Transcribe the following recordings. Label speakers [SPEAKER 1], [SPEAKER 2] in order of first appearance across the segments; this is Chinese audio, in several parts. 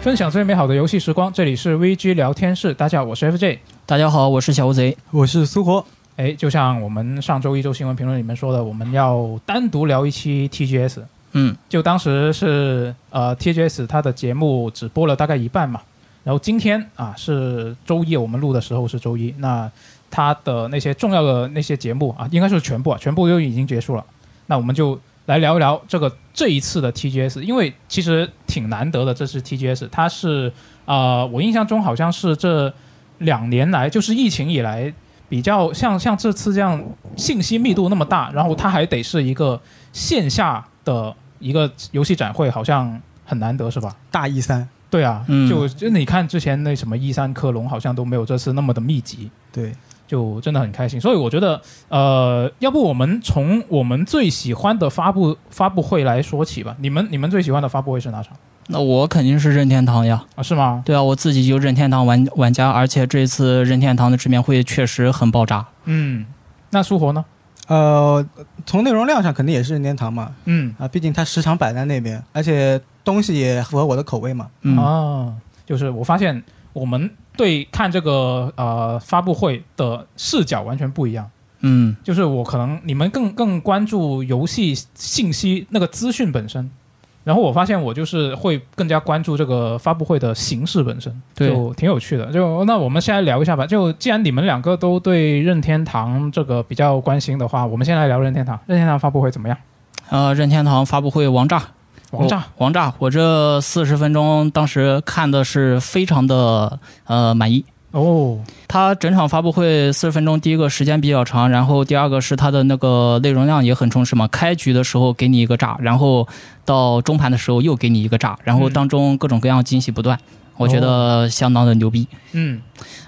[SPEAKER 1] 分享最美好的游戏时光，这里是 VG 聊天室。大家好，我是 FJ。
[SPEAKER 2] 大家好，我是小乌贼。
[SPEAKER 3] 我是苏活，
[SPEAKER 1] 哎，就像我们上周一周新闻评论里面说的，我们要单独聊一期 TGS。
[SPEAKER 2] 嗯，
[SPEAKER 1] 就当时是呃 TGS 它的节目只播了大概一半嘛，然后今天啊是周一，我们录的时候是周一，那它的那些重要的那些节目啊，应该是全部啊，全部都已经结束了。那我们就来聊一聊这个这一次的 TGS，因为其实挺难得的，这次 TGS 它是呃我印象中好像是这两年来就是疫情以来。比较像像这次这样信息密度那么大，然后它还得是一个线下的一个游戏展会好像很难得是吧？
[SPEAKER 3] 大一三，
[SPEAKER 1] 对啊，
[SPEAKER 2] 嗯
[SPEAKER 1] 就就你看之前那什么一三科隆好像都没有这次那么的密集，
[SPEAKER 3] 对，
[SPEAKER 1] 就真的很开心。所以我觉得，呃，要不我们从我们最喜欢的发布发布会来说起吧。你们你们最喜欢的发布会是哪场
[SPEAKER 2] 那我肯定是任天堂呀，
[SPEAKER 1] 啊？是吗？
[SPEAKER 2] 对啊，我自己就任天堂玩玩家，而且这次任天堂的直面会确实很爆炸。
[SPEAKER 1] 嗯，那苏活呢？
[SPEAKER 3] 呃，从内容量上肯定也是任天堂嘛，
[SPEAKER 1] 嗯
[SPEAKER 3] 啊，毕竟它时长摆在那边，而且东西也符合我的口味嘛，
[SPEAKER 2] 嗯，
[SPEAKER 1] 啊，就是我发现我们对看这个呃发布会的视角完全不一样。
[SPEAKER 2] 嗯，
[SPEAKER 1] 就是我可能你们更更关注游戏信息那个资讯本身，然后我发现我就是会更加关注这个发布会的形式本身，
[SPEAKER 2] 对
[SPEAKER 1] 就挺有趣的。就那我们现在聊一下吧。就既然你们两个都对任天堂这个比较关心的话，我们先来聊任天堂。任天堂发布会怎么样？
[SPEAKER 2] 呃，任天堂发布会王炸，
[SPEAKER 1] 王炸，
[SPEAKER 2] 我王炸！我这四十分钟当时看的是非常的呃满意。
[SPEAKER 1] 哦，
[SPEAKER 2] 它整场发布会四十分钟，第一个时间比较长，然后第二个是它的那个内容量也很充实嘛。开局的时候给你一个炸，然后到中盘的时候又给你一个炸，然后当中各种各样惊喜不断，我觉得相当的牛逼。
[SPEAKER 1] 嗯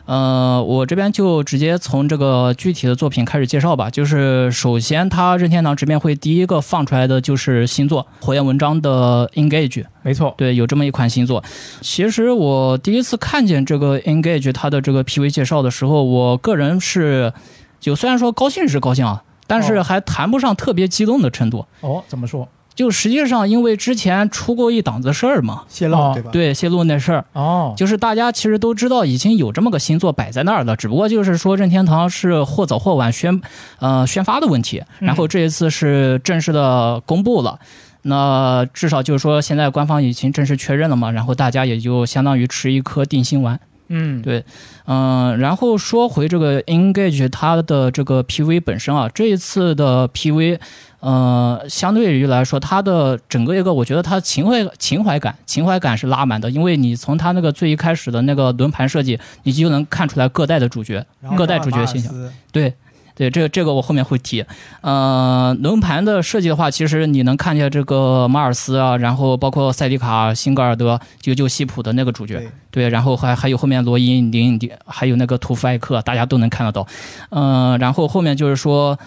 [SPEAKER 2] 呃，我这边就直接从这个具体的作品开始介绍吧。就是首先，它任天堂直面会第一个放出来的就是新作《火焰文章》的 Engage。
[SPEAKER 1] 没错，
[SPEAKER 2] 对，有这么一款新作。其实我第一次看见这个 Engage 它的这个 PV 介绍的时候，我个人是就虽然说高兴是高兴啊，但是
[SPEAKER 1] 哦
[SPEAKER 2] 还谈不上特别激动的程度。
[SPEAKER 1] 哦，怎么说？
[SPEAKER 2] 就实际上，因为之前出过一档子事儿嘛，
[SPEAKER 3] 泄露、
[SPEAKER 1] 哦
[SPEAKER 3] 对吧？，
[SPEAKER 2] 对泄露那事儿，
[SPEAKER 1] 哦，
[SPEAKER 2] 就是大家其实都知道已经有这么个新作摆在那儿了，只不过就是说任天堂是或早或晚宣呃宣发的问题，
[SPEAKER 1] 嗯
[SPEAKER 2] 然后这一次是正式的公布了。那至少就是说，现在官方已经正式确认了嘛，然后大家也就相当于吃一颗定心丸。
[SPEAKER 1] 嗯，
[SPEAKER 2] 对嗯，然后说回这个 Engage 它的这个 PV 本身啊，这一次的 PV，呃，相对于来说，它的整个一个，我觉得它情怀情怀感情怀感是拉满的，因为你从它那个最一开始的那个轮盘设计，你就能看出来各代的主角，
[SPEAKER 3] 然后
[SPEAKER 2] 各代主角形象。对。对，这个这个我后面会提。呃，轮盘的设计的话，其实你能看见这个马尔斯啊，然后包括塞迪卡、辛格尔德，就就西普的那个主角，
[SPEAKER 3] 对，
[SPEAKER 2] 对，然后还还有后面罗伊林林，还有那个图夫艾克，大家都能看得到。嗯，然后后面就是说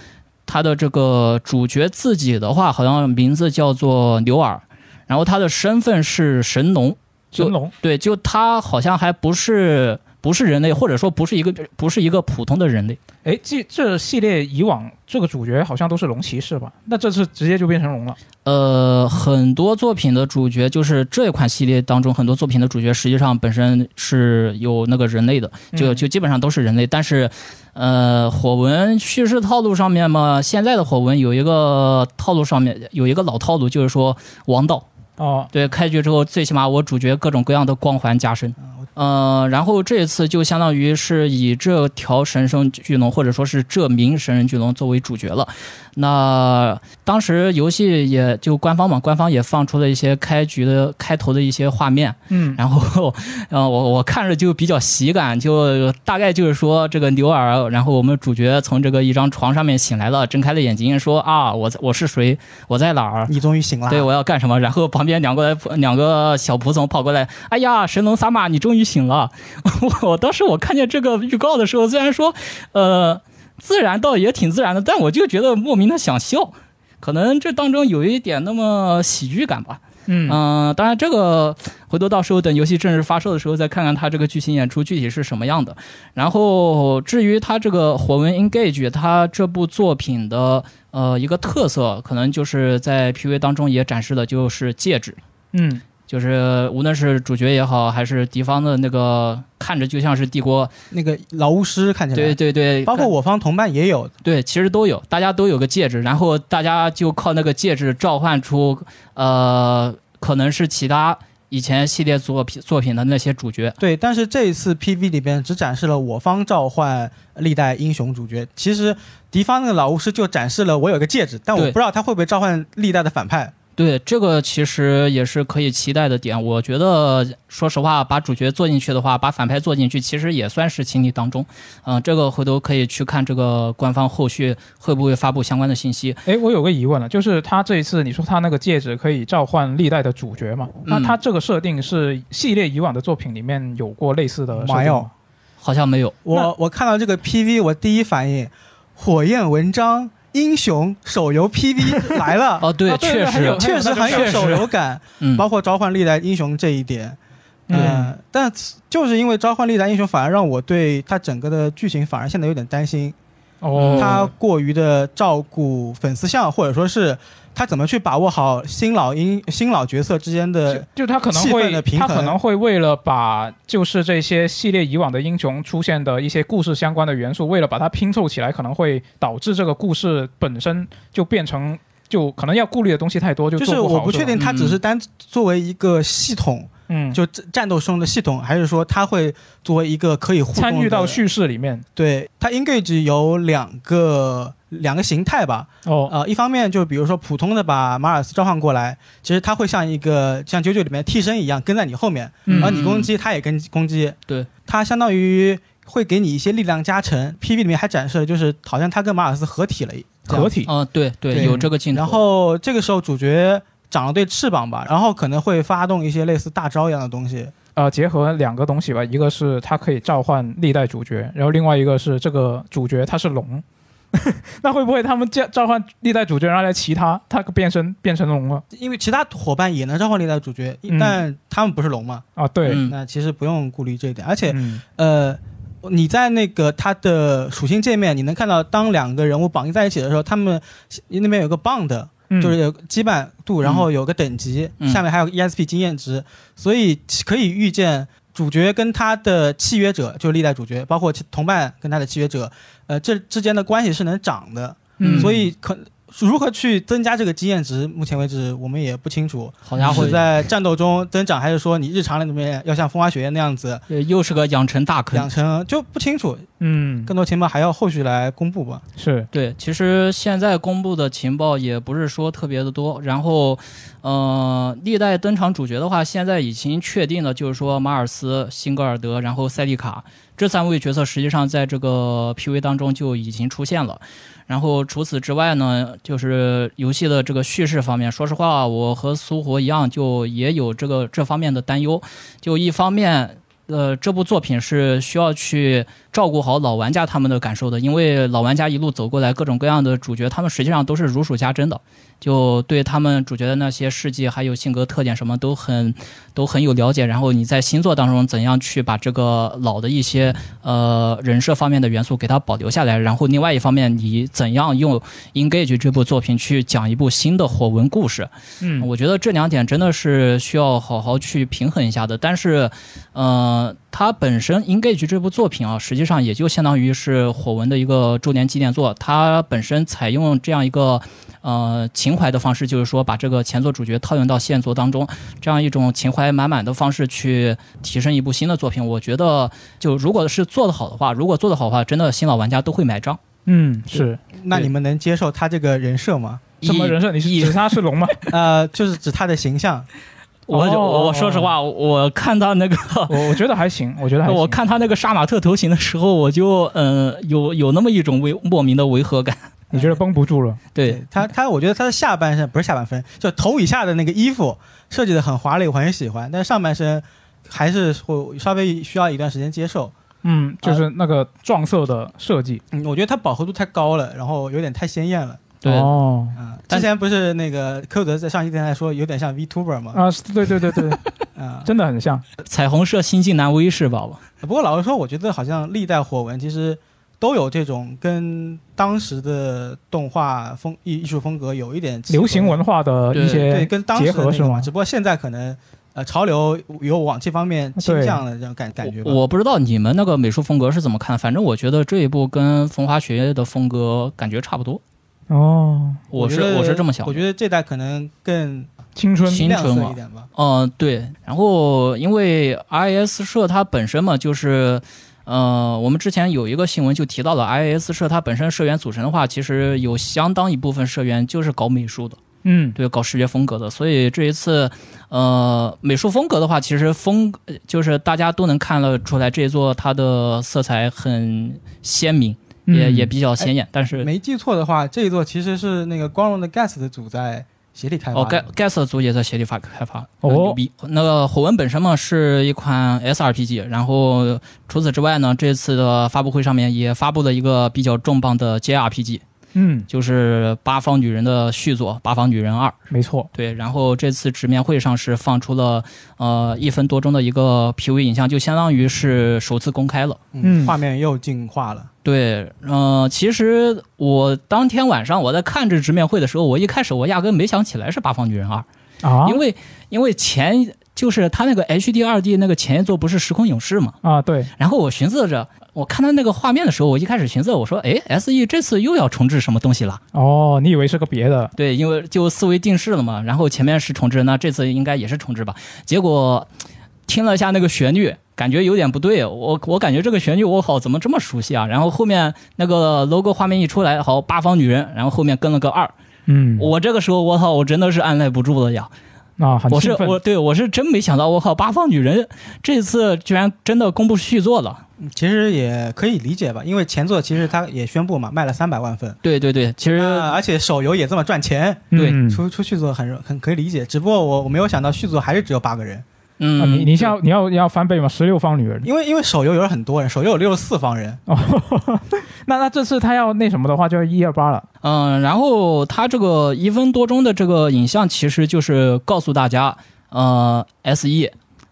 [SPEAKER 2] 他的这个主角自己的话，好像名字叫做牛尔，然后他的身份是神农。就
[SPEAKER 1] 神龙，
[SPEAKER 2] 对，就他好像还不是不是人类，或者说不是一个不是一个普通的人类。
[SPEAKER 1] 哎，这这系列以往这个主角好像都是龙骑士吧？那这次直接就变成龙了。
[SPEAKER 2] 呃，很多作品的主角，就是这款系列当中很多作品的主角，实际上本身是有那个人类的。就
[SPEAKER 1] 嗯
[SPEAKER 2] 就基本上都是人类，但是，呃，火纹叙事套路上面嘛，现在的火纹有一个套路上面有一个老套路，就是说王道。
[SPEAKER 1] 哦，
[SPEAKER 2] 对，开局之后最起码我主角各种各样的光环加深，呃，然后这一次就相当于是以这条神圣巨龙或者说是这名神圣巨龙作为主角了。那当时游戏也就官方嘛，官方也放出了一些开局的开头的一些画面，
[SPEAKER 1] 嗯，
[SPEAKER 2] 然后，呃，我我看着就比较喜感，就大概就是说这个牛耳，然后我们主角从这个一张床上面醒来了，睁开了眼睛，说啊，我在我是谁，我在哪儿。
[SPEAKER 3] 你终于醒了，
[SPEAKER 2] 对，我要干什么？然后旁边两个两个小仆从跑过来，哎呀，神龙撒玛，你终于醒了！ 我我当时我看见这个预告的时候，虽然说，呃，自然倒也挺自然的，但我就觉得莫名的想笑，可能这当中有一点那么喜剧感吧。
[SPEAKER 1] 嗯
[SPEAKER 2] 嗯、当然这个回头到时候等游戏正式发售的时候再看看它这个剧情演出具体是什么样的。然后至于它这个《火纹 Engage》，它这部作品的呃一个特色，可能就是在 PV 当中也展示的就是戒指。
[SPEAKER 1] 嗯
[SPEAKER 2] 就是无论是主角也好，还是敌方的那个，看着就像是帝国，
[SPEAKER 3] 那个老巫师看起来，
[SPEAKER 2] 对对对，
[SPEAKER 3] 包括我方同伴也有，
[SPEAKER 2] 对，其实都有，大家都有个戒指，然后大家就靠那个戒指召唤出，呃，可能是其他以前系列作品作品的那些主角。
[SPEAKER 3] 对，但是这一次 PV 里边只展示了我方召唤历代英雄主角，其实敌方那个老巫师就展示了我有个戒指，但我
[SPEAKER 2] 对
[SPEAKER 3] 不知道他会不会召唤历代的反派。
[SPEAKER 2] 对，这个其实也是可以期待的点。我觉得，说实话，把主角做进去的话，把反派做进去，其实也算是情理当中。嗯、这个回头可以去看这个官方后续会不会发布相关的信息。
[SPEAKER 1] 哎，我有个疑问了，就是他这一次你说他那个戒指可以召唤历代的主角嘛？那他这个设定是系列以往的作品里面有过类似的设定吗
[SPEAKER 3] 没有，
[SPEAKER 2] 好像没有，
[SPEAKER 3] 我我看到这个 PV，我第一反应，火焰文章英雄手 游 PV 来了，
[SPEAKER 2] 哦，对，
[SPEAKER 1] 啊对
[SPEAKER 2] 确
[SPEAKER 1] 对还有
[SPEAKER 2] 实，
[SPEAKER 3] 确实很有手游感，
[SPEAKER 2] 嗯，
[SPEAKER 3] 包括召唤历代英雄这一点。
[SPEAKER 1] 嗯
[SPEAKER 3] 呃，但就是因为召唤历代英雄，反而让我对它整个的剧情反而现在有点担心，
[SPEAKER 1] 哦，
[SPEAKER 3] 它过于的照顾粉丝像，或者说是它怎么去把握好新老英新老角色之间
[SPEAKER 1] 就
[SPEAKER 3] 的
[SPEAKER 1] 就他可能
[SPEAKER 3] 气氛
[SPEAKER 1] 会
[SPEAKER 3] 的平
[SPEAKER 1] 他
[SPEAKER 3] 衡
[SPEAKER 1] 可能会为了把就是这些系列以往的英雄出现的一些故事相关的元素，为了把它拼凑起来，可能会导致这个故事本身就变成就可能要顾虑的东西太多，就
[SPEAKER 3] 就
[SPEAKER 1] 做
[SPEAKER 3] 是
[SPEAKER 1] 不好
[SPEAKER 3] 我不确定
[SPEAKER 2] 吧
[SPEAKER 3] 它只是单作为一个系统，
[SPEAKER 1] 嗯，
[SPEAKER 3] 就战战斗中的系统，还是说它会作为一个可以互动的
[SPEAKER 1] 参与到叙事里面
[SPEAKER 3] 对它 engage 有两个两个形态吧，
[SPEAKER 1] 哦，
[SPEAKER 3] 呃，一方面就比如说普通的把马尔斯召唤过来，其实它会像一个像九九里面替身一样跟在你后面，
[SPEAKER 1] 嗯
[SPEAKER 3] 然后你攻击它也跟攻击，
[SPEAKER 2] 对，
[SPEAKER 3] 它相当于会给你一些力量加成。PV 里面还展示了，就是好像它跟马尔斯合体了一，这样
[SPEAKER 1] 合体
[SPEAKER 2] 嗯、对对，
[SPEAKER 3] 对
[SPEAKER 2] 有这个镜头。嗯
[SPEAKER 3] 然后这个时候主角长了对翅膀吧，然后可能会发动一些类似大招一样的东西。
[SPEAKER 1] 呃，结合两个东西吧，一个是它可以召唤历代主角，然后另外一个是这个主角他是龙， 那会不会他们召召唤历代主角，然后来骑他，他变身变成龙了
[SPEAKER 3] 因为其他伙伴也能召唤历代主角，
[SPEAKER 1] 嗯
[SPEAKER 3] 但他们不是龙嘛，
[SPEAKER 1] 啊？对，
[SPEAKER 2] 嗯
[SPEAKER 3] 那其实不用顾虑这一点。而且
[SPEAKER 1] 嗯
[SPEAKER 3] 呃，你在那个它的属性界面，你能看到，当两个人物绑定在一起的时候，他们那边有个 bond，、
[SPEAKER 1] 嗯
[SPEAKER 3] 就是有个羁绊度，然后有个等级，
[SPEAKER 2] 嗯
[SPEAKER 3] 下面还有 ESP 经验值，所以可以预见。主角跟他的契约者，就是历代主角，包括其同伴跟他的契约者，呃，这之间的关系是能涨的，
[SPEAKER 2] 嗯
[SPEAKER 3] 所以可如何去增加这个经验值，目前为止我们也不清楚。
[SPEAKER 2] 好家伙
[SPEAKER 3] 是，在战斗中增长，还是说你日常里面要像风花雪月那样子，
[SPEAKER 2] 呃又是个养成大坑
[SPEAKER 3] 养。成就不清楚，
[SPEAKER 1] 嗯，
[SPEAKER 3] 更多情报还要后续来公布吧。
[SPEAKER 1] 是
[SPEAKER 2] 对，其实现在公布的情报也不是说特别的多。然后，呃，历代登场主角的话，现在已经确定了，就是说马尔斯、辛格尔德，然后塞利卡这三位角色，实际上在这个 PV 当中就已经出现了。然后除此之外呢，就是游戏的这个叙事方面，说实话，啊我和苏活一样，就也有这个这方面的担忧。就一方面，呃，这部作品是需要去照顾好老玩家他们的感受的，因为老玩家一路走过来，各种各样的主角，他们实际上都是如数家珍的，就对他们主角的那些事迹还有性格特点什么都很 都很有了解。然后你在新作当中怎样去把这个老的一些呃人设方面的元素给它保留下来，然后另外一方面你怎样用《Engage》这部作品去讲一部新的火纹故事，
[SPEAKER 1] 嗯
[SPEAKER 2] 我觉得这两点真的是需要好好去平衡一下的。但是，呃，它本身《Engage》这部作品啊，实际上也就相当于是火纹的一个周年纪念作。它本身采用这样一个呃情怀的方式，就是说把这个前作主角套用到现作当中，这样一种情怀满满的方式去提升一部新的作品。我觉得，就如果是做得好的话，如果做得好的话，真的新老玩家都会买账。
[SPEAKER 1] 嗯是
[SPEAKER 3] 那你们能接受他这个人设 吗？
[SPEAKER 1] 什么人设？你是
[SPEAKER 2] 以
[SPEAKER 1] 指他是 龙吗？
[SPEAKER 3] 呃，就是指他的形象，
[SPEAKER 2] 我我我
[SPEAKER 1] 哦
[SPEAKER 2] 说实话，我看到那个。
[SPEAKER 1] 我我觉得还行，我觉得还行。
[SPEAKER 2] 我看他那个杀马特头型的时候，我就呃有有那么一种违莫名的违和感。
[SPEAKER 1] 你觉得绷不住了？
[SPEAKER 2] 对，
[SPEAKER 3] 他，他我觉得他的下半身不是下半身，就头以下的那个衣服设计的很华丽，我很喜欢，但是上半身还是会稍微需要一段时间接受。
[SPEAKER 1] 嗯，
[SPEAKER 3] 呃
[SPEAKER 1] 就是那个撞色的设计。
[SPEAKER 3] 嗯，我觉得他饱和度太高了，然后有点太鲜艳了。
[SPEAKER 2] 对
[SPEAKER 1] 哦
[SPEAKER 3] 啊、
[SPEAKER 2] 但
[SPEAKER 3] 之前不是那个科德在上期电台说有点像 VTuber 嘛？
[SPEAKER 1] 啊，是对对对对，
[SPEAKER 3] 啊、
[SPEAKER 1] 真的很 像。
[SPEAKER 2] 彩虹社新晋南威是吧？
[SPEAKER 3] 不过老实说，我觉得好像历代火纹其实都有这种跟当时的动画风艺艺术风格有一点契合
[SPEAKER 1] 流行文化的一
[SPEAKER 2] 对
[SPEAKER 1] 些
[SPEAKER 3] 对，跟当时的
[SPEAKER 1] 结合
[SPEAKER 3] 那
[SPEAKER 1] 是
[SPEAKER 3] 个嘛，
[SPEAKER 1] 吗
[SPEAKER 3] 只不过现在可能呃潮流有往这方面倾向的这种感感觉吧。
[SPEAKER 2] 我我不知道你们那个美术风格是怎么看，反正我觉得这一部跟《风花雪月》的风格感觉差不多。
[SPEAKER 1] 哦，
[SPEAKER 2] 我是
[SPEAKER 3] 觉得
[SPEAKER 2] 我是这么想
[SPEAKER 3] 我
[SPEAKER 2] 的。
[SPEAKER 3] 觉得这代可能更
[SPEAKER 1] 青春
[SPEAKER 2] 青
[SPEAKER 3] 亮
[SPEAKER 2] 春
[SPEAKER 3] 色
[SPEAKER 2] 嘛
[SPEAKER 3] 一点吧。
[SPEAKER 2] 嗯、对。然后因为 IS 社它本身嘛，就是呃，我们之前有一个新闻就提到了 IS 社它本身社员组成的话，其实有相当一部分社员就是搞美术的。
[SPEAKER 1] 嗯，
[SPEAKER 2] 对，搞视觉风格的。所以这一次，呃，美术风格的话，其实风呃就是大家都能看得出来，这一座它的色彩很鲜明，
[SPEAKER 1] 嗯
[SPEAKER 2] 也也比较显眼。但是
[SPEAKER 3] 没记错的话，这一座其实是那个光荣的 Gas 的组在协力开发
[SPEAKER 2] 哦
[SPEAKER 3] 的。
[SPEAKER 2] ，Gas Gas 组也在协力发开发，
[SPEAKER 1] 哦
[SPEAKER 2] 很牛逼。那个火纹本身嘛是一款 SRPG，然后除此之外呢，这次的发布会上面也发布了一个比较重磅的 JRPG，
[SPEAKER 1] 嗯，
[SPEAKER 2] 就是《八方女人》的续作《八方女人二》。
[SPEAKER 1] 没错，
[SPEAKER 2] 对，然后这次直面会上是放出了呃一分多钟的一个 PV 影像，就相当于是首次公开了。
[SPEAKER 1] 嗯
[SPEAKER 3] 画面又进化了。
[SPEAKER 2] 对，呃，其实我当天晚上我在看这直面会的时候，我一开始我压根没想起来是《八方女人二》，
[SPEAKER 1] 啊
[SPEAKER 2] 因为因为前就是他那个 HD 二 D 那个前一座不是时空影视嘛，
[SPEAKER 1] 啊，对，
[SPEAKER 2] 然后我寻思着，我看他那个画面的时候，我一开始寻思我说，哎，SE 这次又要重置什么东西了？
[SPEAKER 1] 哦，你以为是个别的，
[SPEAKER 2] 对，因为就思维定式了嘛，然后前面是重置，那这次应该也是重置吧？结果听了一下那个旋律，感觉有点不对，我我感觉这个旋律我好怎么这么熟悉啊？然后后面那个 logo 画面一出来，好八方女人，然后后面跟了个二，
[SPEAKER 1] 嗯，
[SPEAKER 2] 我这个时候我靠，我真的是按耐不住了呀！
[SPEAKER 1] 啊，很
[SPEAKER 2] 我是
[SPEAKER 1] 兴奋
[SPEAKER 2] 我对我是真没想到，我靠，八方女人这次居然真的公布续作了。
[SPEAKER 3] 嗯其实也可以理解吧，因为前作其实它也宣布嘛，卖了三百万份，
[SPEAKER 2] 对对对，其实、
[SPEAKER 3] 啊，而且手游也这么赚钱，
[SPEAKER 2] 对
[SPEAKER 1] 嗯
[SPEAKER 3] 出出续作很很可以理解。只不过我我没有想到续作还是只有八个人，
[SPEAKER 2] 嗯，
[SPEAKER 1] 啊你你像你要你要翻倍吗？十六方女人，
[SPEAKER 3] 因为因为手游有很多人，手游有六十四方人，
[SPEAKER 1] 哦，那那这次他要那什么的话，就要一二八了。
[SPEAKER 2] 嗯，然后它这个一分多钟的这个影像，其实就是告诉大家，呃，S E，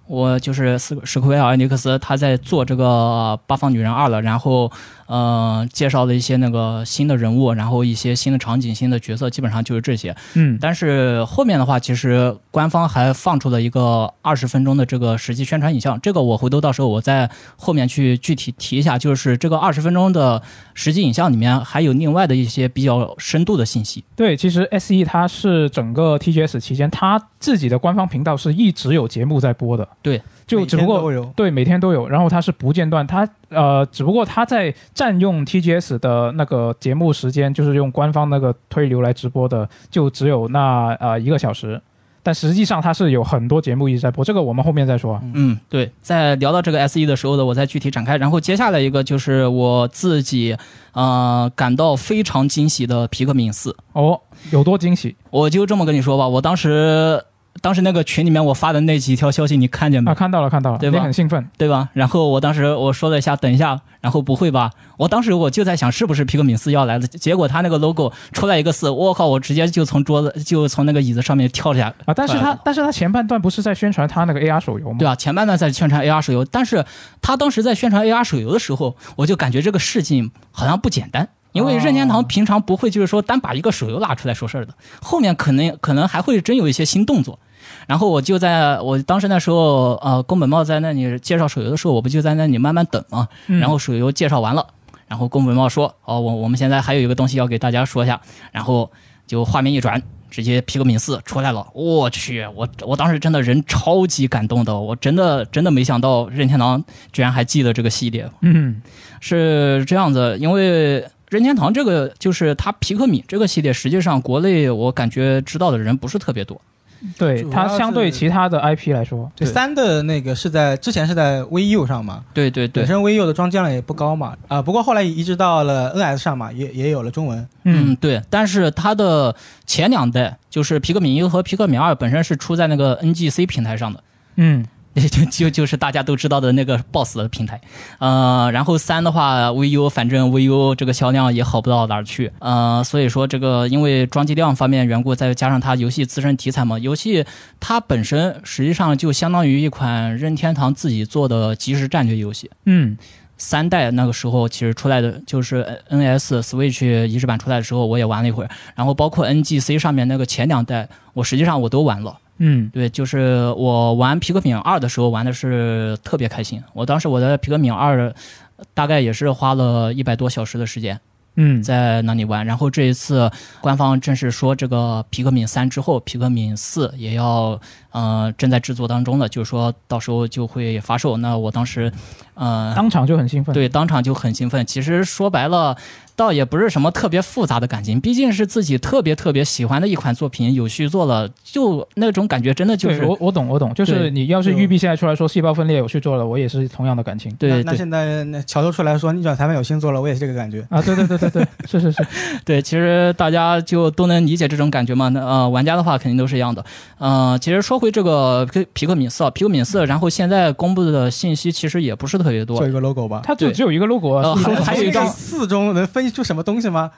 [SPEAKER 2] 我就是斯史克威尔艾尼克斯，他在做这个《八方女人二》了，然后呃，介绍了一些那个新的人物，然后一些新的场景、新的角色，基本上就是这些。
[SPEAKER 1] 嗯
[SPEAKER 2] 但是后面的话，其实官方还放出了一个二十分钟的这个实际宣传影像，这个我回头到时候我在后面去具体提一下。就是这个二十分钟的实际影像里面，还有另外的一些比较深度的信息。
[SPEAKER 1] 对，其实 S E 它是整个 T G S 期间，它自己的官方频道是一直有节目在播的。
[SPEAKER 2] 对，
[SPEAKER 1] 就
[SPEAKER 3] 每
[SPEAKER 1] 只
[SPEAKER 3] 天
[SPEAKER 1] 不过
[SPEAKER 3] 都有
[SPEAKER 1] 对每天都有，然后它是不间断，它呃，只不过它在占用 T G S 的那个节目时间，就是用官方那个推流来直播的，就只有那呃一个小时。但实际上它是有很多节目一直在播，这个我们后面再说啊。
[SPEAKER 2] 嗯，对，在聊到这个 S E 的时候呢，我再具体展开。然后接下来一个就是我自己呃感到非常惊喜的皮克敏四，
[SPEAKER 1] 哦，有多惊喜
[SPEAKER 2] 我就这么跟你说吧，我当时当时那个群里面我发的那几条消息，你看见没有
[SPEAKER 1] 啊！？看到了，看到了，
[SPEAKER 2] 嗯对
[SPEAKER 1] 你
[SPEAKER 2] 吧
[SPEAKER 1] 很兴奋。
[SPEAKER 2] 对吧？然后我当时我说了一下，等一下，然后不会吧？我当时我就在想，是不是皮克敏四要来了？结果他那个 logo 出来一个四，我靠！我直接就从桌子就从那个椅子上面跳下，
[SPEAKER 1] 啊，但是
[SPEAKER 2] 快
[SPEAKER 1] 他
[SPEAKER 2] 了
[SPEAKER 1] 但是他前半段不是在宣传他那个 AR 手游吗？
[SPEAKER 2] 对吧？前半段在宣传 AR 手游，但是他当时在宣传 AR 手游的时候，我就感觉这个事情好像不简单。因为任天堂
[SPEAKER 1] 哦
[SPEAKER 2] 平常不会就是说单把一个手游拿出来说事儿的，后面可能可能还会真有一些新动作。然后我就在我当时那时候，呃，宫本茂在那里介绍手游的时候，我不就在那里慢慢等吗？
[SPEAKER 1] 嗯
[SPEAKER 2] 然后手游介绍完了，然后宫本茂说：“哦，我我们现在还有一个东西要给大家说一下。”然后就画面一转，直接皮克敏四出来了。我去，我我当时真的人超级感动的，我真的真的没想到任天堂居然还记得这个系列。
[SPEAKER 1] 嗯
[SPEAKER 2] 是这样子，因为任天堂这个就是它皮克敏这个系列，实际上国内我感觉知道的人不是特别多。
[SPEAKER 1] 嗯对
[SPEAKER 3] 主
[SPEAKER 1] 它
[SPEAKER 3] 要
[SPEAKER 1] 相对
[SPEAKER 3] 是
[SPEAKER 1] 其他的 IP 来说，
[SPEAKER 3] 这
[SPEAKER 2] 对
[SPEAKER 3] 三的那个是在之前是在 VU 上嘛，
[SPEAKER 2] 对对
[SPEAKER 3] 本
[SPEAKER 2] 对，
[SPEAKER 3] 身 VU 的装机量也不高嘛，啊、不过后来移植到了 NS 上嘛，也也有了中文。
[SPEAKER 2] 嗯，对，但是它的前两代就是皮克敏一和皮克敏二本身是出在那个 NGC 平台上的。
[SPEAKER 1] 嗯，
[SPEAKER 2] 就就就是大家都知道的那个 BOSS 的平台，呃，然后三的话，VU 反正 VU 这个销量也好不到哪儿去，呃，所以说这个因为装机量方面缘故，再加上它游戏自身题材嘛，游戏它本身实际上就相当于一款任天堂自己做的即时战略游戏。
[SPEAKER 1] 嗯
[SPEAKER 2] 三代那个时候其实出来的就是 NS Switch 移植版出来的时候，我也玩了一会儿，然后包括 NGC 上面那个前两代，我实际上我都玩了，
[SPEAKER 1] 嗯
[SPEAKER 2] 对，就是我玩皮克敏二的时候玩的是特别开心。我当时我在皮克敏二大概也是花了一百多小时的时间
[SPEAKER 1] 嗯
[SPEAKER 2] 在那里玩。然后这一次官方正式说这个皮克敏三之后，皮克敏四也要呃正在制作当中了，就是说到时候就会发售。那我当时呃
[SPEAKER 1] 当场就很兴奋。，
[SPEAKER 2] 对，当场就很兴奋。其实说白了，倒也不是什么特别复杂的感情，毕竟是自己特别特别喜欢的一款作品，有续作了，就那种感觉真的就
[SPEAKER 1] 对
[SPEAKER 2] 是
[SPEAKER 1] 我我懂我懂，就是
[SPEAKER 2] 对
[SPEAKER 1] 你要是
[SPEAKER 3] 就
[SPEAKER 1] 育碧现在出来说细胞分裂有去做了，我也是同样的感情。
[SPEAKER 2] 对
[SPEAKER 3] 那那
[SPEAKER 2] 对
[SPEAKER 3] 现在那乔豆出来说逆转裁判有新作了，我也是这个感觉。
[SPEAKER 1] 啊，对对对对对，是是 是，
[SPEAKER 2] 对，其实大家就都能理解这种感觉嘛。那呃，玩家的话肯定都是一样的。呃，其实说回这个皮皮克敏四啊，皮克敏四，然后现在公布的信息其实也不是特别多
[SPEAKER 3] 做，一个 logo 吧。
[SPEAKER 1] 它就
[SPEAKER 2] 对
[SPEAKER 1] 只有一个 logo 啊，
[SPEAKER 2] 呃
[SPEAKER 1] 是
[SPEAKER 2] 还
[SPEAKER 1] 说
[SPEAKER 2] 还有一
[SPEAKER 3] 这
[SPEAKER 2] 张
[SPEAKER 3] 个四中能分析出什么东西吗？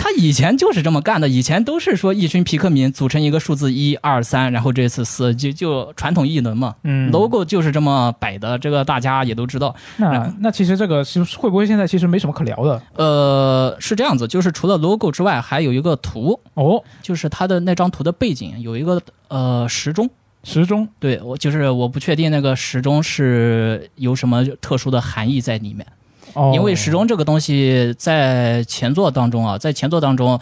[SPEAKER 2] 他以前就是这么干的，以前都是说一群皮克敏组成一个数字一二三，然后这次四就就传统异能嘛。
[SPEAKER 1] 嗯
[SPEAKER 2] logo 就是这么摆的，这个大家也都知道。
[SPEAKER 1] 那那其实这个是会不会现在其实没什么可聊的
[SPEAKER 2] 呃，是这样子，就是除了 logo 之外，还有一个图，
[SPEAKER 1] 哦？
[SPEAKER 2] 就是它的那张图的背景有一个呃时钟。
[SPEAKER 1] 时钟
[SPEAKER 2] 对我就是我不确定那个时钟是有什么特殊的含义在里面，
[SPEAKER 1] 哦，
[SPEAKER 2] 因为时钟这个东西在前作当中啊，在前作当中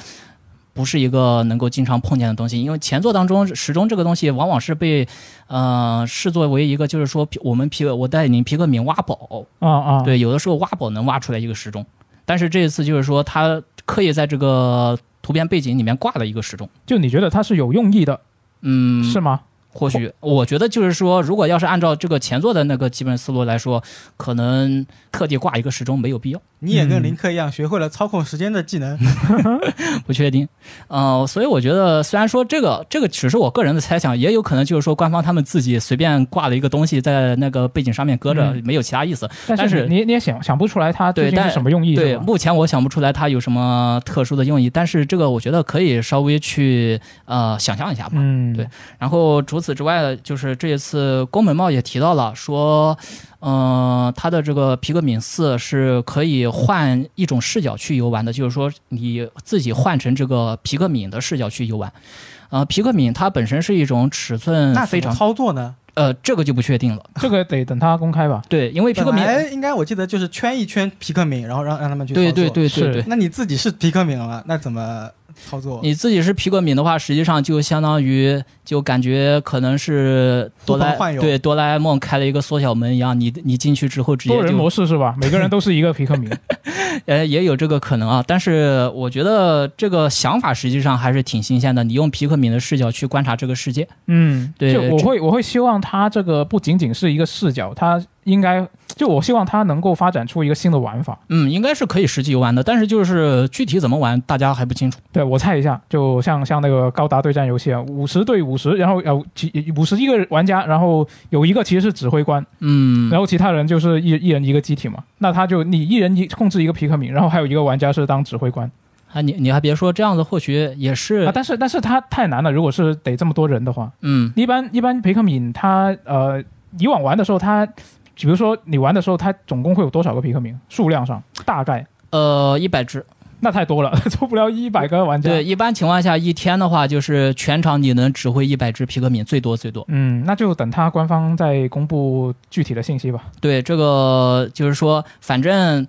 [SPEAKER 2] 不是一个能够经常碰见的东西，因为前作当中时钟这个东西往往是被呃视作为一个就是说我们皮我带领皮克敏挖宝，
[SPEAKER 1] 啊啊，
[SPEAKER 2] 对，有的时候挖宝能挖出来一个时钟，但是这一次就是说他刻意在这个图片背景里面挂了一个时钟。
[SPEAKER 1] 就你觉得它是有用意的，
[SPEAKER 2] 嗯，
[SPEAKER 1] 是吗？
[SPEAKER 2] 或许我觉得就是说，如果要是按照这个前作的那个基本思路来说，可能特地挂一个时钟没有必要，
[SPEAKER 3] 你也跟
[SPEAKER 1] 嗯
[SPEAKER 3] 林克一样，学会了操控时间的技能。
[SPEAKER 2] 嗯不确定。呃，所以我觉得虽然说这个这个只是我个人的猜想，也有可能就是说官方他们自己随便挂了一个东西在那个背景上面搁着，
[SPEAKER 1] 嗯
[SPEAKER 2] 没有其他意思。
[SPEAKER 1] 但
[SPEAKER 2] 但
[SPEAKER 1] 是
[SPEAKER 2] 是
[SPEAKER 1] 你你你也想想不出来它究
[SPEAKER 2] 对
[SPEAKER 1] 竟是
[SPEAKER 2] 但
[SPEAKER 1] 什么用意，
[SPEAKER 2] 对，
[SPEAKER 1] 是吧？
[SPEAKER 2] 目前我想不出来它有什么特殊的用意，但是这个我觉得可以稍微去呃想象一下吧。
[SPEAKER 1] 嗯，
[SPEAKER 2] 对然后除此之外，就是这一次宫本茂也提到了说，呃，他的这个皮克敏四是可以换一种视角去游玩的，就是说你自己换成这个皮克敏的视角去游玩。呃，皮克敏它本身是一种尺寸
[SPEAKER 3] 那
[SPEAKER 2] 非
[SPEAKER 3] 怎么
[SPEAKER 2] 常
[SPEAKER 3] 操作呢？
[SPEAKER 2] 呃，这个就不确定了。
[SPEAKER 1] 这个得等它公开吧。
[SPEAKER 2] 对，因为皮克
[SPEAKER 3] 本
[SPEAKER 2] 敏，哎
[SPEAKER 3] 来应该我记得就是圈一圈皮克敏，然后让让他们去操
[SPEAKER 2] 对
[SPEAKER 3] 作。
[SPEAKER 2] 对对对
[SPEAKER 1] 是
[SPEAKER 2] 对，
[SPEAKER 3] 那你自己是皮克敏了，那怎么操作？
[SPEAKER 2] 你自己是皮克敏的话，实际上就相当于就感觉可能是哆
[SPEAKER 3] 呼
[SPEAKER 2] 啦
[SPEAKER 3] 朋唤友
[SPEAKER 2] 对哆啦 A 梦开了一个缩小门一样，你你进去之后直接
[SPEAKER 1] 多人
[SPEAKER 2] 就
[SPEAKER 1] 模式是吧？每个人都是一个皮克敏。
[SPEAKER 2] 呃，也有这个可能啊，但是我觉得这个想法实际上还是挺新鲜的。你用皮克敏的视角去观察这个世界，
[SPEAKER 1] 嗯，
[SPEAKER 2] 对
[SPEAKER 1] 就我
[SPEAKER 2] 这
[SPEAKER 1] 会我会希望它这个不仅仅是一个视角，它应该就我希望它能够发展出一个新的玩法。
[SPEAKER 2] 嗯，应该是可以实际游玩的，但是就是具体怎么玩，大家还不清楚。
[SPEAKER 1] 对我猜一下，就像像那个高达对战游戏啊，五十对五十，然后呃几五十一个玩家，然后有一个其实是指挥官，
[SPEAKER 2] 嗯
[SPEAKER 1] 然，后其他人就是一一人一个机体嘛。那他就你一人一控制一个皮克敏，然后还有一个玩家是当指挥官
[SPEAKER 2] 啊，你你还别说，这样子或许也
[SPEAKER 1] 啊。
[SPEAKER 2] 是，
[SPEAKER 1] 但是但是他太难了，如果是得这么多人的话，
[SPEAKER 2] 嗯，
[SPEAKER 1] 一般一般皮克敏他呃以往玩的时候他。比如说，你玩的时候，它总共会有多少个皮克敏？数量上大概
[SPEAKER 2] 呃，一百只。
[SPEAKER 1] 那太多了， 凑不了一百个玩家。
[SPEAKER 2] 对，，一般情况下，一天的话就是全场你能指挥一百只皮克敏，最多最多。
[SPEAKER 1] 嗯，那就等他官方再公布具体的信息吧。
[SPEAKER 2] 对，这个就是说，反正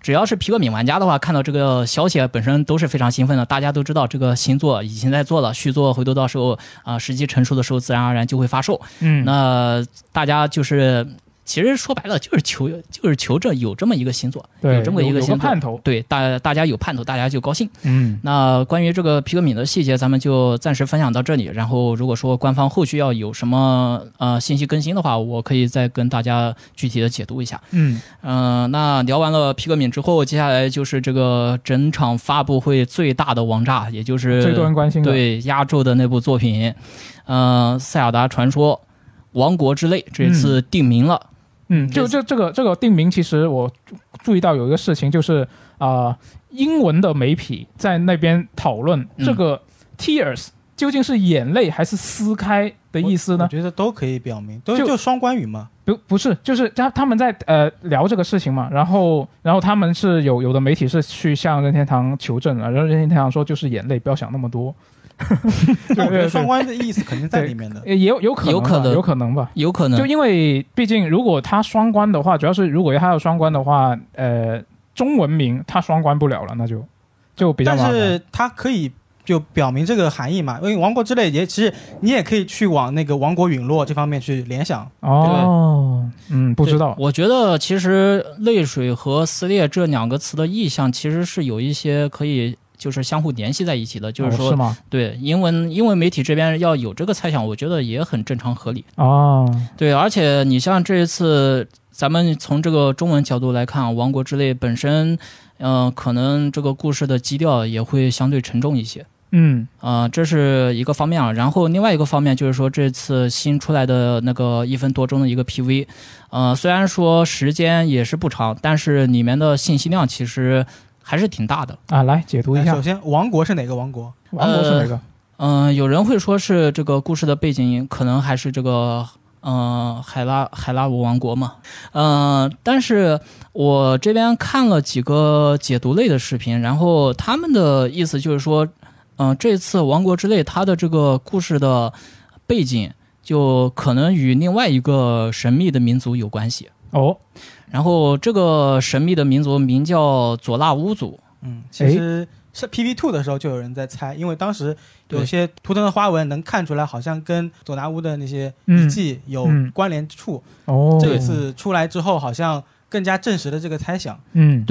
[SPEAKER 2] 只要是皮克敏玩家的话，看到这个消息啊本身都是非常兴奋的。大家都知道这个新作已经在做了，续作回头到时候啊、时机成熟的时候，自然而然就会发售。
[SPEAKER 1] 嗯
[SPEAKER 2] 那大家就是。其实说白了就是求就是求着有这么一个新作，
[SPEAKER 1] 对，
[SPEAKER 2] 有这么一
[SPEAKER 1] 有有
[SPEAKER 2] 新
[SPEAKER 1] 个
[SPEAKER 2] 作
[SPEAKER 1] 盼，头。
[SPEAKER 2] 对大大家有盼头，大家就高兴。
[SPEAKER 1] 嗯，
[SPEAKER 2] 那关于这个皮克敏的细节，咱们就暂时分享到这里。然后，如果说官方后续要有什么呃信息更新的话，我可以再跟大家具体的解读一下。
[SPEAKER 1] 嗯，
[SPEAKER 2] 嗯、那聊完了皮克敏之后，接下来就是这个整场发布会最大的王炸，也就是
[SPEAKER 1] 最多人关心的。，
[SPEAKER 2] 对压轴的那部作品，呃，《塞尔达传说：王国之泪》这次定名了。
[SPEAKER 1] 嗯，就这这个这个定名，其实我注注意到有一个事情，就是啊、呃英文的媒体在那边讨论
[SPEAKER 2] 嗯
[SPEAKER 1] 这个 tears 究竟是眼泪还是撕开的意思
[SPEAKER 3] 我
[SPEAKER 1] 呢？
[SPEAKER 3] 觉得都可以表明，都
[SPEAKER 1] 就
[SPEAKER 3] 就双关语嘛。
[SPEAKER 1] 不不是，就是他他们在呃聊这个事情嘛，然后然后他们啊是有有的媒体是去向任天堂求证了，然后任天堂说就是眼泪，不要想那么多。
[SPEAKER 3] 那
[SPEAKER 1] 对
[SPEAKER 3] 我觉
[SPEAKER 1] 对
[SPEAKER 3] 得双关的意思肯定 在
[SPEAKER 1] 对
[SPEAKER 3] 里面的。
[SPEAKER 1] 也有有可能吧
[SPEAKER 2] 有可能嗯
[SPEAKER 1] 有可能吧。
[SPEAKER 2] 有可能
[SPEAKER 1] 就因为毕竟如果它双关的话，主要是如果它要双关的话，呃，中文名它双关不了了，那就就比较
[SPEAKER 3] 但
[SPEAKER 1] 麻烦。
[SPEAKER 3] 是它可以就表明这个含义嘛，因为《王国之泪》也其实你也可以去往那个王国陨落这方面去联想。
[SPEAKER 1] 哦，嗯，不知道
[SPEAKER 2] 对。我觉得其实“泪水”和“撕裂”这两个词的意象其实是有一些可以就是相互联系在一起的，就是
[SPEAKER 1] 哦
[SPEAKER 2] 说，
[SPEAKER 1] 是吗？
[SPEAKER 2] 对英文英文媒体这边要有这个猜想，我觉得也很正常合理。
[SPEAKER 1] 哦，
[SPEAKER 2] 对，而且你像这一次，咱们从这个中文角度来看，《王国之泪》本身，嗯、可能这个故事的基调也会相对沉重一些。
[SPEAKER 1] 嗯，
[SPEAKER 2] 啊、这是一个方面啊。然后另外一个方面就是说，这次新出来的那个一分多钟的一个 PV，呃，虽然说时间也是不长，但是里面的信息量其实还是挺大的。
[SPEAKER 1] 啊，来解读一
[SPEAKER 3] 呃
[SPEAKER 1] 下
[SPEAKER 2] 哎
[SPEAKER 3] 首，先，王国是哪个王国？
[SPEAKER 1] 王国是哪个？
[SPEAKER 2] 嗯、有人会说是这个故事的背景可能还是这个，嗯、海拉海拉鲁王国嘛，嗯、但是我这边看了几个解读类的视频，然后他们的意思就是说，嗯、这次《王国之泪》它的这个故事的背景就可能与另外一个神秘的民族有关系，
[SPEAKER 1] 哦，
[SPEAKER 2] 然后这个神秘的民族名叫佐纳乌族，
[SPEAKER 3] 嗯，其实是 PV Two 的时候就有人在猜，因为当时有些图腾的花纹能看出来，好像跟佐拿乌的那些遗
[SPEAKER 1] 嗯，
[SPEAKER 3] 迹有
[SPEAKER 1] 嗯
[SPEAKER 3] 关联之处。
[SPEAKER 1] 哦，
[SPEAKER 3] 这一，次出来之后，好像更加证实了这个猜想。
[SPEAKER 1] 嗯，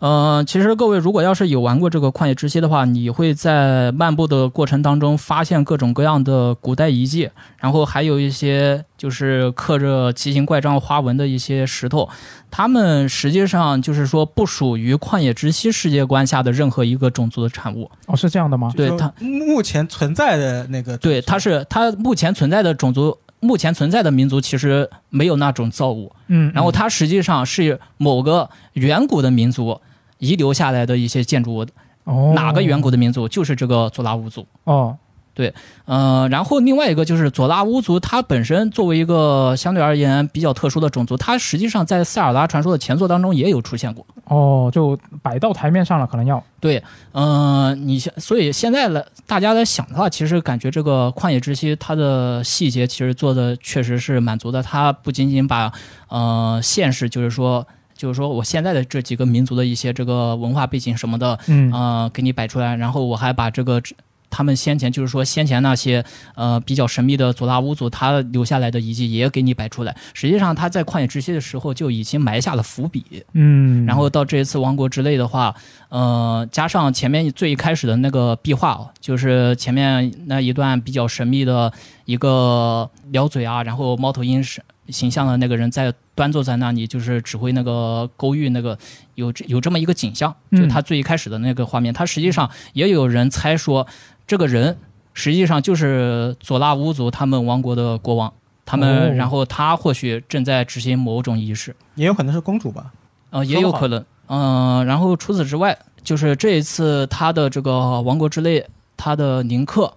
[SPEAKER 2] 呃，其实各位如果要是有玩过这个《旷野之息》的话，你会在漫步的过程当中发现各种各样的古代遗迹，然后还有一些就是刻着奇形怪状花纹的一些石头，它们实际上就是说不属于《旷野之息》世界观下的任何一个种族的产物。
[SPEAKER 1] 哦，是这样的吗？
[SPEAKER 2] 对
[SPEAKER 3] 就
[SPEAKER 2] 它
[SPEAKER 3] 目前存在的那个，
[SPEAKER 2] 对，它是它目前存在的种族，目前存在的民族其实没有那种造物，
[SPEAKER 1] 嗯，
[SPEAKER 2] 然后它实际上是某个远古的民族遗留下来的一些建筑物。
[SPEAKER 1] 哦
[SPEAKER 2] 哪个远古的民族就是这个佐拉乌族。
[SPEAKER 1] 哦，
[SPEAKER 2] 呃，然后另外一个就是佐拉乌族，它本身作为一个相对而言比较特殊的种族，它实际上在塞尔达传说的前作当中也有出现过。
[SPEAKER 1] 哦，就摆到台面上了，可能要，
[SPEAKER 2] 对，嗯、你现所以现在来大家来想的话，其实感觉这个旷野之息它的细节其实做的确实是满足的，它不仅仅把呃现实就是说。就是说，我现在的这几个民族的一些这个文化背景什么的，
[SPEAKER 1] 嗯，
[SPEAKER 2] 呃，给你摆出来，然后我还把这个他们先前就是说先前那些呃比较神秘的佐拉乌族他留下来的遗迹也给你摆出来。实际上他在旷野之息的时候就已经埋下了伏笔，
[SPEAKER 1] 嗯，
[SPEAKER 2] 然后到这一次王国之泪的话，呃，加上前面最一开始的那个壁画哦，就是前面那一段比较神秘的一个撩嘴啊，然后猫头鹰是。形象的那个人在端坐在那里，就是指挥那个勾玉那个有这有这么一个景象，
[SPEAKER 1] 嗯
[SPEAKER 2] 就是他最一开始的那个画面。他实际上也有人猜说，这个人实际上就是佐拉乌族他们王国的国王，他们、
[SPEAKER 1] 哦
[SPEAKER 2] 然后他或许正在执行某种仪式。
[SPEAKER 3] 也有可能是公主吧？
[SPEAKER 2] 呃，也有可能。嗯、然后除此之外，就是这一次他的这个《王国之泪》，他的林克，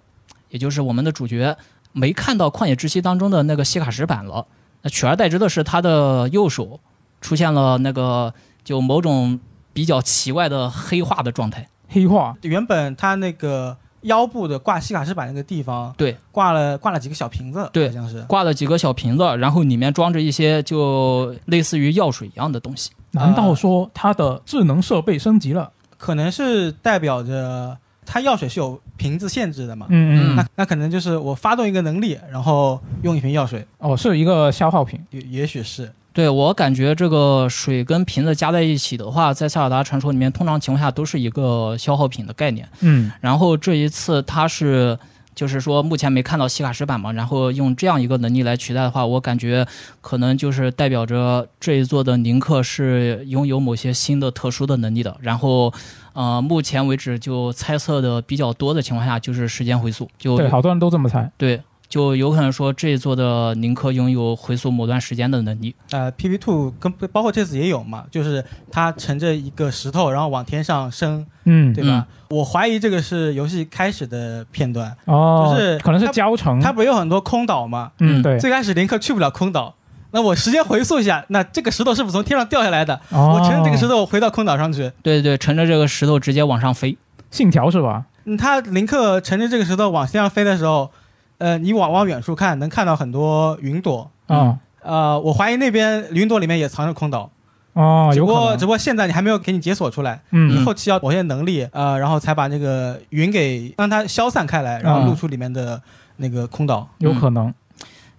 [SPEAKER 2] 也就是我们的主角，没看到《旷野之息》当中的那个西卡石板了。那取而代之的是，他的右手出现了那个就某种比较奇怪的黑化的状态。
[SPEAKER 1] 黑化，
[SPEAKER 3] 原本他那个腰部的挂西卡石板那个地方，
[SPEAKER 2] 对，
[SPEAKER 3] 挂了挂了几个小瓶子，
[SPEAKER 2] 对
[SPEAKER 3] 好像是。
[SPEAKER 2] 挂了几个小瓶子，然后里面装着一些就类似于药水一样的东西。
[SPEAKER 1] 难道说它的智能设备升级了？
[SPEAKER 3] 可能是代表着它药水是有瓶子限制的嘛。
[SPEAKER 1] 嗯
[SPEAKER 2] 嗯
[SPEAKER 3] 那那可能就是我发动一个能力，然后用一瓶药水，
[SPEAKER 1] 哦，是一个消耗品。
[SPEAKER 3] 也也许是
[SPEAKER 2] 对我感觉这个水跟瓶子加在一起的话，在塞尔达传说里面，通常情况下都是一个消耗品的概念。
[SPEAKER 1] 嗯
[SPEAKER 2] 然后这一次它是，就是说目前没看到西卡石板嘛，然后用这样一个能力来取代的话，我感觉可能就是代表着这一座的林克是拥有某些新的特殊的能力的。然后，呃，目前为止就猜测的比较多的情况下，就是时间回溯，就
[SPEAKER 1] 对，好多人都这么猜。
[SPEAKER 2] 对就有可能说这一座的林克拥有回溯某段时间的能力。
[SPEAKER 3] 呃，PV Two 跟包括这次也有嘛，就是它乘着一个石头，然后往天上升，
[SPEAKER 1] 嗯，
[SPEAKER 3] 对吧？我怀疑这个是游戏开始的片段，
[SPEAKER 1] 哦，
[SPEAKER 3] 就是
[SPEAKER 1] 可能是
[SPEAKER 3] 它
[SPEAKER 1] 教程。
[SPEAKER 3] 它不是有很多空岛嘛？
[SPEAKER 1] 嗯，
[SPEAKER 2] 嗯
[SPEAKER 1] 对，
[SPEAKER 3] 最开始林克去不了空岛，那我时间回溯一下，那这个石头是不是从天上掉下来的？
[SPEAKER 1] 哦
[SPEAKER 3] 我乘着这个石头回到空岛上去，
[SPEAKER 2] 对对，乘着这个石头直接往上飞。
[SPEAKER 1] 信条是吧？
[SPEAKER 3] 嗯他林克乘着这个石头往天上飞的时候，呃，你往往远处看，能看到很多云朵。
[SPEAKER 1] 啊、
[SPEAKER 3] 呃，我怀疑那边云朵里面也藏着空岛，
[SPEAKER 1] 哦，
[SPEAKER 3] 只
[SPEAKER 1] 有
[SPEAKER 3] 不
[SPEAKER 1] 可
[SPEAKER 3] 过只
[SPEAKER 1] 能，
[SPEAKER 3] 不过现在你还没有给你解锁出来，
[SPEAKER 1] 嗯
[SPEAKER 3] 后期要某些能力，呃，然后才把这个云给让它消散开来，然
[SPEAKER 1] 哦
[SPEAKER 3] 后露出里面的那个空岛。
[SPEAKER 1] 有可能，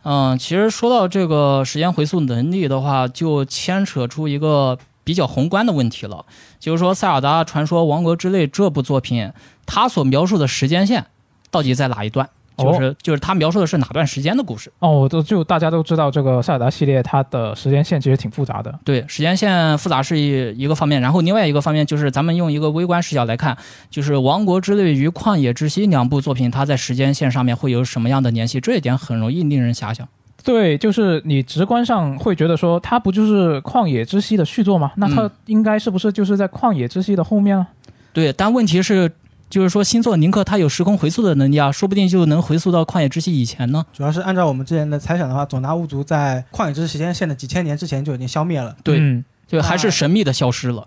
[SPEAKER 2] 嗯，其实说到这个时间回溯能力的话，就牵扯出一个比较宏观的问题了，就是说《塞尔达传说：王国之泪》这部作品，它所描述的时间线到底在哪一段？就是、就是它描述的是哪段时间的故事？
[SPEAKER 1] 哦，我都就大家都知道这个塞尔达系列它的时间线其实挺复杂的，
[SPEAKER 2] 对，时间线复杂是一一个方面，然后另外一个方面就是咱们用一个微观视角来看，就是《王国之泪》与《旷野之息》两部作品，它在时间线上面会有什么样的联系？这一点很容易令人遐想。
[SPEAKER 1] 对，就是你直观上会觉得说，它不就是《旷野之息》的续作吗？那它
[SPEAKER 2] 嗯
[SPEAKER 1] 应该是不是就是在《旷野之息》的后面啊？
[SPEAKER 2] 对，但问题是，就是说星座宁克他有时空回溯的能力啊，说不定就能回溯到旷野之息以前呢。
[SPEAKER 3] 主要是按照我们之前的猜想的话，总拿乌族在旷野之时间线的几千年之前就已经消灭了。
[SPEAKER 2] 对
[SPEAKER 1] 嗯
[SPEAKER 2] 对，还是神秘的消失了。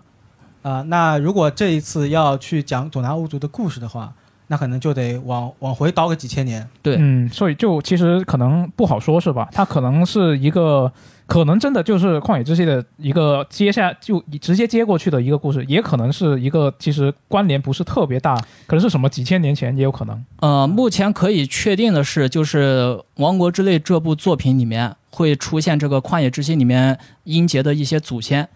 [SPEAKER 3] 啊、那如果这一次要去讲佐拿乌族的故事的话，那可能就得往往回倒个几千年。
[SPEAKER 2] 对
[SPEAKER 1] 嗯，所以就其实可能不好说，是吧？它可能是一个，可能真的就是《旷野之息》的一个接下就直接接过去的一个故事，也可能是一个其实关联不是特别大，可能是什么几千年前也有可能。
[SPEAKER 2] 呃，目前可以确定的是，就是《王国之泪》这部作品里面会出现这个旷野之息里面音节的一些祖先。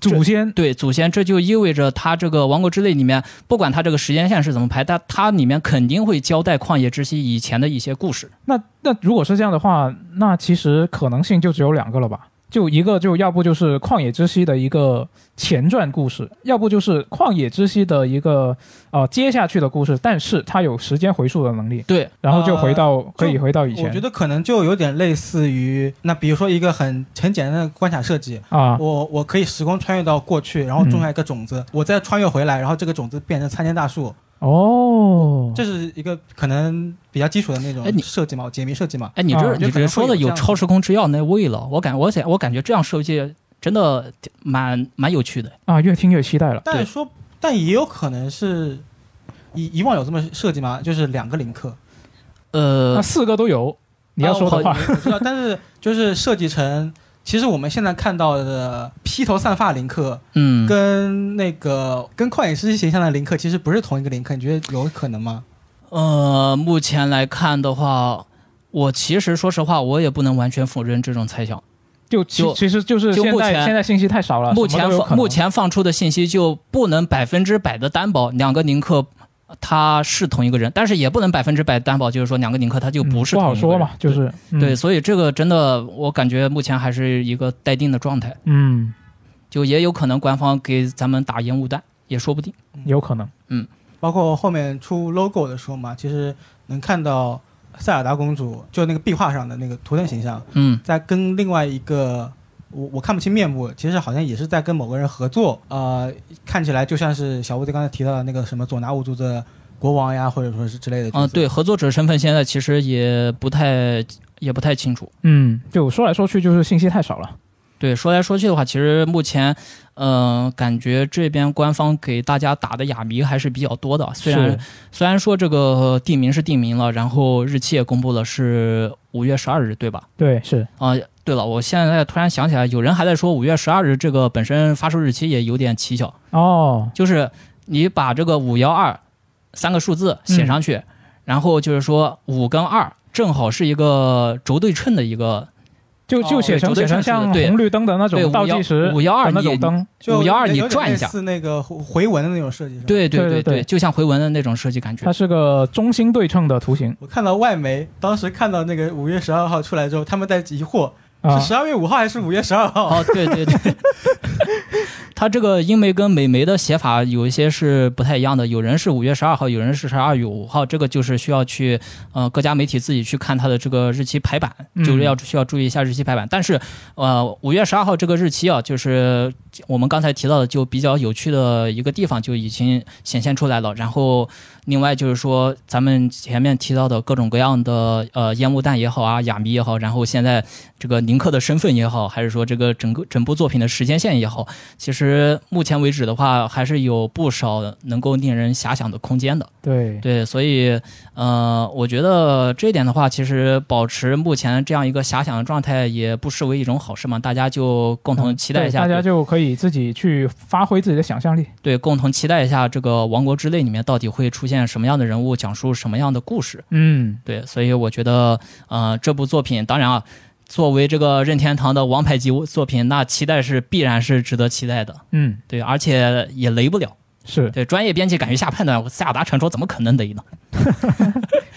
[SPEAKER 1] 祖先
[SPEAKER 2] 对祖先，这就意味着它这个《王国之泪》里面，不管它这个时间线是怎么排，但它里面肯定会交代旷野之息以前的一些故事。
[SPEAKER 1] 那那如果是这样的话，那其实可能性就只有两个了吧？就一个，就要不就是《旷野之息》的一个前传故事，要不就是《旷野之息》的一个呃接下去的故事，但是它有时间回溯的能力，
[SPEAKER 2] 对，
[SPEAKER 1] 然后就回到、
[SPEAKER 2] 呃
[SPEAKER 1] 可以
[SPEAKER 3] 就
[SPEAKER 1] 回到以前。
[SPEAKER 3] 我觉得可能就有点类似于，那比如说一个很很简单的关卡设计，
[SPEAKER 1] 啊，
[SPEAKER 3] 我我可以时空穿越到过去，然后种下一个种
[SPEAKER 1] 嗯
[SPEAKER 3] 子，我再穿越回来，然后这个种子变成参天大树，
[SPEAKER 1] 哦，
[SPEAKER 3] 这是一个可能比较基础的那种
[SPEAKER 2] 哎你
[SPEAKER 3] 设计嘛，解谜设计嘛。
[SPEAKER 2] 哎，你这、
[SPEAKER 1] 啊我
[SPEAKER 3] 觉
[SPEAKER 2] 你
[SPEAKER 3] 得可
[SPEAKER 2] 这
[SPEAKER 3] 能
[SPEAKER 2] 说
[SPEAKER 3] 会
[SPEAKER 2] 的
[SPEAKER 3] 有这
[SPEAKER 2] 有
[SPEAKER 3] 样
[SPEAKER 2] 超
[SPEAKER 3] 的
[SPEAKER 2] 时空之钥那味了，我感我想我感觉这样设计真的挺蛮蛮有趣的。
[SPEAKER 1] 啊，越听越期待了。
[SPEAKER 3] 但
[SPEAKER 2] 对
[SPEAKER 3] 说，但也有可能是以以往有这么设计吗？就是两个 林克，
[SPEAKER 2] 呃
[SPEAKER 1] 那，四个都有，你要
[SPEAKER 3] 啊
[SPEAKER 1] 说的话，
[SPEAKER 3] 我我知道，但是就是设计成，其实我们现在看到的披头散发林克
[SPEAKER 2] 嗯，
[SPEAKER 3] 跟那个跟旷野之息形象的林克其实不是同一个林克，你觉得有可能吗？
[SPEAKER 2] 呃，目前来看的话，我其实说实话，我也不能完全否认这种猜想。
[SPEAKER 1] 就其
[SPEAKER 2] 就
[SPEAKER 1] 其实就是
[SPEAKER 2] 就
[SPEAKER 1] 现
[SPEAKER 2] 目
[SPEAKER 1] 在
[SPEAKER 2] 前
[SPEAKER 1] 现在信息太少了，
[SPEAKER 2] 目
[SPEAKER 1] 啊什么
[SPEAKER 2] 前
[SPEAKER 1] 都有可
[SPEAKER 2] 放
[SPEAKER 1] 能
[SPEAKER 2] 目前放出的信息就不能百分之百的担保两个宁克他是同一个人，但是也不能百分之百担保，就是说两个宁克他就
[SPEAKER 1] 嗯
[SPEAKER 2] 不是
[SPEAKER 1] 不
[SPEAKER 2] 同
[SPEAKER 1] 好
[SPEAKER 2] 一个人、
[SPEAKER 1] 说嘛，就是
[SPEAKER 2] 对。对，
[SPEAKER 1] 嗯
[SPEAKER 2] 所以这个真的，我感觉目前还是一个待定的状态，
[SPEAKER 1] 嗯，
[SPEAKER 2] 就也有可能官方给咱们打烟雾弹，也说不定。
[SPEAKER 1] 有可能。
[SPEAKER 3] 包括后面出 logo 的时候嘛，其实能看到塞尔达公主就那个壁画上的那个图腾形象，
[SPEAKER 2] 嗯，
[SPEAKER 3] 在跟另外一个我我看不清面目，其实好像也是在跟某个人合作。呃，看起来就像是小乌贼刚才提到的那个什么佐拿五族的国王呀，或者说是之类的。
[SPEAKER 2] 啊、对，，合作者身份现在其实也不太也不太清楚。
[SPEAKER 1] 嗯，就说来说去就是信息太少了。
[SPEAKER 2] 对，说来说去的话，其实目前，嗯、感觉这边官方给大家打的哑谜还是比较多的。虽然
[SPEAKER 1] 是
[SPEAKER 2] 虽然说这个地名是地名了，然后日期也公布了，是五月十二日，对吧？
[SPEAKER 1] 对是
[SPEAKER 2] 啊、对了，我现在突然想起来，有人还在说五月十二日这个本身发售日期也有点蹊跷，
[SPEAKER 1] 哦，
[SPEAKER 2] 就是你把这个五幺二三个数字
[SPEAKER 1] 嗯
[SPEAKER 2] 写上去，然后就是说五跟二正好是一个轴对称的一个
[SPEAKER 1] 就就
[SPEAKER 3] 哦
[SPEAKER 1] 写
[SPEAKER 2] 对
[SPEAKER 1] 成
[SPEAKER 2] 轴对
[SPEAKER 1] 写成
[SPEAKER 2] 称式的
[SPEAKER 1] 像
[SPEAKER 2] 对
[SPEAKER 1] 红绿灯的那
[SPEAKER 2] 对
[SPEAKER 1] 种倒计时
[SPEAKER 2] 五幺
[SPEAKER 1] 的
[SPEAKER 2] 二
[SPEAKER 1] 那种
[SPEAKER 2] 你
[SPEAKER 1] 灯。
[SPEAKER 3] 就
[SPEAKER 2] 512你
[SPEAKER 3] 有点
[SPEAKER 2] 转一下
[SPEAKER 3] 类似那个回回文的那种设计。是吧，
[SPEAKER 2] 对对
[SPEAKER 1] 对对对
[SPEAKER 2] 对，就像回文的那种设计感觉
[SPEAKER 1] 它。是个中心对称的图形
[SPEAKER 3] 我看到外媒当时看到那个五月十二号出来之后，他们在疑惑
[SPEAKER 1] 啊
[SPEAKER 3] 是，十二月五号还是五月十二号。
[SPEAKER 2] 哦，对对对， 它这个英媒跟美媒的写法有一些是不太一样的，有人是五月十二号，有人是十二月五号，这个就是需要去呃各家媒体自己去看它的这个日期排版，就是要需要注意一下日期排版。但是呃，五月十二号这个日期啊，就是我们刚才提到的就比较有趣的一个地方就已经显现出来了。然后，另外就是说咱们前面提到的各种各样的呃烟雾弹也好啊，哑谜也好，然后现在这个林克的身份也好，还是说这个整个整部作品的时间线也好，其实目前为止的话，还是有不少能够令人遐想的空间的。
[SPEAKER 1] 对
[SPEAKER 2] 对，所以呃，我觉得这一点的话，其实保持目前这样一个遐想的状态，也不失为一种好事嘛。大家就共同期待一
[SPEAKER 1] 嗯
[SPEAKER 2] 下，
[SPEAKER 1] 对大家
[SPEAKER 2] 对
[SPEAKER 1] 就可以自己去发挥自己的想象力。
[SPEAKER 2] 对共同期待一下这个《王国之泪》里面到底会出现什么样的人物，讲述什么样的故事。
[SPEAKER 1] 嗯，
[SPEAKER 2] 对，所以我觉得，呃，这部作品当然啊，作为这个任天堂的王牌级作品，那期待是必然是值得期待的。
[SPEAKER 1] 嗯，
[SPEAKER 2] 对，而且也雷不了。
[SPEAKER 1] 是
[SPEAKER 2] 对，专业编辑敢于下判断，萨达传说怎么可能雷呢？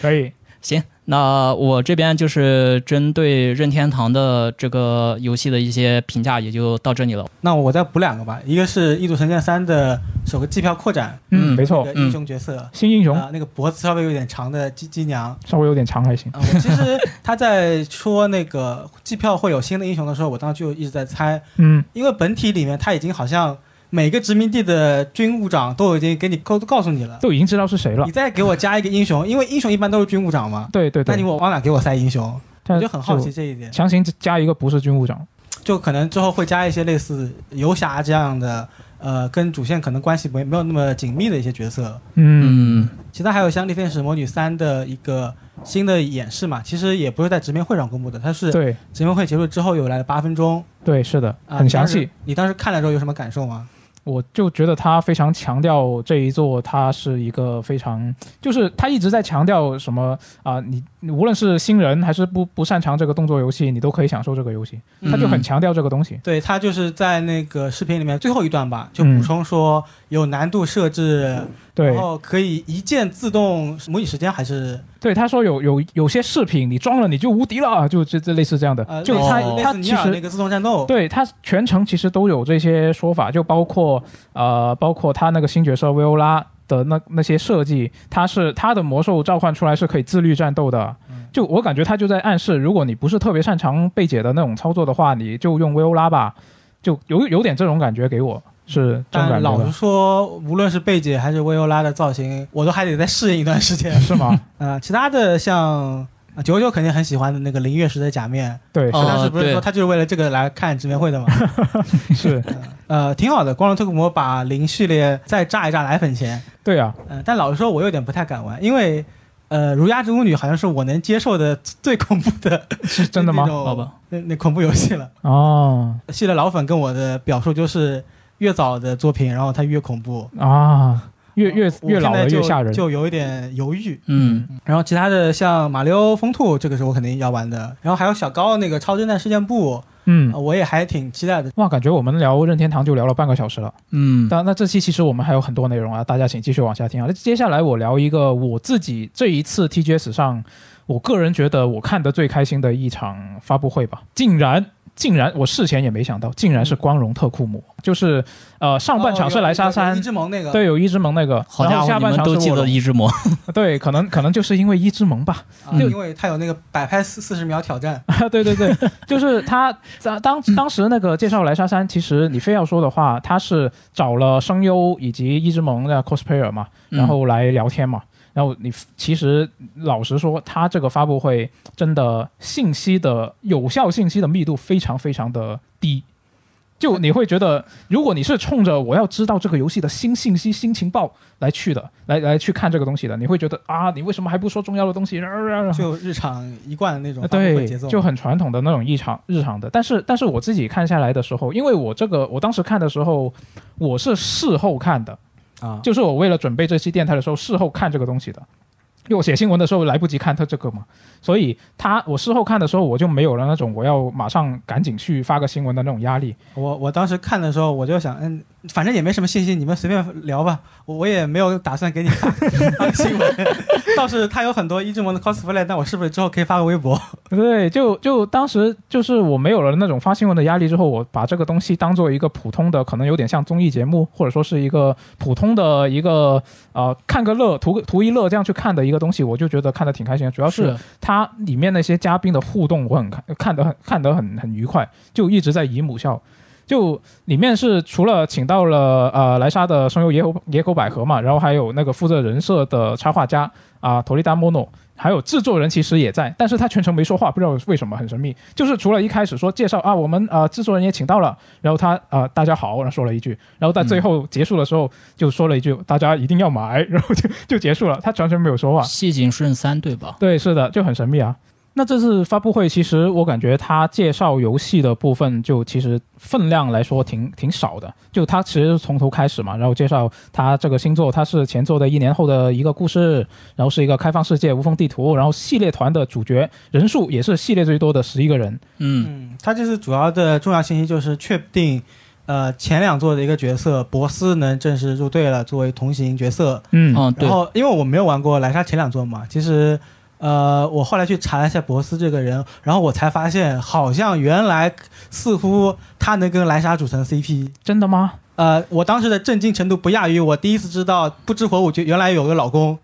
[SPEAKER 1] 可以。
[SPEAKER 2] 行，那我这边就是针对任天堂的这个游戏的一些评价，也就到这里了。
[SPEAKER 3] 那我再补两个吧，一个是《异度神剑三》的首个季票扩展，
[SPEAKER 1] 嗯，
[SPEAKER 2] 嗯
[SPEAKER 1] 没错
[SPEAKER 3] 那，个英雄角色啊、
[SPEAKER 1] 新英雄
[SPEAKER 3] 那个脖子稍微有点长的姬姬娘
[SPEAKER 1] 稍微有点长还行。
[SPEAKER 3] 啊、我 其实他在说那个季票会有新的英雄的时候，我当时就一直在猜，
[SPEAKER 1] 嗯，
[SPEAKER 3] 因为本体里面他已经好像每个殖民地的军务长都已经给你告告诉你了，
[SPEAKER 1] 都已经知道是谁了
[SPEAKER 3] 你。再给我加一个英雄，因为英雄一般都是军务长嘛，
[SPEAKER 1] 对对
[SPEAKER 3] 那你
[SPEAKER 1] 对，
[SPEAKER 3] 我往哪给我塞英雄？
[SPEAKER 1] 他
[SPEAKER 3] 我就很好奇，这一点，
[SPEAKER 1] 强行加一个不是军务长。
[SPEAKER 3] 就可能之后会加一些类似游侠这样的，呃，跟主线可能关系没没有那么紧密的一些角色。
[SPEAKER 1] 嗯
[SPEAKER 2] 嗯
[SPEAKER 3] 其他还有像《猎天使魔女三》的一个新的演示嘛，其实也不是在直面会上公布的，它嗯是
[SPEAKER 1] 对
[SPEAKER 3] 直面会结束之后有来了八分钟，
[SPEAKER 1] 对，是的，
[SPEAKER 3] 啊
[SPEAKER 1] 很详细。。
[SPEAKER 3] 你当时你当时看了之后有什么感受吗？
[SPEAKER 1] 我就觉得他非常强调这一座，它是一个非常，就是他一直在强调什么啊、你你无论是新人还是不不擅长这个动作游戏，你都可以享受这个游戏，
[SPEAKER 2] 嗯
[SPEAKER 1] 他就很强调这个东西。
[SPEAKER 3] 对他就是在那个视频里面最后一段吧，就补充说有难度设置，
[SPEAKER 1] 嗯对
[SPEAKER 3] 然后可以一键自动模拟时间，还是
[SPEAKER 1] 对，他说有有有些饰品你装了你就无敌了，啊就这这类似这样的，
[SPEAKER 3] 呃，
[SPEAKER 1] 就
[SPEAKER 3] 类似
[SPEAKER 1] 他、
[SPEAKER 2] 哦
[SPEAKER 3] 类
[SPEAKER 1] 他
[SPEAKER 3] 似尼
[SPEAKER 1] 其
[SPEAKER 3] 尔
[SPEAKER 1] 实
[SPEAKER 3] 那个自动战斗，
[SPEAKER 1] 对他全程其实都有这些说法，就包括呃，包括他那个新角色维欧拉的那那些设计，他是他的魔兽召唤出来是可以自律战斗的。
[SPEAKER 3] 嗯
[SPEAKER 1] 就我感觉他就在暗示，如果你不是特别擅长贝姐的那种操作的话，你就用维欧拉吧，就有有点这种感觉给我是这种
[SPEAKER 3] 嗯但
[SPEAKER 1] 感觉
[SPEAKER 3] 老实
[SPEAKER 1] 的，
[SPEAKER 3] 说，无论是贝姐还是薇欧拉的造型，我都还得再适应一段时间。
[SPEAKER 1] 是吗？
[SPEAKER 3] 呃，其他的像呃九九肯定很喜欢的那个零月时的假面，
[SPEAKER 1] 对，
[SPEAKER 3] 他
[SPEAKER 2] 哦
[SPEAKER 3] 当时不是
[SPEAKER 2] 对
[SPEAKER 3] 说他就是为了这个来看直面会的嘛？
[SPEAKER 1] 是，
[SPEAKER 3] 呃，挺好的，《光荣特库摩》把零系列再炸一炸奶粉钱。
[SPEAKER 1] 对 啊，
[SPEAKER 3] 嗯、但老实说，我有点不太敢玩，因为。呃，儒家之巫女好像是我能接受的最恐怖的
[SPEAKER 1] 是真的吗？
[SPEAKER 3] 那种
[SPEAKER 2] 好吧，
[SPEAKER 3] 那那恐怖游戏了。
[SPEAKER 1] 哦
[SPEAKER 3] 系列老粉跟我的表述就是，越早的作品，然后它越恐怖，
[SPEAKER 1] 啊，越越
[SPEAKER 3] 哦我
[SPEAKER 1] 越老
[SPEAKER 3] 现在
[SPEAKER 1] 了
[SPEAKER 3] 就
[SPEAKER 1] 越吓人，
[SPEAKER 3] 就有一点犹豫。
[SPEAKER 2] 嗯
[SPEAKER 3] 然后其他的像马里奥风兔，这个是我肯定要玩的。然后还有小高那个超侦探事件部，
[SPEAKER 1] 嗯
[SPEAKER 3] 呃。我也还挺期待的。
[SPEAKER 1] 哇，感觉我们聊任天堂就聊了半个小时了。
[SPEAKER 2] 嗯
[SPEAKER 1] 但那这期其实我们还有很多内容啊，大家请继续往下听啊。那接下来我聊一个我自己这一次 TGS 上，我个人觉得我看得最开心的一场发布会吧，竟然。竟然，我事前也没想到，竟然是
[SPEAKER 2] 嗯
[SPEAKER 1] 光荣特库姆，就是，呃，上半场是莱莎
[SPEAKER 3] 哦有有
[SPEAKER 1] 山
[SPEAKER 3] 一，之盟那个，
[SPEAKER 1] 对，有一之盟那个，
[SPEAKER 2] 好
[SPEAKER 1] 然
[SPEAKER 2] 家
[SPEAKER 1] 后
[SPEAKER 2] 伙，
[SPEAKER 1] 下
[SPEAKER 2] 你
[SPEAKER 1] 半
[SPEAKER 2] 们
[SPEAKER 1] 场
[SPEAKER 2] 都
[SPEAKER 1] 是
[SPEAKER 2] 记
[SPEAKER 1] 卧
[SPEAKER 2] 得
[SPEAKER 1] 龙，
[SPEAKER 2] 一之魔，
[SPEAKER 1] 对，可能可能就是因为一之盟吧，
[SPEAKER 3] 啊，因为它有那个摆拍四四十秒挑战，
[SPEAKER 1] 啊，对对对，就是他当当当时那个介绍莱莎山，其实你非要说的话，他是找了声优以及一之盟的 cosplayer 嘛， 然
[SPEAKER 2] 嗯
[SPEAKER 1] 后来聊天嘛。然后你其实老实说，他这个发布会真的信息的有效信息的密度非常非常的低。就你会觉得，如果你是冲着我要知道这个游戏的新信息、新情报来去的，来来去看这个东西的，你会觉得啊，你为什么还不说重要的东西？啊
[SPEAKER 3] 就日常一贯的那种发布会
[SPEAKER 1] 对
[SPEAKER 3] 节奏，，
[SPEAKER 1] 就很传统的那种日常日常的。但是但是我自己看下来的时候，因为我这个我当时看的时候，我是事后看的，
[SPEAKER 3] 啊，
[SPEAKER 1] 就是我为了准备这期电台的时候，事后看这个东西的。因为我写新闻的时候来不及看他这个嘛，所以他我事后看的时候，我就没有了那种我要马上赶紧去发个新闻的那种压力。
[SPEAKER 3] 我我当时看的时候，我就想，嗯，反正也没什么信息，你们随便聊吧，我我也没有打算给你发发新闻。 倒是他有很多一之盟的 cosplay，那我是不是之后可以发个微博？
[SPEAKER 1] 对，就就当时就是我没有了那种发新闻的压力之后，我把这个东西当做一个普通的，可能有点像综艺节目，或者说是一个普通的一个呃看个乐、图个图一乐这样去看的一个东西，我就觉得看的挺开心的。主要是它里面那些嘉宾的互动，我很看看得很看得很很愉快，就一直在姨母笑。就里面是除了请到了呃莱莎的声优野口野口百合嘛，然后还有那个负责人设的插画家啊托利达莫诺，还有制作人其实也在，但是他全程没说话，不知道为什么很神秘。就是除了一开始说介绍啊，我们呃制作人也请到了，然后他啊、呃大家好，然后说了一句，然后在最后结束的时候就说了一句大家一定要买，然后就就结束了，他全程没有说话。
[SPEAKER 2] 细井顺三对吧？
[SPEAKER 1] 对，是的，就很神秘啊。那这次发布会，其实我感觉它介绍游戏的部分，就其实分量来说挺挺少的。就它其实是从头开始嘛，然后介绍它这个星座，它是前作的一年后的一个故事，然后是一个开放世界无缝地图，然后系列团的主角人数也是系列最多的十一个人。
[SPEAKER 2] 嗯，
[SPEAKER 3] 嗯，它这次主要的重要信息就是确定，呃，前两座的一个角色博斯能正式入队了，作为同行角色。
[SPEAKER 1] 嗯
[SPEAKER 2] 嗯，
[SPEAKER 3] 然
[SPEAKER 2] 对，
[SPEAKER 3] 后，因为我没有玩过莱莎前两座嘛，其实，呃，我后来去查了一下博斯这个人，然后我才发现，好像原来似乎他能跟莱莎组成 CP。
[SPEAKER 1] 真的吗？
[SPEAKER 3] 呃，我当时的震惊程度不亚于我第一次知道不知火舞就原来有个 老公，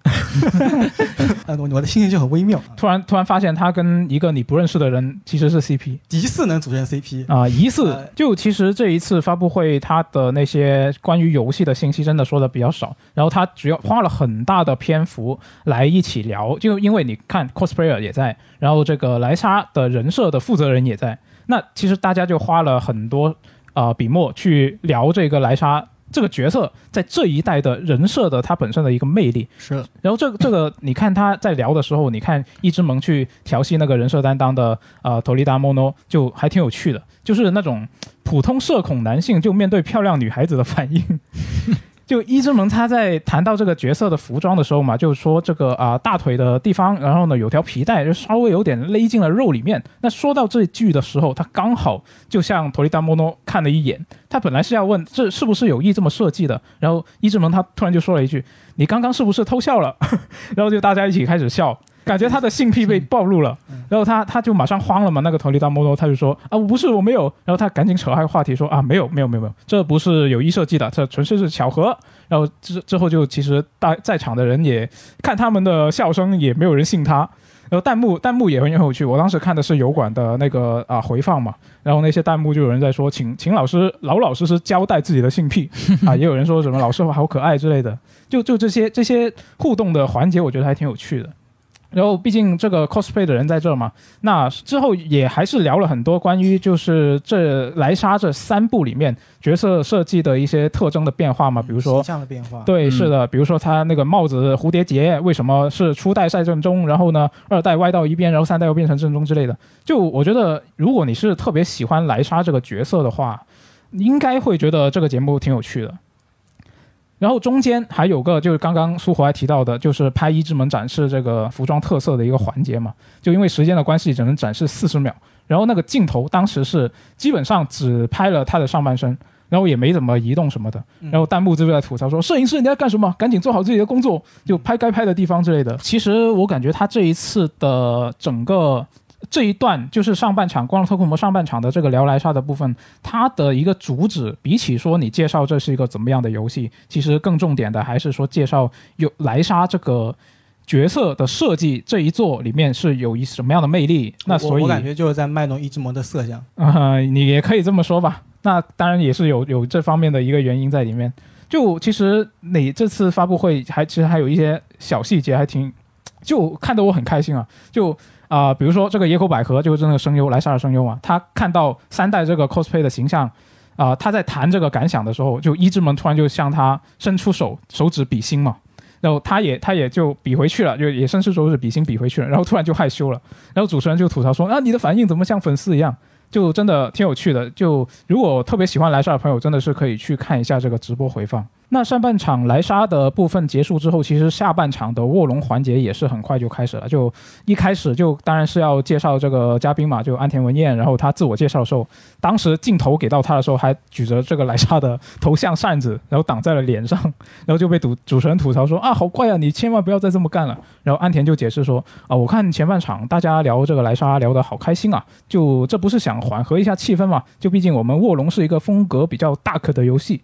[SPEAKER 3] 呃，我我的心情就很微妙。
[SPEAKER 1] 突然突然发现他跟一个你不认识的人其实是 CP
[SPEAKER 3] 疑似能组成 CP，
[SPEAKER 1] 啊、疑似
[SPEAKER 3] 呃
[SPEAKER 1] 就其实这一次发布会，它的那些关于游戏的信息真的说的比较少，然后它主要花了很大的篇幅来一起聊，就因为你看 cosplayer 也在，然后这个莱莎的人设的负责人也在，那其实大家就花了很多啊、呃笔墨去聊这个莱莎。这个角色在这一代的人设的它本身的一个魅力，
[SPEAKER 2] 是
[SPEAKER 1] 然后这个这个，你看他在聊的时候，你看一只萌去调戏那个人设担当的呃托利达莫诺，就还挺有趣的，就是那种普通社恐男性就面对漂亮女孩子的反应。 就一之萌他在谈到这个角色的服装的时候嘛，就说这个啊、大腿的地方，然后呢有条皮带就稍微有点勒进了肉里面。那说到这句的时候，他刚好就向托利达莫诺看了一眼，他本来是要问这是不是有意这么设计的，然后一之萌他突然就说了一句：“你刚刚是不是偷笑了？” 然后就大家一起开始笑，感觉他的性癖被暴露了。然后他他就马上慌了嘛，那个头里大摸头，他就说啊，我不是我没有。然后他赶紧扯开话题说啊，没有没有没有没有，这不是有意设计的，这纯粹是巧合。然后之之后就其实大在场的人也看他们的笑声，也没有人信他。然后弹幕弹幕也很有趣，我当时看的是油管的那个啊回放嘛，然后那些弹幕就有人在说，请请老师老老实实交代自己的性癖啊，也有人说什么老师好可爱之类的，就就这些这些互动的环节，我觉得还挺有趣的。然后毕竟这个 cosplay 的人在这儿嘛，那之后也还是聊了很多关于就是这莱莎这三部里面角色设计的一些特征的变化嘛，比如说
[SPEAKER 3] 形象的变化，
[SPEAKER 1] 对，
[SPEAKER 2] 嗯
[SPEAKER 1] 是的，比如说他那个帽子蝴蝶结为什么是初代赛正中，然后呢二代歪到一边，然后三代又变成正中之类的。就我觉得，如果你是特别喜欢莱莎这个角色的话，你应该会觉得这个节目挺有趣的。然后中间还有个就是刚刚苏活还提到的，就是拍一之门展示这个服装特色的一个环节嘛，就因为时间的关系只能展示四十秒，然后那个镜头当时是基本上只拍了他的上半身，然后也没怎么移动什么的。
[SPEAKER 3] 嗯
[SPEAKER 1] 然后弹幕就在吐槽说：“摄影师你在干什么？赶紧做好自己的工作，
[SPEAKER 3] 嗯
[SPEAKER 1] 就拍该拍的地方之类的。”其实我感觉他这一次的整个这一段，就是上半场《光头酷魔》上半场的这个聊莱莎的部分，它的一个主旨，比起说你介绍这是一个怎么样的游戏，其实更重点的还是说介绍有莱莎这个角色的设计这一座里面是有一什么样的魅力。那
[SPEAKER 3] 我
[SPEAKER 1] 所以
[SPEAKER 3] 我感觉就是在卖弄一之魔的色相。
[SPEAKER 1] 啊、你也可以这么说吧。那当然也是有有这方面的一个原因在里面。就其实你这次发布会还其实还有一些小细节，还挺就看得我很开心啊。就啊、比如说这个野口百合就是那个声优莱莎的声优嘛，他看到三代这个 cosplay 的形象。啊、他在谈这个感想的时候，就一之门突然就向他伸出手，手指比心嘛，然后他也他也就比回去了，就也伸出手指比心比回去了，然后突然就害羞了，然后主持人就吐槽说啊，你的反应怎么像粉丝一样？就真的挺有趣的。就如果特别喜欢莱莎的朋友，真的是可以去看一下这个直播回放。那上半场莱莎的部分结束之后，其实下半场的卧龙环节也是很快就开始了。就一开始就当然是要介绍这个嘉宾嘛，就安田文彦。然后他自我介绍的时候，当时镜头给到他的时候，还举着这个莱莎的头像扇子，然后挡在了脸上，然后就被主主持人吐槽说啊，好怪啊，你千万不要再这么干了。然后安田就解释说啊，我看前半场大家聊这个莱莎聊得好开心啊，就这不是想缓和一下气氛嘛？就毕竟我们卧龙是一个风格比较 dark 的游戏。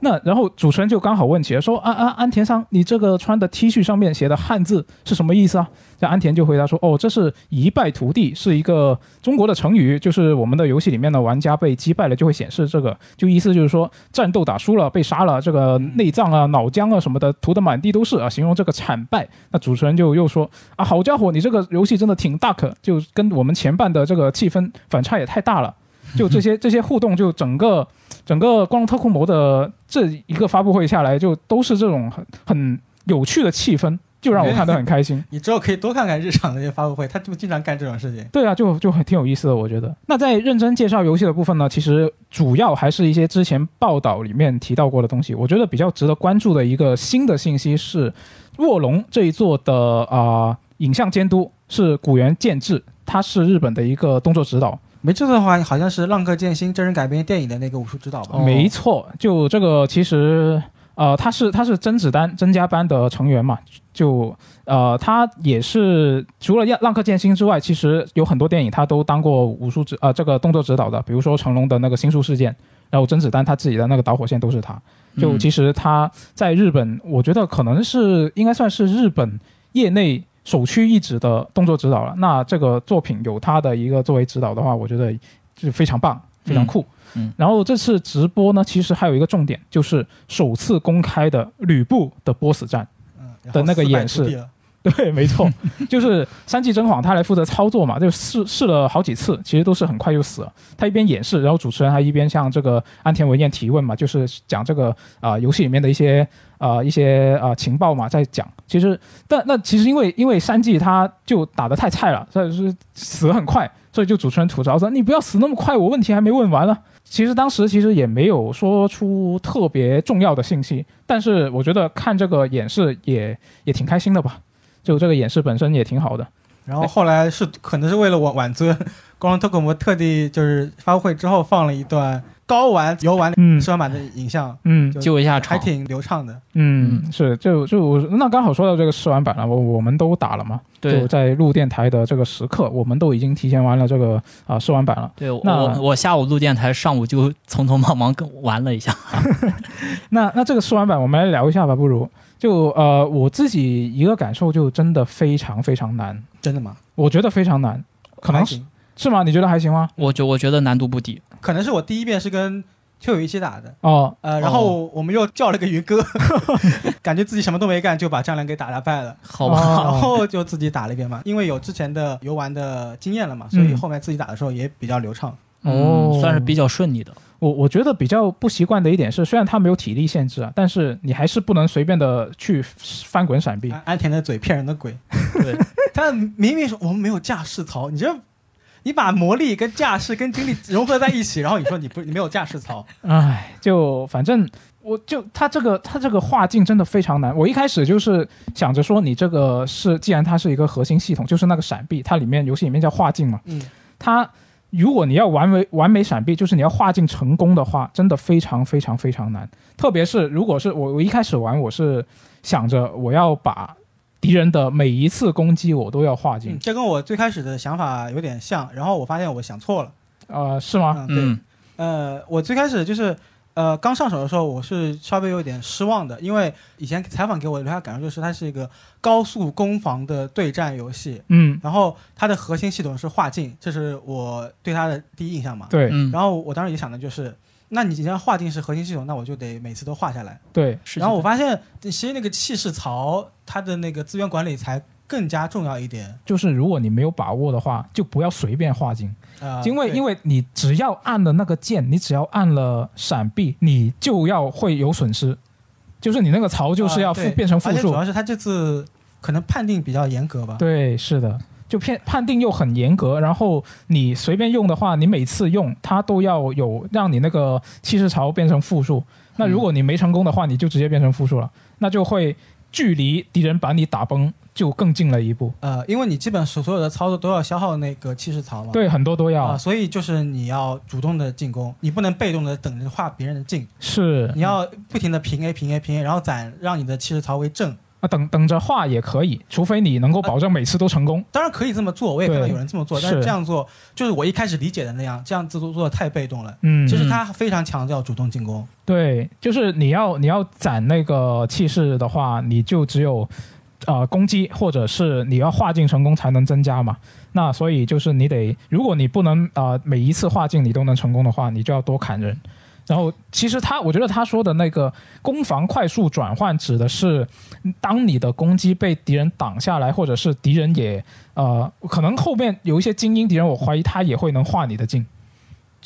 [SPEAKER 1] 那然后主持人就刚好问起来说：“啊啊，安田上，你这个穿的 T 恤上面写的汉字是什么意思啊？”这安田就回答说：“哦，这是一败涂地，是一个中国的成语，就是我们的游戏里面的玩家被击败了就会显示这个，就意思就是说战斗打输了被杀了，这个内脏啊、脑浆啊什么的涂的满地都是啊，形容这个惨败。”那主持人就又说：“啊，好家伙，你这个游戏真的挺 dark，就跟我们前半的这个气氛反差也太大了。”就这些这些互动，就整个整个《光荣特库摩》的这一个发布会下来，就都是这种很很有趣的气氛，就让我看得很开心。
[SPEAKER 3] 你之后可以多看看日常的一些发布会，他就经常干这种事情。
[SPEAKER 1] 对啊，就就很挺有意思的，我觉得。那在认真介绍游戏的部分呢，其实主要还是一些之前报道里面提到过的东西。我觉得比较值得关注的一个新的信息是，卧龙这一座的啊、呃影像监督是古原健治，他是日本的一个动作指导。
[SPEAKER 3] 没记错的话，好像是《浪客剑心》真人改编电影的那个武术指导吧？
[SPEAKER 2] 哦
[SPEAKER 1] 没错，就这个其实呃，他是他是甄子丹甄家班的成员嘛，就呃，他也是除了《浪浪客剑心》之外，其实有很多电影他都当过武术指呃这个动作指导的，比如说成龙的那个《新宿事件》，然后甄子丹他自己的那个导火线都是他。就
[SPEAKER 2] 嗯
[SPEAKER 1] 其实他在日本，我觉得可能是应该算是日本业内首屈一指的动作指导了。那这个作品有他的一个作为指导的话，我觉得就是非常棒，非常酷。
[SPEAKER 2] 嗯
[SPEAKER 1] 然后这次直播呢，其实还有一个重点，就是首次公开的吕布的 BOSS 战。
[SPEAKER 3] 嗯，然
[SPEAKER 1] 的
[SPEAKER 3] 后
[SPEAKER 1] 那个
[SPEAKER 3] 四百
[SPEAKER 1] 演
[SPEAKER 3] 徒弟
[SPEAKER 1] 示
[SPEAKER 3] 了
[SPEAKER 1] 对，没错，就是三季真晃他来负责操作嘛，就试试了好几次，其实都是很快就死了。他一边演示，然后主持人还一边向这个安田文彦提问嘛，就是讲这个啊、游戏里面的一些啊、一些啊、情报嘛，在讲。其实，但那其实因为因为三季他就打得太菜了，所以是死得很快，所以就主持人吐槽说：“你不要死那么快，我问题还没问完呢。”其实当时其实也没有说出特别重要的信息，但是我觉得看这个演示也也挺开心的吧。就这个演示本身也挺好的。
[SPEAKER 3] 然后后来是可能是为了挽挽尊，光荣特口模特地就是发布会之后放了一段高玩游玩
[SPEAKER 1] 嗯
[SPEAKER 3] 试玩版的影像，
[SPEAKER 1] 嗯
[SPEAKER 2] 救一下
[SPEAKER 3] 还
[SPEAKER 2] 场。
[SPEAKER 3] 挺流畅的。
[SPEAKER 1] 嗯，是就就我那刚好说到这个试玩版了，我我们都打了嘛，
[SPEAKER 2] 对
[SPEAKER 1] 就在录电台的这个时刻，我们都已经提前玩了这个啊、试玩版了。
[SPEAKER 2] 对，我
[SPEAKER 1] 那
[SPEAKER 2] 我我下午录电台，上午就匆匆忙忙跟玩了一下。
[SPEAKER 1] 那那这个试玩版我们来聊一下吧，不如就呃我自己一个感受就真的非常非常难，
[SPEAKER 3] 真的吗？
[SPEAKER 1] 我觉得非常难，可能
[SPEAKER 3] 还
[SPEAKER 1] 是
[SPEAKER 3] 行
[SPEAKER 1] 是吗？你觉得还行吗？
[SPEAKER 2] 我觉我觉得难度不低。
[SPEAKER 3] 可能是我第一遍是跟秋雨一起打的，
[SPEAKER 1] 哦、
[SPEAKER 3] 呃，然后我们又叫了个鱼 哥，感觉自己什么都没干就把张良给打打败了，
[SPEAKER 2] 好吧，
[SPEAKER 1] 哦
[SPEAKER 3] 然后就自己打了一遍嘛。因为有之前的游玩的经验了嘛，所
[SPEAKER 1] 嗯
[SPEAKER 3] 以后面自己打的时候也比较流畅。
[SPEAKER 1] 哦
[SPEAKER 2] 嗯算是比较顺利的。
[SPEAKER 1] 我我觉得比较不习惯的一点是，虽然它没有体力限制啊，但是你还是不能随便的去翻滚闪避。
[SPEAKER 3] 安安田的嘴骗人的鬼，
[SPEAKER 2] 对，
[SPEAKER 3] 他明明说我们没有架势槽，你这。你把魔力跟架势跟精力融合在一起，然后你说你不你没有架势槽，
[SPEAKER 1] 唉，哎就反正我就他这个他这个画境真的非常难。我一开始就是想着说，你这个是既然它是一个核心系统，就是那个闪避，它里面游戏里面叫画境嘛，
[SPEAKER 3] 嗯，
[SPEAKER 1] 它如果你要完美完美闪避，就是你要画境成功的话，真的非常非常非常难。特别是如果是我我一开始玩，我是想着我要把敌人的每一次攻击我都要画境
[SPEAKER 3] 嗯，，这跟我最开始的想法有点像，然后我发现我想错了，
[SPEAKER 1] 呃，是吗？
[SPEAKER 3] 嗯，对，
[SPEAKER 2] 嗯，
[SPEAKER 3] 呃，我最开始就是呃刚上手的时候，我是稍微有点失望的，因为以前采访给我留下感受就是它是一个高速攻防的对战游戏，
[SPEAKER 1] 嗯，
[SPEAKER 3] 然后它的核心系统是画境，这是我对它的第一印象嘛。
[SPEAKER 1] 对
[SPEAKER 2] 嗯，
[SPEAKER 3] 然后我当时也想的就是，那你既然画境是核心系统，那我就得每次都画下来。
[SPEAKER 1] 对，
[SPEAKER 2] 是
[SPEAKER 3] 然后我发现，其实那个气势槽它的那个资源管理才更加重要一点。
[SPEAKER 1] 就是如果你没有把握的话，就不要随便画境。
[SPEAKER 3] 呃，
[SPEAKER 1] 因为
[SPEAKER 3] 对
[SPEAKER 1] 因为你只要按了那个键，你只要按了闪避，你就要会有损失，就是你那个槽就是要
[SPEAKER 3] 啊
[SPEAKER 1] 负、
[SPEAKER 3] 对
[SPEAKER 1] 变成负
[SPEAKER 3] 而且主
[SPEAKER 1] 数。
[SPEAKER 3] 要是它这次可能判定比较严格吧。
[SPEAKER 1] 对，是的，就判判定又很严格，然后你随便用的话，你每次用它都要有让你那个气势槽变成负数。那如果你没成功的话，你就直接变成负数了，那就会距离敌人把你打崩就更近了一步。
[SPEAKER 3] 呃，因为你基本所所有的操作都要消耗那个气势槽嘛。
[SPEAKER 1] 对，很多都要、
[SPEAKER 3] 啊、所以就是你要主动的进攻，你不能被动的等着画别人的进，
[SPEAKER 1] 是
[SPEAKER 3] 你要不停的平 A 平 A 平 A，然后攒让你的气势槽为正，
[SPEAKER 1] 啊，等等着画也可以，除非你能够保证每次都成功。
[SPEAKER 3] 当然可以这么做，我也看到
[SPEAKER 1] 对
[SPEAKER 3] 有人这么做，但是
[SPEAKER 1] 是
[SPEAKER 3] 这样做就是我一开始理解的那样，这样子做做的太被动了。
[SPEAKER 1] 嗯，
[SPEAKER 3] 其实他非常强调主动进攻，
[SPEAKER 1] 对，就是你要你要攒那个气势的话，你就只有呃攻击或者是你要化境成功才能增加嘛。那所以就是你得，如果你不能呃每一次化境你都能成功的话，你就要多砍人。然后其实他我觉得他说的那个攻防快速转换指的是，当你的攻击被敌人挡下来，或者是敌人也呃可能后面有一些精英敌人，我怀疑他也会能化你的境。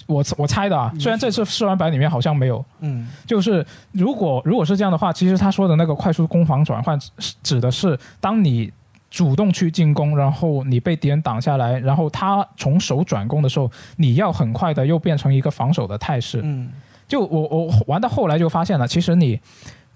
[SPEAKER 1] 我我猜的啊，虽然这次试玩版里面好像没有，
[SPEAKER 3] 嗯，
[SPEAKER 1] 就是如果如果是这样的话，其实他说的那个快速攻防转换指指的是当你。主动去进攻，然后你被敌人挡下来，然后他从守转攻的时候，你要很快的又变成一个防守的态势。
[SPEAKER 3] 嗯，
[SPEAKER 1] 就我我玩到后来就发现了，其实你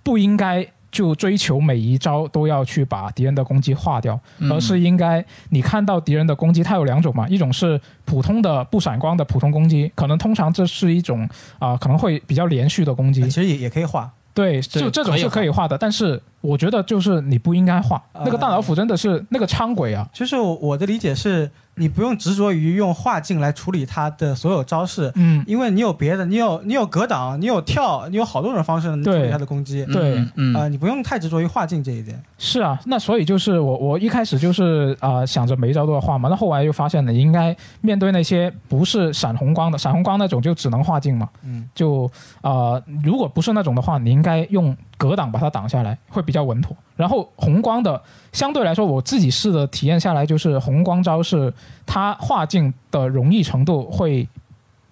[SPEAKER 1] 不应该就追求每一招都要去把敌人的攻击化掉，
[SPEAKER 2] 嗯
[SPEAKER 1] 而是应该你看到敌人的攻击，它有两种嘛，一种是普通的不闪光的普通攻击，可能通常这是一种啊、可能会比较连续的攻击
[SPEAKER 3] 其，实也也可以画，
[SPEAKER 1] 对，
[SPEAKER 2] 对
[SPEAKER 1] 就这种
[SPEAKER 2] 可以
[SPEAKER 1] 是可以画的，但是我觉得就是你不应该画
[SPEAKER 3] 呃
[SPEAKER 1] 那个大老虎，真的是那个苍鬼啊，
[SPEAKER 3] 就是我我的理解是，你不用执着于用画境来处理他的所有招式，
[SPEAKER 1] 嗯，
[SPEAKER 3] 因为你有别的，你有你有格挡，你有跳，你有好多种方式能处理
[SPEAKER 1] 对
[SPEAKER 3] 他的攻击，
[SPEAKER 2] 嗯
[SPEAKER 1] 对
[SPEAKER 2] 嗯嗯
[SPEAKER 3] 呃，你不用太执着于画境这一点。
[SPEAKER 1] 是啊，那所以就是我我一开始就是啊、呃想着每一招都要画嘛，那后来又发现了应该面对那些不是闪红光的，闪红光那种就只能画境嘛，
[SPEAKER 3] 嗯，
[SPEAKER 1] 就啊、呃如果不是那种的话，你应该用格挡把它挡下来，会比较稳妥。然后红光的相对来说，我自己试的体验下来，就是红光招式它画境的容易程度会。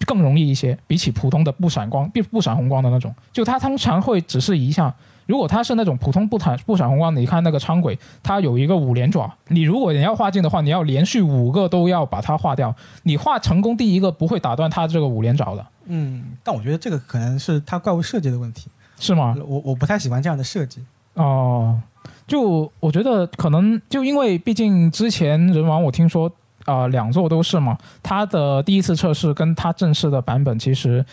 [SPEAKER 1] 更容易一些，比起普通的不闪光、不不闪红光的那种，就它通常会只是一下。如果它是那种普通不闪不闪红光，你看那个苍鬼，它有一个五连爪，你如果你要画境的话，你要连续五个都要把它画掉。你画成功第一个不会打断它这个五连爪的，
[SPEAKER 3] 嗯，但我觉得这个可能是他怪物设计的问题，
[SPEAKER 1] 是吗？
[SPEAKER 3] 我我不太喜欢这样的设计。
[SPEAKER 1] 哦，就我觉得可能就因为毕竟之前人王我听说啊、呃两座都是嘛，它的第一次测试跟它正式的版本其实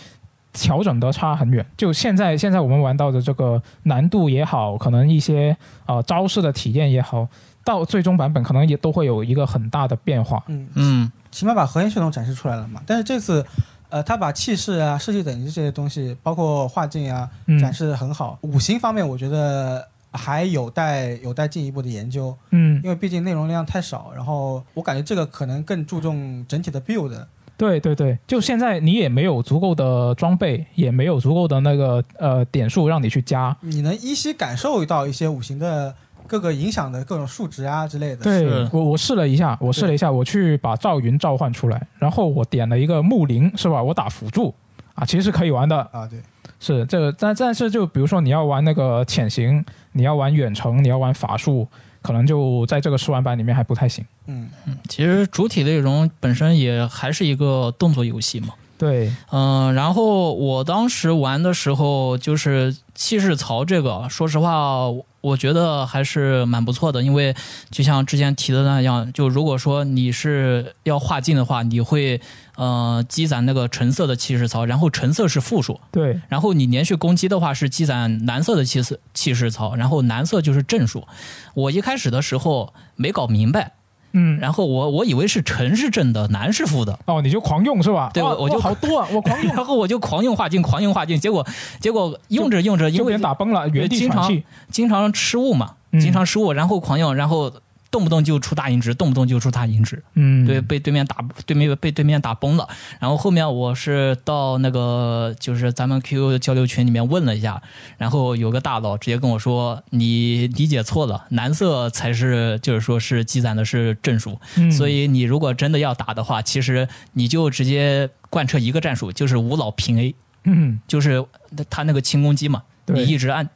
[SPEAKER 1] 调整的差很远。就现在现在我们玩到的这个难度也好，可能一些呃招式的体验也好，到最终版本可能也都会有一个很大的变化。
[SPEAKER 3] 嗯，
[SPEAKER 2] 嗯
[SPEAKER 3] 起码把核心系统展示出来了嘛。但是这次，呃，他把气势啊、士气等级这些东西，包括画境啊，
[SPEAKER 1] 嗯
[SPEAKER 3] 展示的很好。五行方面，我觉得还有待有待进一步的研究，
[SPEAKER 1] 嗯，
[SPEAKER 3] 因为毕竟内容量太少。然后我感觉这个可能更注重整体的 build。
[SPEAKER 1] 对对对，就现在你也没有足够的装备，也没有足够的那个呃点数让你去加。
[SPEAKER 3] 你能依稀感受到一些五行的各个影响的各种数值啊之类的。
[SPEAKER 1] 对
[SPEAKER 2] 是
[SPEAKER 1] 我我试了一下，我试了一下，我去把赵云召唤出来，然后我点了一个木灵，是吧？我打辅助啊，其实是可以玩的，
[SPEAKER 3] 啊，对，
[SPEAKER 1] 是这个但但是就比如说你要玩那个潜行，你要玩远程，你要玩法术，可能就在这个试玩版里面还不太行。
[SPEAKER 3] 嗯，
[SPEAKER 2] 嗯，其实主体内容本身也还是一个动作游戏嘛。
[SPEAKER 1] 对，
[SPEAKER 2] 嗯，然后我当时玩的时候，就是气势槽这个，说实话，我我觉得还是蛮不错的，因为就像之前提的那样，就如果说你是要画境的话，你会呃积攒那个橙色的气势槽，然后橙色是负数，
[SPEAKER 1] 对，
[SPEAKER 2] 然后你连续攻击的话是积攒蓝色的气势气势槽，然后蓝色就是正数。我一开始的时候没搞明白，
[SPEAKER 1] 嗯，
[SPEAKER 2] 然后我我以为是橙是正的，蓝是负的。
[SPEAKER 1] 哦，你就狂用是吧？
[SPEAKER 2] 对
[SPEAKER 1] 哇
[SPEAKER 2] 我我就
[SPEAKER 1] 哇好多啊，我狂用，
[SPEAKER 2] 然后我就狂用化境，狂用化境，结果结果用着用着，
[SPEAKER 1] 结
[SPEAKER 2] 因
[SPEAKER 1] 果
[SPEAKER 2] 为
[SPEAKER 1] 人打崩了，原地
[SPEAKER 2] 经
[SPEAKER 1] 喘
[SPEAKER 2] 常
[SPEAKER 1] 气。
[SPEAKER 2] 经常失误嘛，
[SPEAKER 1] 嗯
[SPEAKER 2] 经常失误，然后狂用，然后动不动就出大银值，动不动就出大银值，
[SPEAKER 1] 嗯，
[SPEAKER 2] 对，被对面打对面被对面打崩了。然后后面我是到那个就是咱们 QQ 交流群里面问了一下，然后有个大佬直接跟我说你理解错了，蓝色才是就是说是积攒的是正数，
[SPEAKER 1] 嗯
[SPEAKER 2] 所以你如果真的要打的话，其实你就直接贯彻一个战术，就是无脑平 A。
[SPEAKER 1] 嗯，
[SPEAKER 2] 就是他那个轻攻击嘛，你
[SPEAKER 1] 对
[SPEAKER 2] 一直按。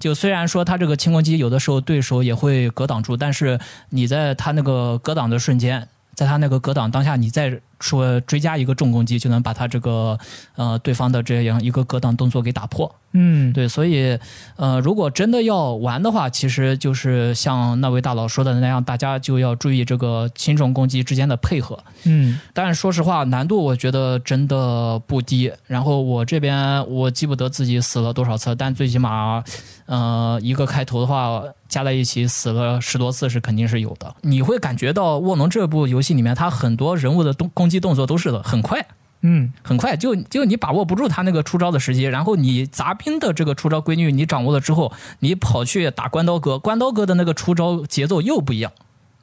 [SPEAKER 2] 就虽然说他这个轻攻击有的时候对手也会格挡住，但是你在他那个格挡的瞬间，在他那个格挡当下，你再说追加一个重攻击，就能把他这个呃对方的这样一个格挡动作给打破。
[SPEAKER 1] 嗯，
[SPEAKER 2] 对，所以呃，如果真的要玩的话，其实就是像那位大佬说的那样，大家就要注意这个轻重攻击之间的配合。
[SPEAKER 1] 嗯
[SPEAKER 2] 但说实话，难度我觉得真的不低。然后我这边我记不得自己死了多少次，但最起码，呃，一个开头的话加在一起死了十多次是肯定是有的。你会感觉到《卧龙》这部游戏里面，它很多人物的动攻击动作都是的很快，
[SPEAKER 1] 嗯
[SPEAKER 2] 很快就就你把握不住他那个出招的时机，然后你杂兵的这个出招规律你掌握了之后，你跑去打关刀哥，关刀哥的那个出招节奏又不一样。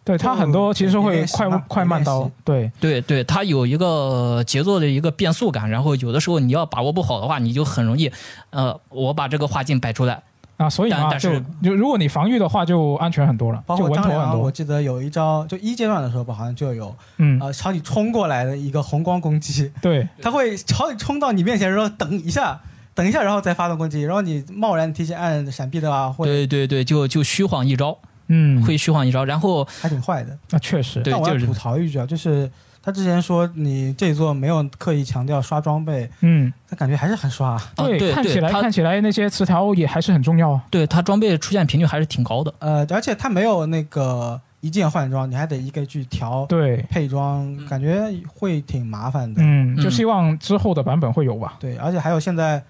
[SPEAKER 1] 对他很多其实会快快慢刀，对，
[SPEAKER 2] 对对，它有一个节奏的一个变速感，然后有的时候你要把握不好的话，你就很容易，呃，我把这个画镜摆出来，
[SPEAKER 1] 啊，所以
[SPEAKER 2] 但
[SPEAKER 1] 嘛，
[SPEAKER 2] 但
[SPEAKER 1] 就是就如果你防御的话，就安全很多了，
[SPEAKER 3] 包
[SPEAKER 1] 就
[SPEAKER 3] 括
[SPEAKER 1] 稳
[SPEAKER 3] 张
[SPEAKER 1] 妥
[SPEAKER 3] 良
[SPEAKER 1] 很
[SPEAKER 3] 啊，我
[SPEAKER 1] 多。
[SPEAKER 3] 记得有一招，就一阶段的时候吧，好像就有，
[SPEAKER 1] 嗯，
[SPEAKER 3] 呃，朝你冲过来的一个红光攻击，
[SPEAKER 1] 对，
[SPEAKER 3] 他会朝你冲到你面前，然后等一下，等一下，然后再发动攻击，然后你贸然提前按闪避的啊话，会
[SPEAKER 2] 对对对，就就虚晃一招，
[SPEAKER 1] 嗯，
[SPEAKER 2] 会虚晃一招，然后
[SPEAKER 3] 还挺坏的。
[SPEAKER 1] 那确实，
[SPEAKER 2] 对
[SPEAKER 3] 但我
[SPEAKER 2] 就
[SPEAKER 3] 要
[SPEAKER 2] 是
[SPEAKER 3] 吐槽一句啊，就是他之前说你这一座没有刻意强调刷装备，
[SPEAKER 1] 嗯，
[SPEAKER 3] 但感觉还是很刷啊。
[SPEAKER 2] 啊对
[SPEAKER 1] 看起
[SPEAKER 2] 对，
[SPEAKER 1] 来
[SPEAKER 2] 它
[SPEAKER 1] 看起来那些词条也还是很重要啊。
[SPEAKER 2] 对它装备出现频率还是挺高的。
[SPEAKER 3] 呃，而且他没有那个一键换装，你还得一个去调
[SPEAKER 1] 对，
[SPEAKER 3] 配装，感觉会挺麻烦的。
[SPEAKER 1] 嗯，
[SPEAKER 2] 嗯
[SPEAKER 1] 就希望之后的版本会有吧。
[SPEAKER 3] 对，而且还有现在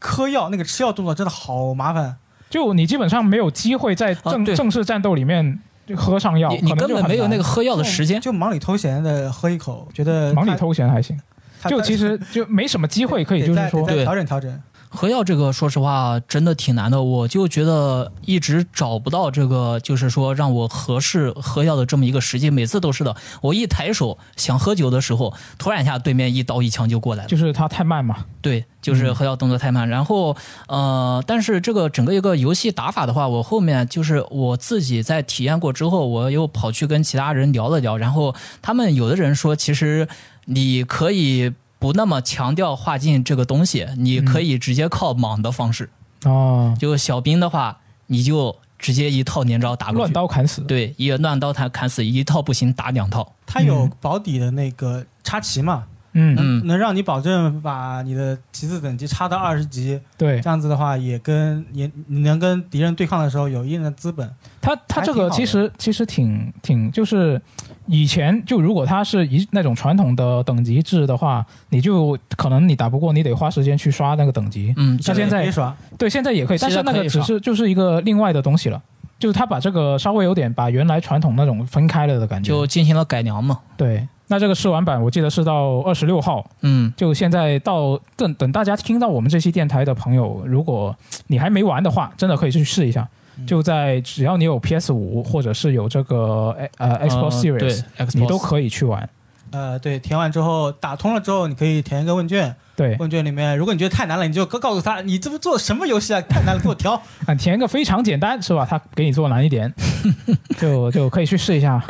[SPEAKER 3] 嗑药那个吃药动作真的好麻烦，
[SPEAKER 1] 就你基本上没有机会在正、
[SPEAKER 2] 啊对
[SPEAKER 1] 正式战斗里面喝上药，
[SPEAKER 2] 你你
[SPEAKER 1] 可能
[SPEAKER 2] 根
[SPEAKER 1] 就
[SPEAKER 2] 本
[SPEAKER 1] 很
[SPEAKER 2] 没有
[SPEAKER 1] 难
[SPEAKER 2] 那个喝药的时间，
[SPEAKER 3] 就忙里偷闲的喝一口，觉得
[SPEAKER 1] 哎忙里偷闲还行，
[SPEAKER 3] 他，
[SPEAKER 1] 就其
[SPEAKER 3] 实
[SPEAKER 1] 实就没什么机会可以，就是说
[SPEAKER 2] 对
[SPEAKER 3] 调整调整。
[SPEAKER 2] 喝药这个说实话真的挺难的，我就觉得一直找不到这个就是说让我合适喝药的这么一个时机，每次都是的，我一抬手想喝酒的时候，突然一下对面一刀一枪就过来了。
[SPEAKER 1] 就是它太慢嘛。
[SPEAKER 2] 对，就是
[SPEAKER 1] 嗯
[SPEAKER 2] 喝药动作太慢。然后呃，但是这个整个一个游戏打法的话，我后面就是我自己在体验过之后，我又跑去跟其他人聊了聊，然后他们有的人说，其实你可以。不那么强调画进这个东西，你可
[SPEAKER 1] 嗯
[SPEAKER 2] 以直接靠莽的方式。
[SPEAKER 1] 哦，
[SPEAKER 2] 就小兵的话，你就直接一套连招打过
[SPEAKER 1] 乱
[SPEAKER 2] 去。
[SPEAKER 1] 刀砍死。
[SPEAKER 2] 对，一乱刀砍砍死一套不行，打两套。
[SPEAKER 3] 它有
[SPEAKER 1] 嗯
[SPEAKER 3] 保底的那个插旗嘛，
[SPEAKER 1] 嗯，
[SPEAKER 2] 嗯，
[SPEAKER 3] 能让你保证把你的旗子等级插到二十级，
[SPEAKER 1] 对，
[SPEAKER 3] 这样子的话，也跟也你能跟敌人对抗的时候有一定的资本。
[SPEAKER 1] 它它这个
[SPEAKER 3] 还挺好的
[SPEAKER 1] 其实其实挺挺就是。以前就如果它是一那种传统的等级制的话，你就可能你打不过，你得花时间去刷那个等级。
[SPEAKER 2] 嗯，
[SPEAKER 1] 那现在
[SPEAKER 3] 别刷，
[SPEAKER 1] 对，现在也可以，
[SPEAKER 2] 现
[SPEAKER 1] 但
[SPEAKER 2] 在
[SPEAKER 1] 是那
[SPEAKER 2] 可
[SPEAKER 1] 个
[SPEAKER 2] 以
[SPEAKER 1] 只
[SPEAKER 2] 上
[SPEAKER 1] 是就是一个另外的东西了，就是他把这个稍微有点把原来传统那种分开了的感觉。
[SPEAKER 2] 就进行了改良嘛。
[SPEAKER 1] 对，那这个试玩版我记得是到二十六号，
[SPEAKER 2] 嗯，
[SPEAKER 1] 就现在到等等大家听到我们这期电台的朋友，如果你还没玩的话，真的可以去试一下。
[SPEAKER 3] 嗯
[SPEAKER 1] 就在只要你有 PS 五或者是有这个呃
[SPEAKER 3] 啊
[SPEAKER 1] 呃 Xbox
[SPEAKER 2] 呃
[SPEAKER 1] Series，、
[SPEAKER 2] 对，Xbox
[SPEAKER 1] 你都可以去玩。
[SPEAKER 3] 呃，对，填完之后打通了之后，你可以填一个问卷，
[SPEAKER 1] 对，
[SPEAKER 3] 问卷里面如果你觉得太难了，你就告告诉他你这不做什么游戏啊，太难了，给我 调。
[SPEAKER 1] 啊，填一个非常简单是吧？他给你做难一点， 就就可以去试一下。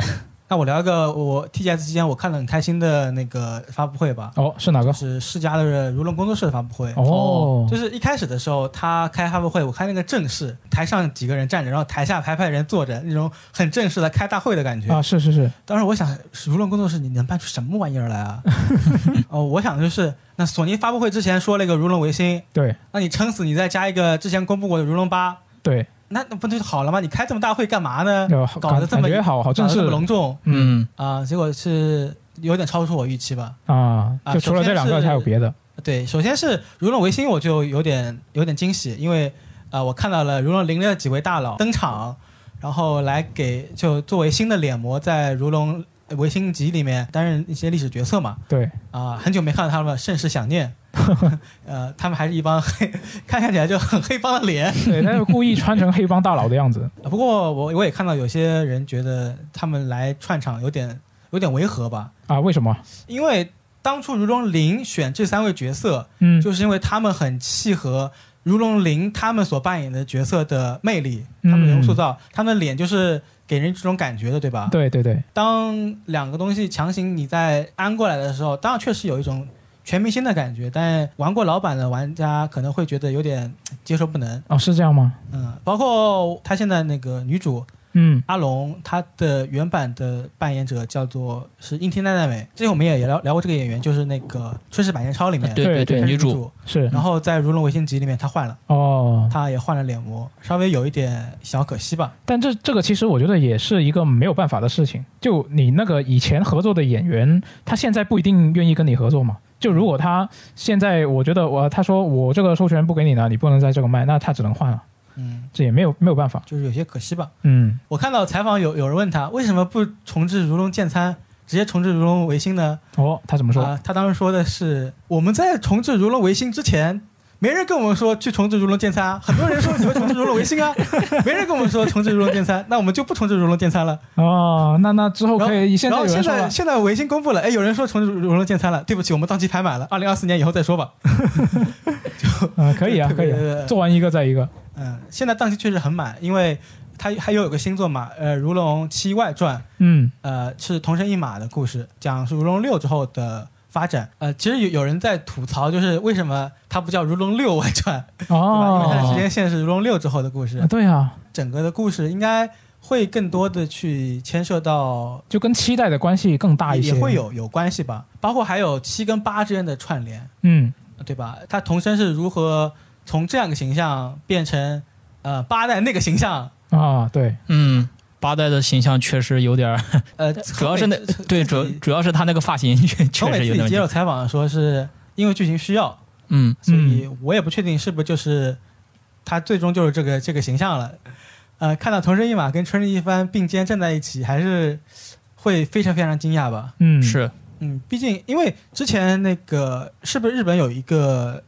[SPEAKER 3] 那我聊一个我 TGS 期间我看的很开心的那个发布会吧，
[SPEAKER 1] 哦，是哪个？
[SPEAKER 3] 是世嘉的如龙工作室的发布会。
[SPEAKER 1] 哦，
[SPEAKER 3] 就是一开始的时候，他开发布会，我看那个阵势，台上几个人站着，然后台下排排人坐着，那种很正式的开大会的感觉。
[SPEAKER 1] 啊，是是是，
[SPEAKER 3] 当时我想，如龙工作室你能办出什么玩意儿来 啊？哦，我想的就是，那索尼发布会之前说了一个如龙维新，
[SPEAKER 1] 对
[SPEAKER 3] 那你撑死你再加一个之前公布过的如龙八，
[SPEAKER 1] 对。
[SPEAKER 3] 那那不就好了吗？你开这么大会干嘛呢？
[SPEAKER 1] 有
[SPEAKER 3] 搞得这么
[SPEAKER 1] 感觉好好哦正
[SPEAKER 3] 搞得
[SPEAKER 1] 式
[SPEAKER 3] 这么隆重
[SPEAKER 2] 嗯
[SPEAKER 3] 啊、结果是有点超出我预期吧。
[SPEAKER 1] 啊，
[SPEAKER 3] 啊
[SPEAKER 1] 就除了这两个
[SPEAKER 3] 首先是
[SPEAKER 1] 还有别的
[SPEAKER 3] 对，首先是如龙维新，我就有点有点惊喜，因为呃，我看到了如龙零的几位大佬登场，然后来给就作为新的脸模，在如龙维新集里面担任一些历史角色嘛。
[SPEAKER 1] 对
[SPEAKER 3] 啊、很久没看到他们了，甚是想念。呃，他们还是一帮黑， 看看起来就很黑帮的脸。呃
[SPEAKER 1] 对，他就故意穿成黑帮大佬的样子，
[SPEAKER 3] 不过我我也看到有些人觉得他们来串场有点有点违和吧，
[SPEAKER 1] 啊？为什么？
[SPEAKER 3] 因为当初如龙零选这三位角色，
[SPEAKER 1] 嗯
[SPEAKER 3] 就是因为他们很契合如龙零他们所扮演的角色的魅力，他们人物塑造，他们的脸就是给人这种感觉的，对吧？
[SPEAKER 1] 对对对，
[SPEAKER 3] 当两个东西强行你再安过来的时候，当然确实有一种全明星的感觉，但玩过老版的玩家可能会觉得有点接受不能。
[SPEAKER 1] 哦，是这样吗？
[SPEAKER 3] 嗯，包括她现在那个女主
[SPEAKER 1] 嗯
[SPEAKER 3] 阿龙他的原版的扮演者叫做是樱田奈奈美，之前我们也聊聊过这个演员，就是那个《春日百年抄》里面
[SPEAKER 2] 对
[SPEAKER 1] 对
[SPEAKER 2] 对，
[SPEAKER 1] 对
[SPEAKER 2] 女
[SPEAKER 3] 女
[SPEAKER 2] 主，
[SPEAKER 1] 是
[SPEAKER 3] 然后在《如龙维新集》里面他换了，
[SPEAKER 1] 哦，
[SPEAKER 3] 他也换了脸模，稍微有一点小可惜吧。
[SPEAKER 1] 但这这个其实我觉得也是一个没有办法的事情。就你那个以前合作的演员，他现在不一定愿意跟你合作嘛。就如果他现在我觉得我他说我这个授权不给你了，你不能在这个卖，那他只能换了，
[SPEAKER 3] 嗯，
[SPEAKER 1] 这也没有没有办法。
[SPEAKER 3] 就是有些可惜吧。
[SPEAKER 1] 嗯，
[SPEAKER 3] 我看到采访有有人问他为什么不重置《如龙剑参》，直接重置《如龙维新》呢？
[SPEAKER 1] 哦，他怎么说？
[SPEAKER 3] 啊、他当时说的是，我们在重置《如龙维新》之前，没人跟我们说去重置《如龙剑三》啊，很多人说你们重置《如龙维新》啊， 没人跟我们说重置《如龙剑三》，那我们就不重置《如龙剑三》了。
[SPEAKER 1] 哦，那那之后可以现
[SPEAKER 3] 然
[SPEAKER 1] 在有
[SPEAKER 3] 后
[SPEAKER 1] 人
[SPEAKER 3] 现
[SPEAKER 1] 说
[SPEAKER 3] 在
[SPEAKER 1] 了，
[SPEAKER 3] 现在维新公布了，哎，有人说重置《如龙剑三》了，对不起，我们当期排满了，二零二四年以后再说吧。
[SPEAKER 1] 嗯、可以啊，
[SPEAKER 3] 特
[SPEAKER 1] 可
[SPEAKER 3] 别
[SPEAKER 1] 以啊，做完一个再一个。
[SPEAKER 3] 嗯，现在档期确实很满，因为它还有个新作嘛，呃，《如龙七外传》，
[SPEAKER 1] 嗯
[SPEAKER 3] 呃，是同生一马的故事，讲述《如龙六》之后的发展。呃，其实有有人在吐槽，就是为什么它不叫《如龙六外传》？对吧？因为它的
[SPEAKER 1] 哦
[SPEAKER 3] 时，间线是《如龙六》之后的故事
[SPEAKER 1] 啊，对啊，
[SPEAKER 3] 整个的故事应该会更多的去牵涉到，
[SPEAKER 1] 就跟期待的关系更大一
[SPEAKER 3] 也
[SPEAKER 1] 些。
[SPEAKER 3] 会，有有关系吧，包括还有七跟八之间的串联，
[SPEAKER 1] 嗯
[SPEAKER 3] 对吧？他童生是如何从这样一个形象变成呃八代那个形象？
[SPEAKER 1] 啊，对，
[SPEAKER 2] 嗯，八代的形象确实有点儿，
[SPEAKER 3] 呃，
[SPEAKER 2] 主要是那
[SPEAKER 3] 横北
[SPEAKER 2] 对主主要是他那个发型确
[SPEAKER 3] 从
[SPEAKER 2] 实
[SPEAKER 3] 美
[SPEAKER 2] 有点
[SPEAKER 3] 自己
[SPEAKER 2] 问
[SPEAKER 3] 接受
[SPEAKER 2] 题，
[SPEAKER 3] 采访说是因为剧情需要，
[SPEAKER 2] 嗯
[SPEAKER 3] 所以我也不确定是不是就是他最终就是这个这个形象了。呃，看到同生一马跟春日一番并肩站在一起，还是会非常非常惊讶吧。
[SPEAKER 1] 嗯，
[SPEAKER 2] 是
[SPEAKER 3] 嗯，毕竟因为之前那个是不是日本有一个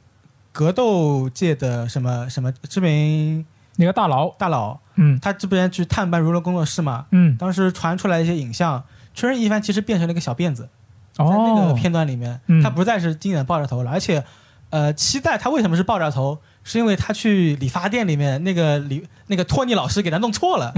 [SPEAKER 3] 格斗界的什么什么知名
[SPEAKER 1] 那个大佬，
[SPEAKER 3] 大佬，
[SPEAKER 1] 嗯
[SPEAKER 3] 他这边去探班如龙工作室嘛，
[SPEAKER 1] 嗯，
[SPEAKER 3] 当时传出来一些影像，春日一番其实变成了一个小辫子。在那个
[SPEAKER 1] 哦，
[SPEAKER 3] 片段里面，
[SPEAKER 1] 嗯
[SPEAKER 3] 他不再是经典的爆炸头了，而且，呃，期待他为什么是爆炸头，是因为他去理发店里面那个理那个托尼老师给他弄 错了。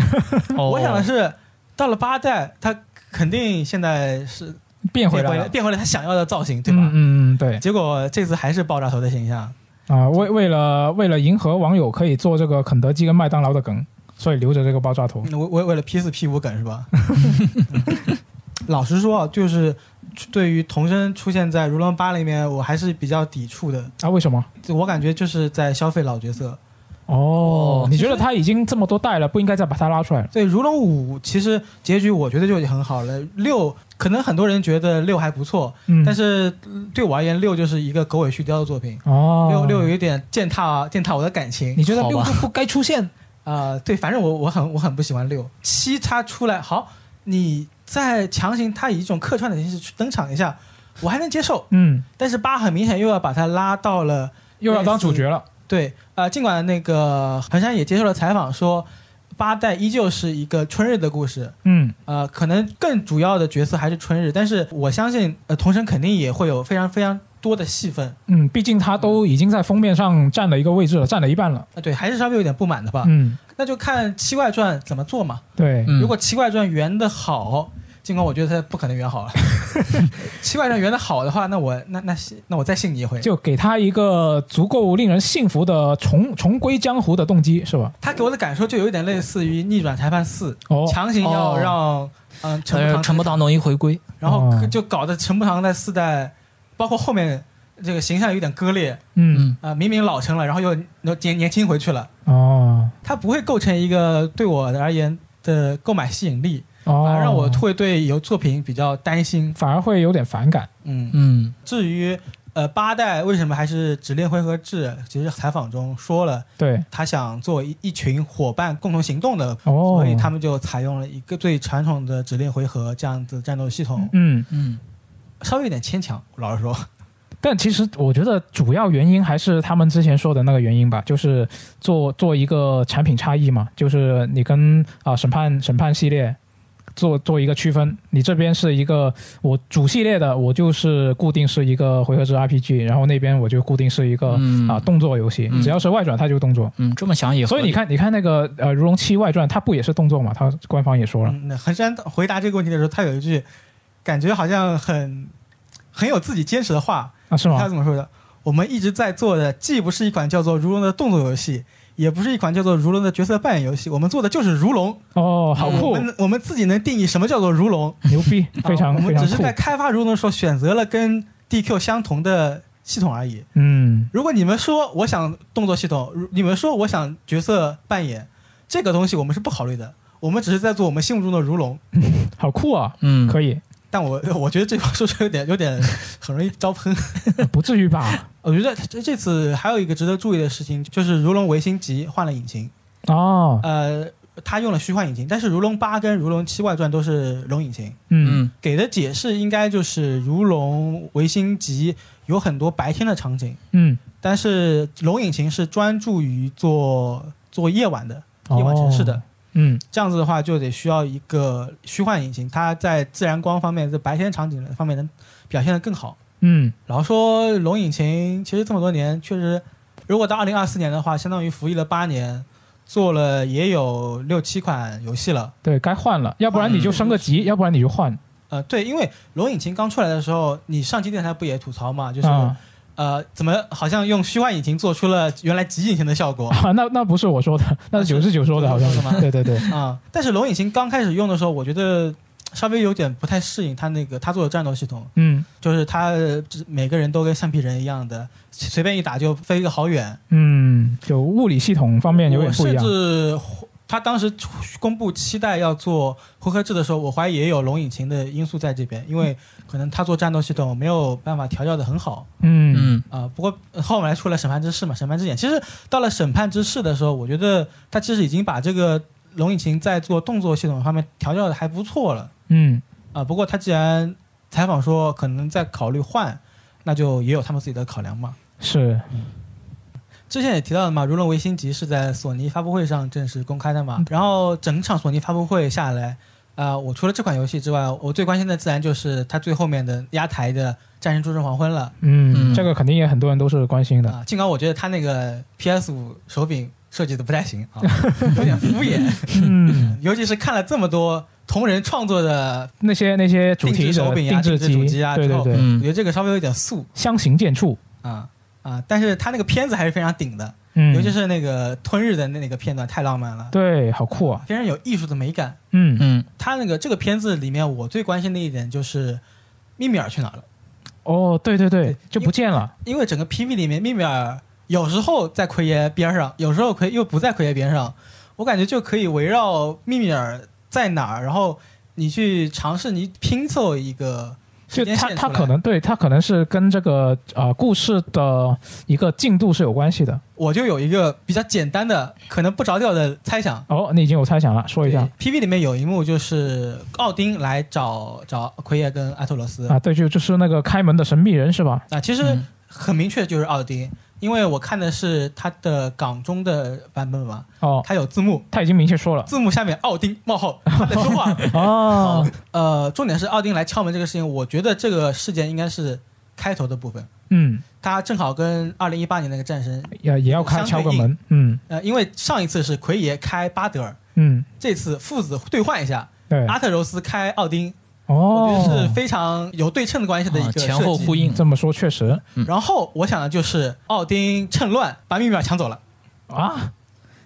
[SPEAKER 2] 哦，
[SPEAKER 3] 我想的是，到了八代，他肯定现在是
[SPEAKER 1] 变回来了，
[SPEAKER 3] 变回来他想要的造型，对吧？
[SPEAKER 1] 嗯嗯嗯，对
[SPEAKER 3] 结果这次还是爆炸头的形象，
[SPEAKER 1] 啊、为为了为了迎合网友可以做这个肯德基跟麦当劳的梗，所以留着这个爆炸头。
[SPEAKER 3] 嗯为为为了 P 四 P 五梗是吧？嗯老实说，啊，就是对于童声出现在《如龙八》里面，我还是比较抵触的。
[SPEAKER 1] 啊，为什么？
[SPEAKER 3] 我感觉就是在消费老角色，
[SPEAKER 1] 哦
[SPEAKER 2] 哦，
[SPEAKER 1] 你觉得他已经这么多代了，不应该再把他拉出来了？
[SPEAKER 3] 对《如龙五》其实结局我觉得就已经很好了。六可能很多人觉得六还不错，
[SPEAKER 1] 嗯，
[SPEAKER 3] 但是嗯对我而言，六就是一个狗尾续貂的作品。
[SPEAKER 1] 哦，
[SPEAKER 3] 六六有一点践踏践踏我的感情
[SPEAKER 1] 你觉得
[SPEAKER 2] 好
[SPEAKER 1] 六
[SPEAKER 2] 吧
[SPEAKER 1] 就不该出 现？
[SPEAKER 3] 啊、对，反正我我很我很不喜欢六七，它出来好，你再强行它以一种客串的形式去登场一下，我还能接受。
[SPEAKER 1] 嗯，
[SPEAKER 3] 但是八很明显又要把它拉到了
[SPEAKER 1] 又要当主角了。
[SPEAKER 3] 对啊、呃尽管那个横山也接受了采访说，八代依旧是一个春日的故事，
[SPEAKER 1] 嗯
[SPEAKER 3] 呃，可能更主要的角色还是春日，但是我相信，呃，童声肯定也会有非常非常多的戏份。
[SPEAKER 1] 嗯，毕竟他都已经在封面上占了一个位置了，占了一半了。
[SPEAKER 3] 啊，对，还是稍微有点不满的吧。
[SPEAKER 1] 嗯，
[SPEAKER 3] 那就看《七怪传》怎么做嘛。
[SPEAKER 1] 对，
[SPEAKER 2] 嗯
[SPEAKER 3] 如果《七怪传》圆的好，尽管我觉得它不可能圆好了， 《七怪传》圆的好的话，那我那那信那我再信你一回。
[SPEAKER 1] 就给他一个足够令人信服的重重归江湖的动机，是吧？
[SPEAKER 3] 他给我的感受就有一点类似于《逆转裁判四》，
[SPEAKER 1] 哦，
[SPEAKER 3] 强行要
[SPEAKER 2] 哦
[SPEAKER 3] 让嗯、呃陈
[SPEAKER 2] 呃，
[SPEAKER 3] 木
[SPEAKER 2] 陈木
[SPEAKER 3] 堂，
[SPEAKER 2] 堂龙一回归，
[SPEAKER 3] 然后
[SPEAKER 1] 哦
[SPEAKER 3] 就搞得陈木堂在四代，包括后面这个形象有点割裂。
[SPEAKER 1] 嗯，
[SPEAKER 2] 嗯
[SPEAKER 3] 啊、明明老成了，然后又又年年轻回去了，
[SPEAKER 1] 哦，
[SPEAKER 3] 它不会构成一个对我而言的购买吸引力，反
[SPEAKER 1] 哦，
[SPEAKER 3] 而让我会对有作品比较担心。
[SPEAKER 1] 反而会有点反感。
[SPEAKER 3] 嗯，
[SPEAKER 2] 嗯
[SPEAKER 3] 至于呃八代为什么还是只练回合制，其实采访中说了，
[SPEAKER 1] 对，
[SPEAKER 3] 他想做一一群伙伴共同行动的。
[SPEAKER 1] 哦，
[SPEAKER 3] 所以他们就采用了一个最传统的指令回合这样子战斗系统，
[SPEAKER 1] 嗯。
[SPEAKER 2] 嗯，
[SPEAKER 3] 稍微有点牵强。老实说，
[SPEAKER 1] 但其实我觉得主要原因还是他们之前说的那个原因吧，就是做做一个产品差异嘛，就是你跟啊、审判审判系列做做一个区分，你这边是一个我主系列的，我就是固定是一个回合制 RPG，然后那边我就固定是一个啊、
[SPEAKER 2] 嗯
[SPEAKER 1] 动作游戏，
[SPEAKER 2] 嗯
[SPEAKER 1] 只要是外转它就动作。
[SPEAKER 2] 嗯，这么想也合
[SPEAKER 1] 所
[SPEAKER 2] 理
[SPEAKER 1] 以你看，你看那个呃《如龙七外传》，它不也是动作嘛？它官方也说了，
[SPEAKER 3] 嗯，那横山回答这个问题的时候，他有一句感觉好像很很有自己坚持的话，
[SPEAKER 1] 啊是
[SPEAKER 3] 他
[SPEAKER 1] 吗？
[SPEAKER 3] 怎么说的？我们一直在做的，既不是一款叫做《如龙》的动作游戏，也不是一款叫做《如龙》的角色扮演游戏，我们做的就是如龙。
[SPEAKER 1] 哦，好
[SPEAKER 3] 我
[SPEAKER 1] 酷，
[SPEAKER 3] 们我们自己能定义什么叫做如龙，
[SPEAKER 1] 牛逼，非
[SPEAKER 3] 啊
[SPEAKER 1] 常
[SPEAKER 3] 我
[SPEAKER 1] 非
[SPEAKER 3] 们
[SPEAKER 1] 常
[SPEAKER 3] 只是
[SPEAKER 1] 酷
[SPEAKER 3] 在。开发如龙的时候选择了跟 DQ 相同的系统而已。
[SPEAKER 1] 嗯，
[SPEAKER 3] 如果你们说我想动作系统，如你们说我想角色扮演，这个东西我们是不考虑的，我们只是在做我们心目中的如龙。
[SPEAKER 1] 好酷啊，
[SPEAKER 2] 嗯，
[SPEAKER 1] 可以，
[SPEAKER 3] 但我 我觉得这话说出来有点有点很容易招喷。
[SPEAKER 1] 呃不至于吧？
[SPEAKER 3] 我觉得这这次还有一个值得注意的事情，就是如龙维新集换了引擎，
[SPEAKER 1] 哦，
[SPEAKER 3] 呃，它用了虚幻引擎，但是如龙八跟如龙七外传都是龙引擎。
[SPEAKER 1] 嗯
[SPEAKER 2] 嗯
[SPEAKER 3] 给的解释应该就是如龙维新集有很多白天的场景，
[SPEAKER 1] 嗯，
[SPEAKER 3] 但是龙引擎是专注于做做夜晚的夜晚城市的。
[SPEAKER 1] 哦，嗯
[SPEAKER 3] 这样子的话，就得需要一个虚幻引擎，它在自然光方面，在白天场景方面能表现得更好。
[SPEAKER 1] 嗯
[SPEAKER 3] 然后说龙引擎，其实这么多年确实，如果到二零二四年的话，相当于服役了八年，做了也有六七款游戏了。
[SPEAKER 1] 对该换了，要不然你就升个级，要不然你就换。
[SPEAKER 3] 呃，对，因为龙引擎刚出来的时候，你上期电台不也吐槽嘛，就是、
[SPEAKER 1] 啊
[SPEAKER 3] 呃，怎么好像用虚幻引擎做出了原来极引擎的效果啊、
[SPEAKER 1] 啊，那那不是我说的，那是九十九说的，好像
[SPEAKER 3] 是吗
[SPEAKER 1] 是。对对对，
[SPEAKER 3] 但是龙引擎刚开始用的时候，我觉得稍微有点不太适应它那个它做的战斗系统，
[SPEAKER 1] 嗯
[SPEAKER 3] 就是它每个人都跟橡皮人一样的，随便一打就飞个好远。
[SPEAKER 1] 嗯，就物理系统方面有点
[SPEAKER 3] 我
[SPEAKER 1] 不一
[SPEAKER 3] 甚
[SPEAKER 1] 样。
[SPEAKER 3] 至他当时出公布期待要做回合制的时候，我怀疑也有龙引擎的因素在这边，因为可能他做战斗系统没有办法调教的很好
[SPEAKER 1] 嗯
[SPEAKER 2] 嗯
[SPEAKER 3] 啊、不过呃后来出了审判之誓嘛，审判之眼，其实到了审判之誓的时候，我觉得他其实已经把这个龙引擎在做动作系统方面调教的还不错了
[SPEAKER 1] 嗯
[SPEAKER 3] 啊、不过他既然采访说可能在考虑换，那就也有他们自己的考量嘛。
[SPEAKER 1] 是，
[SPEAKER 3] 之前也提到的嘛，《如龙维新集》是在索尼发布会上正式公开的
[SPEAKER 1] 嗯
[SPEAKER 3] 嘛。然后整场索尼发布会下来，啊、我除了这款游戏之外，我最关心的自然就是它最后面的压台的《战神：诸神黄昏》了
[SPEAKER 1] 嗯，
[SPEAKER 2] 嗯
[SPEAKER 1] 这个肯定也很多人都是关心的。
[SPEAKER 3] 啊。尽管我觉得它那个 PS 五手柄设计的不太行 啊，有点敷衍，
[SPEAKER 1] 嗯，
[SPEAKER 3] 尤其是看了这么多同人创作的，
[SPEAKER 1] 那些那些主题
[SPEAKER 3] 定制手
[SPEAKER 1] 的
[SPEAKER 3] 柄
[SPEAKER 1] 定
[SPEAKER 3] 啊
[SPEAKER 1] 制
[SPEAKER 3] 定制主机啊
[SPEAKER 1] 对
[SPEAKER 3] 之
[SPEAKER 1] 对
[SPEAKER 3] 后
[SPEAKER 1] 对，
[SPEAKER 3] 我觉
[SPEAKER 2] 嗯
[SPEAKER 3] 得这个稍微有点素
[SPEAKER 1] 相形见绌。
[SPEAKER 3] 啊啊。但是它那个片子还是非常顶的，
[SPEAKER 1] 嗯，
[SPEAKER 3] 尤其是那个吞日的那那个片段太浪漫了，
[SPEAKER 1] 对，好酷啊。
[SPEAKER 3] 非常有艺术的美感。
[SPEAKER 1] 嗯，
[SPEAKER 2] 嗯
[SPEAKER 3] 他那个这个片子里面，我最关心的一点就是密米尔去哪儿了，
[SPEAKER 1] 哦，对对对
[SPEAKER 3] 对，
[SPEAKER 1] 就不见了。
[SPEAKER 3] 因为整个 PV 里面，密米尔有时候在奎爷边上，有时候奎又不在奎爷边上，我感觉就可以围绕密米尔在哪儿，然后你去尝试你拼凑一个
[SPEAKER 1] 就
[SPEAKER 3] 时间
[SPEAKER 1] 他
[SPEAKER 3] 线出
[SPEAKER 1] 他
[SPEAKER 3] 来。
[SPEAKER 1] 可能对他可能是跟这个呃故事的一个进度是有关系的。
[SPEAKER 3] 我就有一个比较简单的、可能不着调的猜想。
[SPEAKER 1] 哦，你已经有猜想了，说一下
[SPEAKER 3] PV 里面有一幕就是奥丁来找找奎爷跟阿托罗斯
[SPEAKER 1] 啊。对，就就是那个开门的神秘人是吧？
[SPEAKER 3] 啊，其实
[SPEAKER 2] 嗯
[SPEAKER 3] 很明确就是奥丁，因为我看的是它的港中的版本嘛，
[SPEAKER 1] 哦，
[SPEAKER 3] 它有字幕，
[SPEAKER 1] 他已经明确 说了。
[SPEAKER 3] 字幕下面奥丁冒 号他在说话。
[SPEAKER 1] 哦，
[SPEAKER 3] 呃，重点是奥丁来敲门这个事情，我觉得这个事件应该是开头的部分，
[SPEAKER 1] 嗯，
[SPEAKER 3] 它正好跟二零一八年那个战神，
[SPEAKER 1] 也也要开敲
[SPEAKER 3] 相对
[SPEAKER 1] 个
[SPEAKER 3] 应
[SPEAKER 1] 门。嗯
[SPEAKER 3] 呃，因为上一次是奎爷开巴德尔，
[SPEAKER 1] 嗯，
[SPEAKER 3] 这次父子对换一下，
[SPEAKER 1] 对。
[SPEAKER 3] 阿特柔斯开奥丁，啊我觉得
[SPEAKER 1] 哦
[SPEAKER 3] 是，非常有对称关系的一
[SPEAKER 2] 啊
[SPEAKER 3] 个
[SPEAKER 2] 前
[SPEAKER 3] 设
[SPEAKER 2] 后
[SPEAKER 3] 计
[SPEAKER 2] 呼应，
[SPEAKER 1] 这么说确实
[SPEAKER 3] 然后我想的就是奥丁趁乱把密秒抢走了，
[SPEAKER 1] 啊，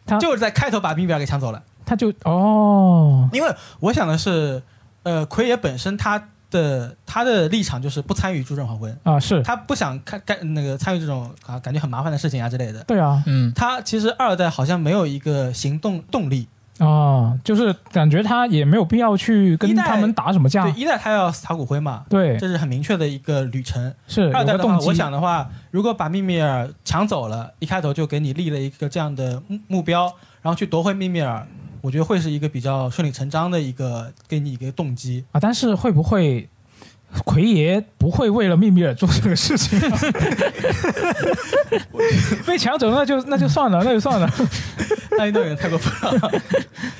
[SPEAKER 1] 啊
[SPEAKER 3] 就是在开头把密秒给抢走了。
[SPEAKER 1] 他就哦，
[SPEAKER 3] 因为我想的是，呃，奎爷本身他的他的立场就是不参与助阵黄昏，
[SPEAKER 1] 啊是，
[SPEAKER 3] 他不想看干那个参与这种啊感觉很麻烦的事情啊之类的。
[SPEAKER 1] 对啊
[SPEAKER 2] 嗯
[SPEAKER 3] 他其实二代好像没有一个行动动力，
[SPEAKER 1] 啊，就是感觉他也没有必要去跟
[SPEAKER 3] 一代
[SPEAKER 1] 他们打什么
[SPEAKER 3] 对
[SPEAKER 1] 架，
[SPEAKER 3] 一代他要撒骨灰嘛，
[SPEAKER 1] 对，
[SPEAKER 3] 这是很明确的一个旅程。
[SPEAKER 1] 是有
[SPEAKER 3] 二代
[SPEAKER 1] 个
[SPEAKER 3] 的话
[SPEAKER 1] 动，机。
[SPEAKER 3] 我想的话，如果把密米尔抢走了，一开头就给你立了一个这样的目目标，然后去夺回密米尔，我觉得会是一个比较顺理成章的一个给你一个动机。
[SPEAKER 1] 啊，但是会不会奎爷不会为了秘密而做这个事情、 啊？被抢走那就那就算了，那就算了。
[SPEAKER 3] 那一段有点太过分了。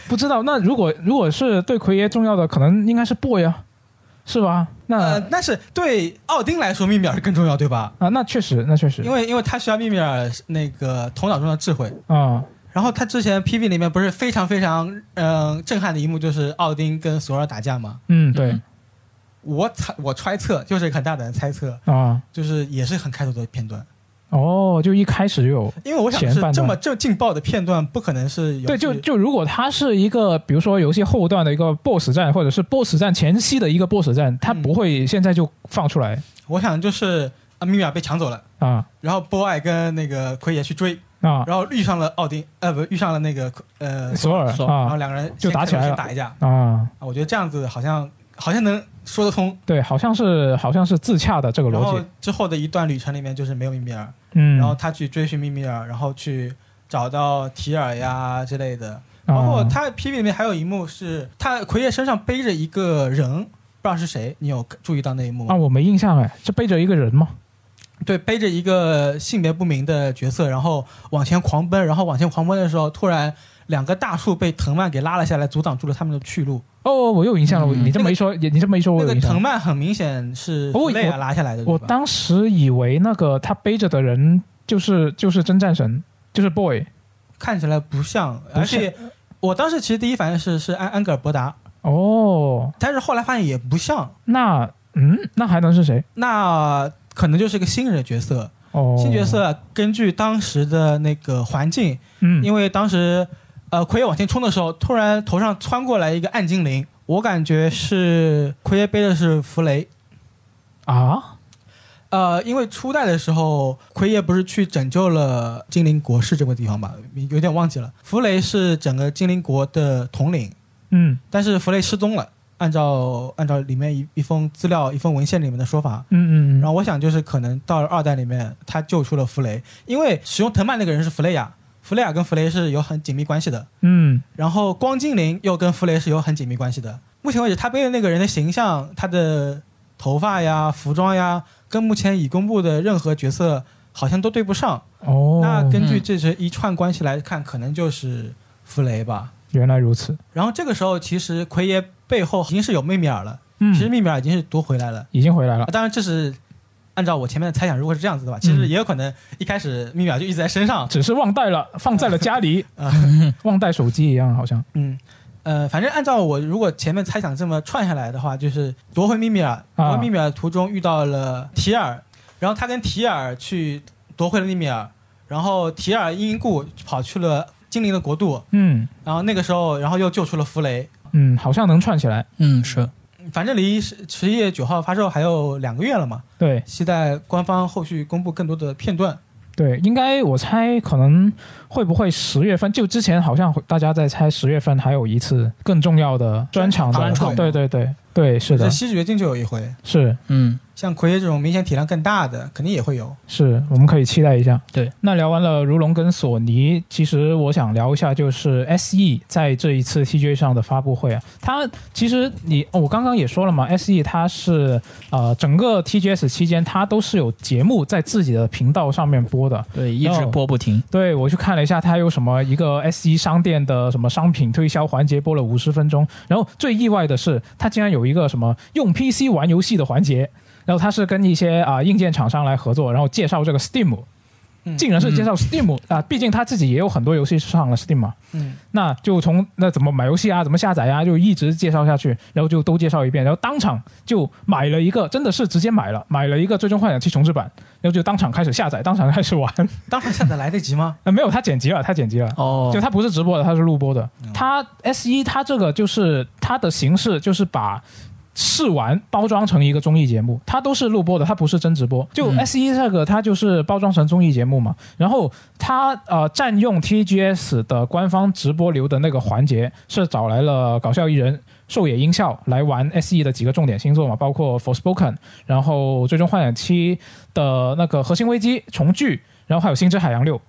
[SPEAKER 1] 不知道那如果如果是对奎爷重要的，可能应该是 boy 啊，是吧？ 那、
[SPEAKER 3] 呃，但是对奥丁来说，密米尔更重要，对吧？
[SPEAKER 1] 啊，那确实，那确实
[SPEAKER 3] 因为因为他需要密米尔那个头脑中的智慧。
[SPEAKER 1] 啊，
[SPEAKER 3] 然后他之前 PV 里面不是非常非常嗯、呃震撼的一幕，就是奥丁跟索尔打架吗？
[SPEAKER 1] 嗯，对
[SPEAKER 3] 我猜我揣测，就是一个很大胆的猜测，
[SPEAKER 1] 啊
[SPEAKER 3] 就是也是很开头的片段。
[SPEAKER 1] 啊、哦，就一开始就有。
[SPEAKER 3] 因为我想
[SPEAKER 1] 前
[SPEAKER 3] 是
[SPEAKER 1] 半段
[SPEAKER 3] 这么这么劲爆的片段，不可能是有
[SPEAKER 1] 对，就就如果它是一个，比如说游戏后段的一个 BOSS 战，或者是 BOSS 战前期的一个 BOSS 战，它
[SPEAKER 3] 嗯
[SPEAKER 1] 不会现在就放出来
[SPEAKER 3] 我想就是阿米娅被抢走了，
[SPEAKER 1] 啊
[SPEAKER 3] 然后波爱跟那个奎爷去追，
[SPEAKER 1] 啊，
[SPEAKER 3] 然后遇上了奥丁，呃不遇上了那个呃，
[SPEAKER 1] 索尔
[SPEAKER 2] 索尔
[SPEAKER 3] 然后
[SPEAKER 1] 啊
[SPEAKER 3] 两个人
[SPEAKER 1] 就
[SPEAKER 3] 先
[SPEAKER 1] 打起来了
[SPEAKER 3] 先打一架
[SPEAKER 1] 啊，
[SPEAKER 3] 啊，我觉得这样子好像好像能说得通。
[SPEAKER 1] 对，好像是好像是自洽的这个
[SPEAKER 3] 然
[SPEAKER 1] 逻
[SPEAKER 3] 后
[SPEAKER 1] 辑，
[SPEAKER 3] 之后的一段旅程里面就是没有秘密尔，
[SPEAKER 1] 嗯，
[SPEAKER 3] 然后他去追寻秘密尔，然后去找到提尔呀之类的。
[SPEAKER 1] 啊
[SPEAKER 3] 包括他 PV 里面还有一幕是他奎爷身上背着一个人，不知道是谁，你有注意到那一幕
[SPEAKER 1] 啊，
[SPEAKER 3] 吗？
[SPEAKER 1] 我没印象哎，是背着一个人
[SPEAKER 3] 嗯
[SPEAKER 1] 吗？
[SPEAKER 3] 对，背着一个性别不明的角色，然后往前狂奔，然后往前狂奔的时候，突然两个大树被藤蔓给拉了下来，阻挡住了他们的去路。
[SPEAKER 1] 哦，我有印象了，我
[SPEAKER 2] 嗯
[SPEAKER 1] 你这么一说，也你这么一说，我
[SPEAKER 3] 那
[SPEAKER 1] 哦有
[SPEAKER 3] 个
[SPEAKER 1] 印象
[SPEAKER 3] 藤
[SPEAKER 1] 了。
[SPEAKER 3] 蔓很明显是
[SPEAKER 1] 哦我
[SPEAKER 3] 雷亚
[SPEAKER 1] 我
[SPEAKER 3] 拉下来的，
[SPEAKER 1] 我
[SPEAKER 3] 对吧
[SPEAKER 1] 当时以为那个他背着的人就是就是真战神，就是 boy
[SPEAKER 3] 看起来不像，
[SPEAKER 1] 不
[SPEAKER 3] 而
[SPEAKER 1] 是
[SPEAKER 3] 且我当时其实第一反应是是安安格尔伯达，
[SPEAKER 1] 哦，
[SPEAKER 3] 但是后来发现也不像，
[SPEAKER 1] 那嗯，那还能是谁？
[SPEAKER 3] 那可能就是一个新人的角色。
[SPEAKER 1] 哦，
[SPEAKER 3] 新角，色根据当时的那个环境，
[SPEAKER 1] 嗯，
[SPEAKER 3] 因为当时呃奎爷往前冲的时候，突然头上窜过来一个暗精灵，我感觉是奎爷背的是弗雷。
[SPEAKER 1] 啊，
[SPEAKER 3] 呃，因为初代的时候，奎爷不是去拯救了精灵国是这个地方吧？有点忘记了。弗雷是整个精灵国的统领，
[SPEAKER 1] 嗯
[SPEAKER 3] 但是弗雷失踪了。按照按照里面一一封资料、一封文献里面的说法，
[SPEAKER 1] 嗯嗯，
[SPEAKER 3] 然
[SPEAKER 1] 后
[SPEAKER 3] 后我想就是可能到了二代里面，他救出了弗雷，因为使用藤蔓那个人是弗雷亚，弗雷亚跟弗雷是有很紧密关系的。
[SPEAKER 1] 嗯
[SPEAKER 3] 然后光精灵又跟弗雷是有很紧密关系的。目前为止，他背的那个人的形象、他的头发呀、服装呀，跟目前已公布的任何角色好像都对不上。
[SPEAKER 1] 哦，
[SPEAKER 3] 那根据
[SPEAKER 2] 嗯
[SPEAKER 3] 这这一串关系来看，可能就是弗雷吧。
[SPEAKER 1] 原来如此，
[SPEAKER 3] 然后这个时候，其实奎爷背后已经是有密米尔了，
[SPEAKER 1] 嗯
[SPEAKER 3] 其，实密米尔已经是夺回来了。
[SPEAKER 1] 已经回来了
[SPEAKER 3] 啊，当然这是按照我前面的猜想，如果是这样子的话，其实也有可能一开始密码就一直在身上，
[SPEAKER 1] 只是忘带了，放在了家里，
[SPEAKER 3] 啊
[SPEAKER 1] 忘带手机一样，好像
[SPEAKER 3] 嗯。呃，反正按照我如果前面猜想这么串下来的话，就是夺回密米尔，夺回密米尔的途中遇到了提尔，然后他跟提尔去夺回了密米尔，然后提尔因故跑去了精灵的国度，
[SPEAKER 1] 嗯
[SPEAKER 3] 然后那个时候，然后又救出了弗雷。
[SPEAKER 1] 嗯，好像能串起来，
[SPEAKER 2] 嗯，是，
[SPEAKER 3] 反正离十十一月九号发售还有两个月了嘛，
[SPEAKER 1] 对
[SPEAKER 3] 期待官方后续公布更多的片段。
[SPEAKER 1] 对，应该我猜可能会不会十月份，就之前好像大家在猜十月份还有一次更重要的专场的
[SPEAKER 3] 专场
[SPEAKER 1] 对对对对，是
[SPEAKER 3] 在
[SPEAKER 1] 的，
[SPEAKER 3] 西决境就有一回，
[SPEAKER 1] 是
[SPEAKER 2] 嗯，
[SPEAKER 3] 像奎爷这种明显体量更大的，肯定也会有。
[SPEAKER 1] 是，我们可以期待一下。
[SPEAKER 2] 对，
[SPEAKER 1] 那聊完了如龙跟索尼，其实我想聊一下就是 SE 在这一次 TJ 上的发布会啊，它其实你、哦我刚刚也说了嘛，SE 它是呃整个 TGS 期间它都是有节目在自己的频道上面播的，
[SPEAKER 2] 对，一
[SPEAKER 1] 哦
[SPEAKER 2] 直播不停，
[SPEAKER 1] 对，我去看了一下，它有什么一个 S 一商店的什么商品推销环节播了五十分钟，然后最意外的是，它竟然有一个什么用 PC 玩游戏的环节，然后它是跟一些啊、硬件厂商来合作，然后介绍这个 Steam，
[SPEAKER 3] 嗯
[SPEAKER 1] 竟然是介绍 Steam 啊、毕竟它自己也有很多游戏是上了 Steam 嘛，
[SPEAKER 3] 嗯，
[SPEAKER 1] 那就从那怎么买游戏啊，怎么下载啊，就一直介绍下去，然后就都介绍一遍，然后当场就买了一个，真的是直接买了，买了一个《最终幻想七重置版》，然后就当场开始下载，当场开始玩。
[SPEAKER 3] 当场下载来得及吗？
[SPEAKER 1] 呃，没有，他剪辑了，他剪辑了。
[SPEAKER 2] 哦
[SPEAKER 1] 就他不是直播的，他是录播的
[SPEAKER 3] 嗯。
[SPEAKER 1] 他 S 一，他这个就是他的形式，就是把试玩包装成一个综艺节目，他都是录播的，他不是真直播。就
[SPEAKER 2] 嗯
[SPEAKER 1] S 一这个，它就是包装成综艺节目嘛。然后他呃占用 TGS 的官方直播流的那个环节，是找来了搞笑艺人兽野音效来玩 S E 的几个重点星座嘛，包括 Forspoken，然后最终幻想七的那个核心危机重聚，然后还有星之海洋六。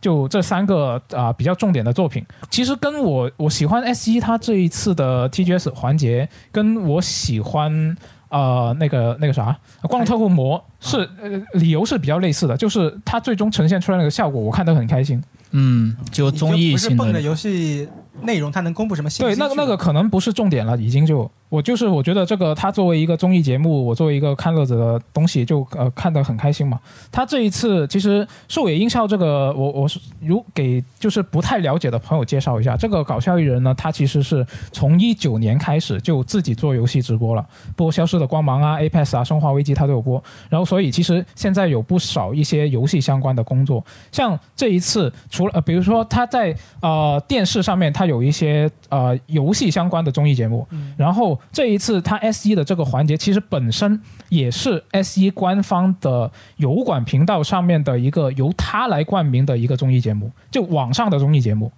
[SPEAKER 1] 就这三个啊、比较重点的作品，其实跟我我喜欢 S 一它这一次的 TGS 环节，跟我喜欢呃那个那个啥《光荣特护魔》是、呃理由是比较类似的，就是它最终呈现出来那个效果，我看得很开心。
[SPEAKER 2] 嗯，就综艺
[SPEAKER 3] 你就不是
[SPEAKER 2] 性
[SPEAKER 3] 奔着
[SPEAKER 2] 的，
[SPEAKER 3] 游戏内容，它能公布什么信
[SPEAKER 1] 对
[SPEAKER 3] 息？，
[SPEAKER 1] 那个那个可能不是重点了，已经就我就是我觉得这个它作为一个综艺节目，我作为一个看乐子的东西，就呃看得很开心嘛。他这一次其实兽野音效这个，我我是如给就是不太了解的朋友介绍一下，这个搞笑艺人呢，他其实是从一九年开始就自己做游戏直播了，播《消失的光芒》啊、Apex 啊、生化危机他都有播，然后所以其实现在有不少一些游戏相关的工作，像这一次除了、呃、比如说他在呃电视上面他有一些呃游戏相关的综艺节目，
[SPEAKER 3] 嗯
[SPEAKER 1] 然后这一次它 S 一的这个环节，其实本身也是 S 一官方的油管频道上面的一个由它来冠名的一个综艺节目，就网上的综艺节目，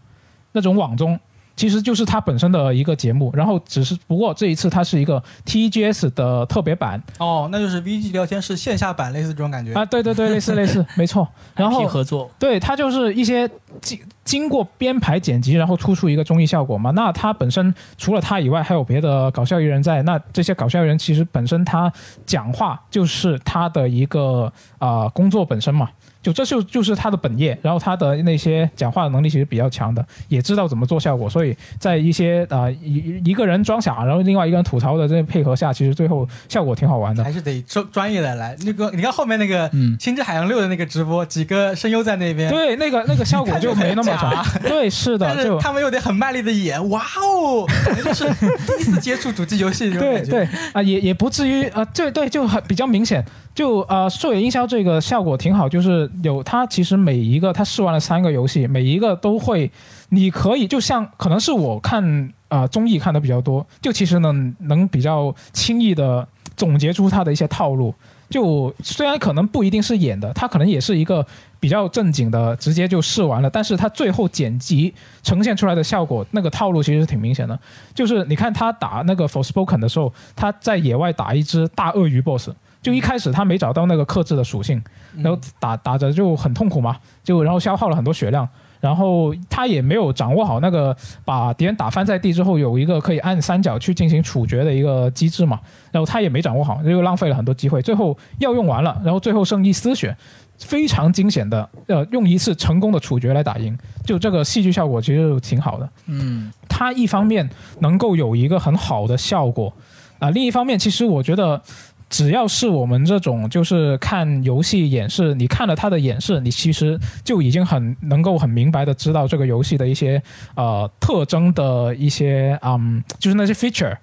[SPEAKER 1] 那种网综。其实就是它本身的一个节目，然后只是不过这一次它是一个 TGS 的特别版
[SPEAKER 3] 哦，那就是 VG 聊天室线下版，类似这种感觉。
[SPEAKER 1] 啊，对对对，类似类似，没错。然后
[SPEAKER 2] IP 合作，
[SPEAKER 1] 对，它就是一些经经过编排剪辑，然后突出一个综艺效果嘛。那它本身除了它以外，还有别的搞笑艺人在。那这些搞笑艺人其实本身他讲话就是他的一个啊、呃工作本身嘛，就这就就是他的本业。然后他的那些讲话的能力其实比较强的，也知道怎么做效果。所以在一些啊、呃一一个人装傻，然后另外一个人吐槽的这配合下，其实最后效果挺好玩的。
[SPEAKER 3] 还是得专专业的来，那个你看后面那个
[SPEAKER 2] 嗯
[SPEAKER 3] 《星之海洋六》的那个直播，几个声优在那边，
[SPEAKER 1] 对，那个那个效果就没那么强。对，是
[SPEAKER 3] 但
[SPEAKER 1] 的，
[SPEAKER 3] 是
[SPEAKER 1] 就
[SPEAKER 3] 他们又得很卖力的演，哇 哦，感觉就是第一次接触主机游戏这种
[SPEAKER 1] 对
[SPEAKER 3] 感觉。
[SPEAKER 1] 对啊、也也不至于啊、呃对对，就很比较明显。就啊，呃兽、野音效这个效果挺好，就是有它其实每一个它试玩了三个游戏，每一个都会，你可以就像可能是我看啊、呃综艺看的比较多，就其实能能比较轻易的总结出它的一些套路。就虽然可能不一定是演的，它可能也是一个比较正经的，直接就试完了，但是它最后剪辑呈现出来的效果，那个套路其实是挺明显的。就是你看他打那个 Forspoken 的时候，他在野外打一只大鳄鱼 BOSS，就一开始他没找到那个克制的属性，
[SPEAKER 3] 嗯
[SPEAKER 1] 然后打打着就很痛苦嘛，就然后消耗了很多血量。然后他也没有掌握好那个把敌人打翻在地之后有一个可以按三角去进行处决的一个机制嘛，然后他也没掌握好，就浪费了很多机会，最后药用完了，然后最后剩一丝血，非常惊险的，呃，用一次成功的处决来打赢，就这个戏剧效果其实挺好的。
[SPEAKER 2] 嗯，
[SPEAKER 1] 它一方面能够有一个很好的效果啊、另一方面，其实我觉得。只要是我们这种就是看游戏演示，你看了它的演示，你其实就已经很能够很明白的知道这个游戏的一些呃特征的一些嗯，就是那些 feature，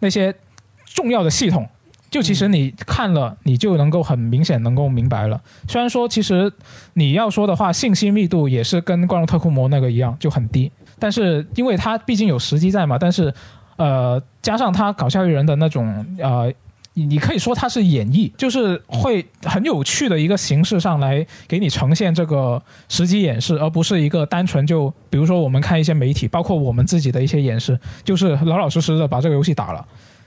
[SPEAKER 1] 那些重要的系统，就其实你看了，你就能够很明显能够明白了。虽然说其实你要说的话，信息密度也是跟《怪物特库摩》那个一样就很低，但是因为它毕竟有时机在嘛，但是呃，加上它搞笑艺人的那种呃。你你可以说它是演绎，就是会很有趣的一个形式上来给你呈现这个实际演示，而不是一个单纯就比如说我们看一些媒体，包括我们自己的一些演示，就是老老实实的把这个游戏打了。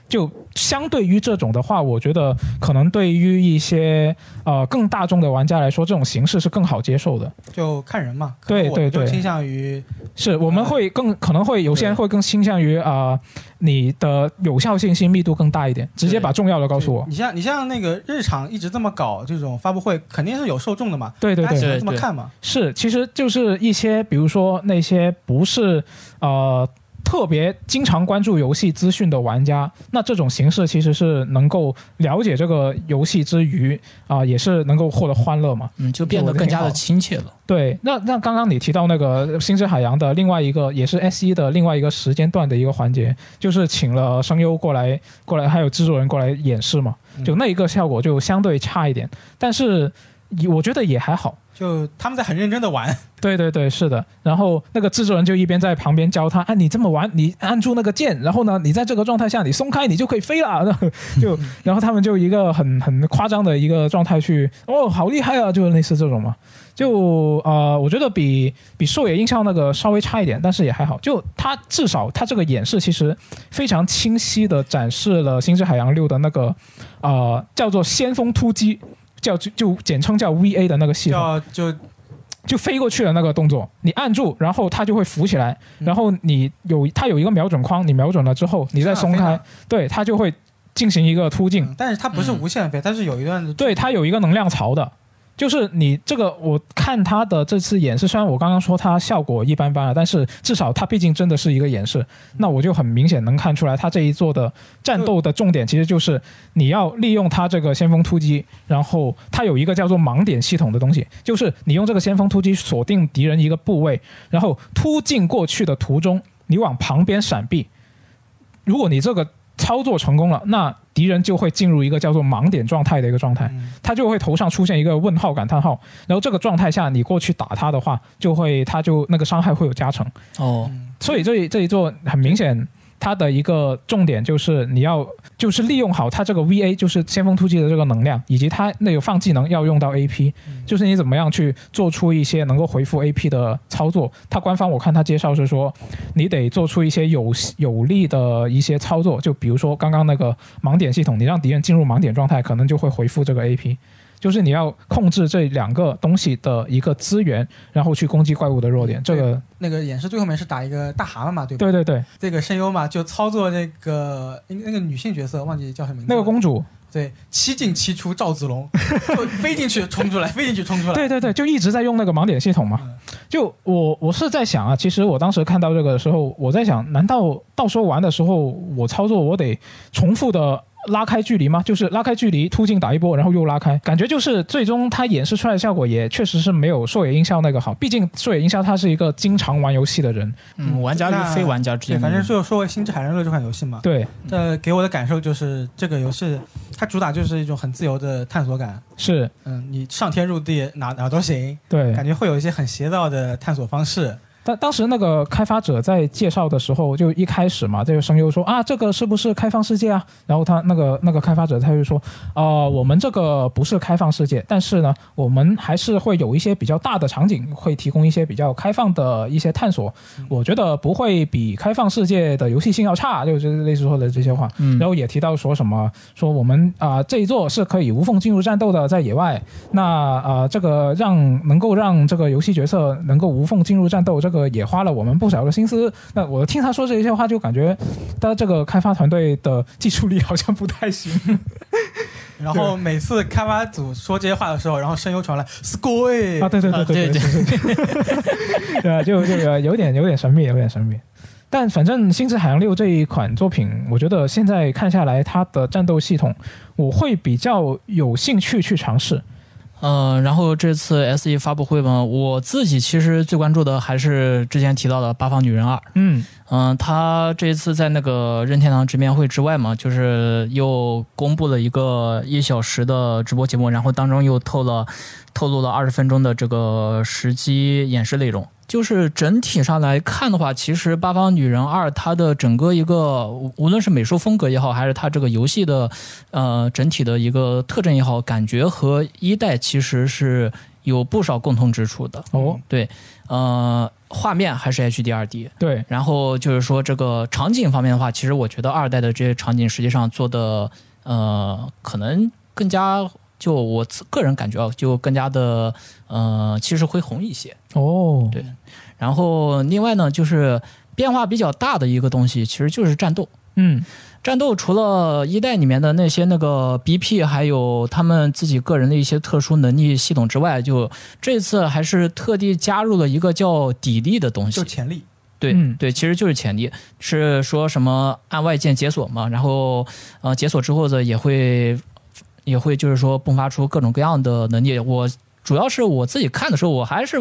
[SPEAKER 1] 就相对于这种的话，我觉得可能对于一些呃更大众的玩家来说，这种形式是更好接受的。
[SPEAKER 3] 就看人嘛。可
[SPEAKER 1] 对
[SPEAKER 3] 能我
[SPEAKER 1] 对
[SPEAKER 3] 就
[SPEAKER 1] 对
[SPEAKER 3] 倾向于
[SPEAKER 1] 是我们会更可能会有些人会更倾向于啊、呃你的有效信息密度更大一点，直接把重要的告诉我。
[SPEAKER 3] 你像你像那个日常一直这么搞这种发布会，肯定是有受众的嘛，
[SPEAKER 1] 对对
[SPEAKER 3] 大
[SPEAKER 1] 对
[SPEAKER 3] 家喜，欢
[SPEAKER 2] 对
[SPEAKER 3] 这么
[SPEAKER 2] 对
[SPEAKER 3] 看嘛。
[SPEAKER 1] 是，其实就是一些，比如说那些不是呃特别经常关注游戏资讯的玩家，那这种形式其实是能够了解这个游戏之余啊、也是能够获得欢乐嘛。
[SPEAKER 2] 嗯，就变得更加的亲切了。
[SPEAKER 1] 对，那那刚刚你提到那个《星之海洋》的另外一个，也是 S 一的另外一个时间段的一个环节，就是请了声优过来，过来还有制作人过来演示嘛，就那一个效果就相对差一点，但是也我觉得也还好。
[SPEAKER 3] 就他们在很认真 的玩，
[SPEAKER 1] 对对对，是的。然后那个制作人就一边在旁边教他，啊，你这么玩，你按住那个键，然后呢，你在这个状态下你松开，你就可以飞了。 然后就，然后他们就一个很很夸张的一个状态去，哦，好厉害啊，就类似这种嘛。就呃，我觉得比比兽野印象那个稍微差一点，但是也还好。就他至少他这个演示其实非常清晰的展示了《星之海洋六》的那个呃叫做先锋突击，叫就就简称叫 VA 的那个系统。
[SPEAKER 3] 要就
[SPEAKER 1] 就飞过去的那个动作，你按住，然后它就会浮起来，然后你有它有一个瞄准框，你瞄准了之后，你再松
[SPEAKER 3] 非
[SPEAKER 1] 开
[SPEAKER 3] 常，
[SPEAKER 1] 对，它就会进行一个突进，
[SPEAKER 3] 嗯但是它不是
[SPEAKER 2] 嗯
[SPEAKER 3] 无限飞，它是有一段的
[SPEAKER 1] 对，它有一个能量槽的，就是你这个，我看他的这次演示，虽然我刚刚说他效果一般般了，但是至少他毕竟真的是一个演示，那我就很明显能看出来，他这一做的战斗的重点其实就是你要利用他这个先锋突击，然后他有一个叫做盲点系统的东西，就是你用这个先锋突击锁定敌人一个部位，然后突进过去的途中，你往旁边闪避。如果你这个操作成功了，那敌人就会进入一个叫做盲点状态的一个状态。
[SPEAKER 3] 嗯
[SPEAKER 1] 他就会头上出现一个问号感叹号，然后这个状态下你过去打他的话，就会他就那个伤害会有加成，
[SPEAKER 2] 哦，
[SPEAKER 3] 嗯
[SPEAKER 1] 所以这一这一座很明显。它的一个重点就是你要就是利用好它这个 VA 就是先锋突击的这个能量，以及它那有放技能要用到 AP，
[SPEAKER 3] 嗯
[SPEAKER 1] 就是你怎么样去做出一些能够回复 AP 的操作。它官方我看它介绍是说，你得做出一些有有利的一些操作，就比如说刚刚那个盲点系统，你让敌人进入盲点状态，可能就会回复这个 AP。就是你要控制这两个东西的一个资源，然后去攻击怪物的弱点。这个，
[SPEAKER 3] 那个演示最后面是打一个大蛤蟆嘛，嗯对吧？
[SPEAKER 1] 对对对，
[SPEAKER 3] 这个声优嘛，就操作那个那那个女性角色，忘记叫什么名字。
[SPEAKER 1] 那个公主，
[SPEAKER 3] 对，七进七出赵 子龙，就飞进去冲出来，飞进去冲出来。
[SPEAKER 1] 对对对，就一直在用那个盲点系统嘛
[SPEAKER 3] 嗯。
[SPEAKER 1] 就我我是在想啊，其实我当时看到这个的时候，我在想，难道到时候玩的时候，我操作我得重复的拉开距离吗？就是拉开距离，突进打一波，然后又拉开，感觉就是最终它演示出来的效果也确实是没有狩野音效那个好。毕竟狩野音效他是一个经常玩游戏的人，
[SPEAKER 2] 嗯，玩家
[SPEAKER 3] 那
[SPEAKER 2] 与非玩家之
[SPEAKER 3] 对，
[SPEAKER 2] 间的，
[SPEAKER 3] 反正就说回《星之海人乐》这款游戏嘛，
[SPEAKER 1] 对，
[SPEAKER 3] 这给我的感受就是这个游戏它主打就是一种很自由的探索感，
[SPEAKER 1] 是，
[SPEAKER 3] 嗯，你上天入地哪哪都行，
[SPEAKER 1] 对。
[SPEAKER 3] 感觉会有一些很邪道的探索方式。
[SPEAKER 1] 但当时那个开发者在介绍的时候，就一开始嘛，这个声优说啊，这个是不是开放世界啊？然后他那个那个开发者他就说，呃，我们这个不是开放世界，但是呢，我们还是会有一些比较大的场景，会提供一些比较开放的一些探索。我觉得不会比开放世界的游戏性要差，就是类似说的这些话。
[SPEAKER 2] 嗯
[SPEAKER 1] 然后也提到说什么，说我们啊、这一座是可以无缝进入战斗的，在野外。那啊、这个让能够让这个游戏角色能够无缝进入战斗，这个也花了我们不少的心思。那我听他说这些话，就感觉他这个开发团队的技术力好像不太行。
[SPEAKER 3] 然后每次开发组说这些话的时候，然后声优传来 “score”，、
[SPEAKER 1] 啊，对对对
[SPEAKER 2] 啊
[SPEAKER 1] 对
[SPEAKER 2] 对
[SPEAKER 1] 对对，对啊，就就有有点有点神秘，有点神秘。但反正《星之海洋六》这一款作品，我觉得现在看下来，它的战斗系统我会比较有兴趣去尝试。
[SPEAKER 2] 呃，然后这次 S E 发布会嘛，我自己其实最关注的还是之前提到的《八方女人二》。
[SPEAKER 1] 嗯，
[SPEAKER 2] 嗯，他这一次在那个任天堂直面会之外嘛，就是又公布了一个一小时的直播节目，然后当中又透了透露了二十分钟的这个实机演示内容。就是整体上来看的话，其实《八方女人二》它的整个一个，无无论是美术风格也好，还是它这个游戏的呃整体的一个特征也好，感觉和一代其实是有不少共同之处的。
[SPEAKER 3] 嗯
[SPEAKER 1] 哦，
[SPEAKER 2] 呃，画面还是 HDR D。
[SPEAKER 1] 对，
[SPEAKER 2] 然后就是说这个场景方面的话，其实我觉得二代的这些场景实际上做的呃，可能更加就我自个人感觉啊，就更加的呃气势恢宏一些。
[SPEAKER 1] 哦，
[SPEAKER 2] 对然后另外呢，就是变化比较大的一个东西，其实就是战斗。
[SPEAKER 1] 嗯，
[SPEAKER 2] 战斗除了一代里面的那些那个 BP，还有他们自己个人的一些特殊能力系统之外，就这次还是特地加入了一个叫底力的东西
[SPEAKER 3] 就，潜力。
[SPEAKER 2] 对、
[SPEAKER 1] 嗯
[SPEAKER 2] 对，其实就是潜力，是说什么按外键解锁嘛，然后呃解锁之后的也会也会就是说迸发出各种各样的能力。我主要是我自己看的时候，我还是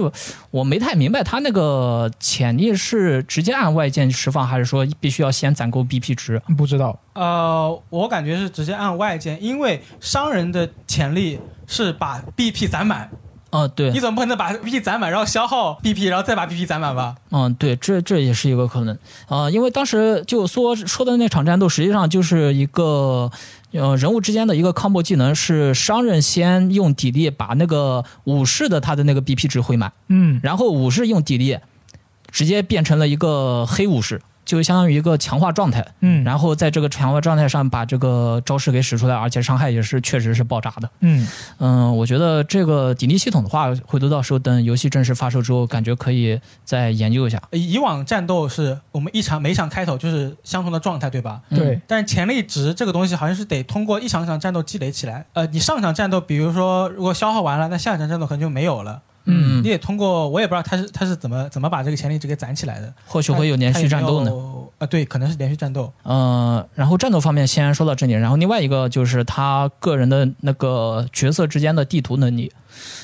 [SPEAKER 2] 我没太明白他那个潜力是直接按外键释放，还是说必须要先攒够 BP 值？
[SPEAKER 1] 不知道，
[SPEAKER 3] 呃，我感觉是直接按外键，因为商人的潜力是把 BP 攒满，
[SPEAKER 2] 啊、对
[SPEAKER 3] 你，总不可能把 BP 攒满，然后消耗 BP，然后再把 BP 攒满吧？
[SPEAKER 2] 嗯，对，这这也是一个可能啊、因为当时就说说的那场战斗，实际上就是一个呃人物之间的一个 combo 技能，是商人先用底力把那个武士的他的那个 BP 值挥满，
[SPEAKER 1] 嗯，
[SPEAKER 2] 然后武士用底力直接变成了一个黑武士，就相当于一个强化状态，
[SPEAKER 1] 嗯，
[SPEAKER 2] 然后在这个强化状态上把这个招式给使出来，而且伤害也是确实是爆炸的。
[SPEAKER 1] 嗯
[SPEAKER 2] 嗯，我觉得这个底力系统的话，回头到时候等游戏正式发售之后，感觉可以再研究一下。
[SPEAKER 3] 以往战斗是我们一场每一场开头就是相同的状态，对吧？
[SPEAKER 2] 嗯
[SPEAKER 1] 对，
[SPEAKER 3] 但潜力值这个东西好像是得通过一场场战斗积累起来。呃，你上场战斗，比如说如果消耗完了，那下一场战斗可能就没有了。
[SPEAKER 2] 嗯
[SPEAKER 3] 你，得通过，我也不知道他是他是怎么怎么把这个潜力值给攒起来的。
[SPEAKER 2] 或许会有连续战斗呢。
[SPEAKER 3] 呢？啊，对，可能是连续战斗。
[SPEAKER 2] 呃，然后战斗方面先说到这里，然后另外一个就是他个人的那个角色之间的地图能力。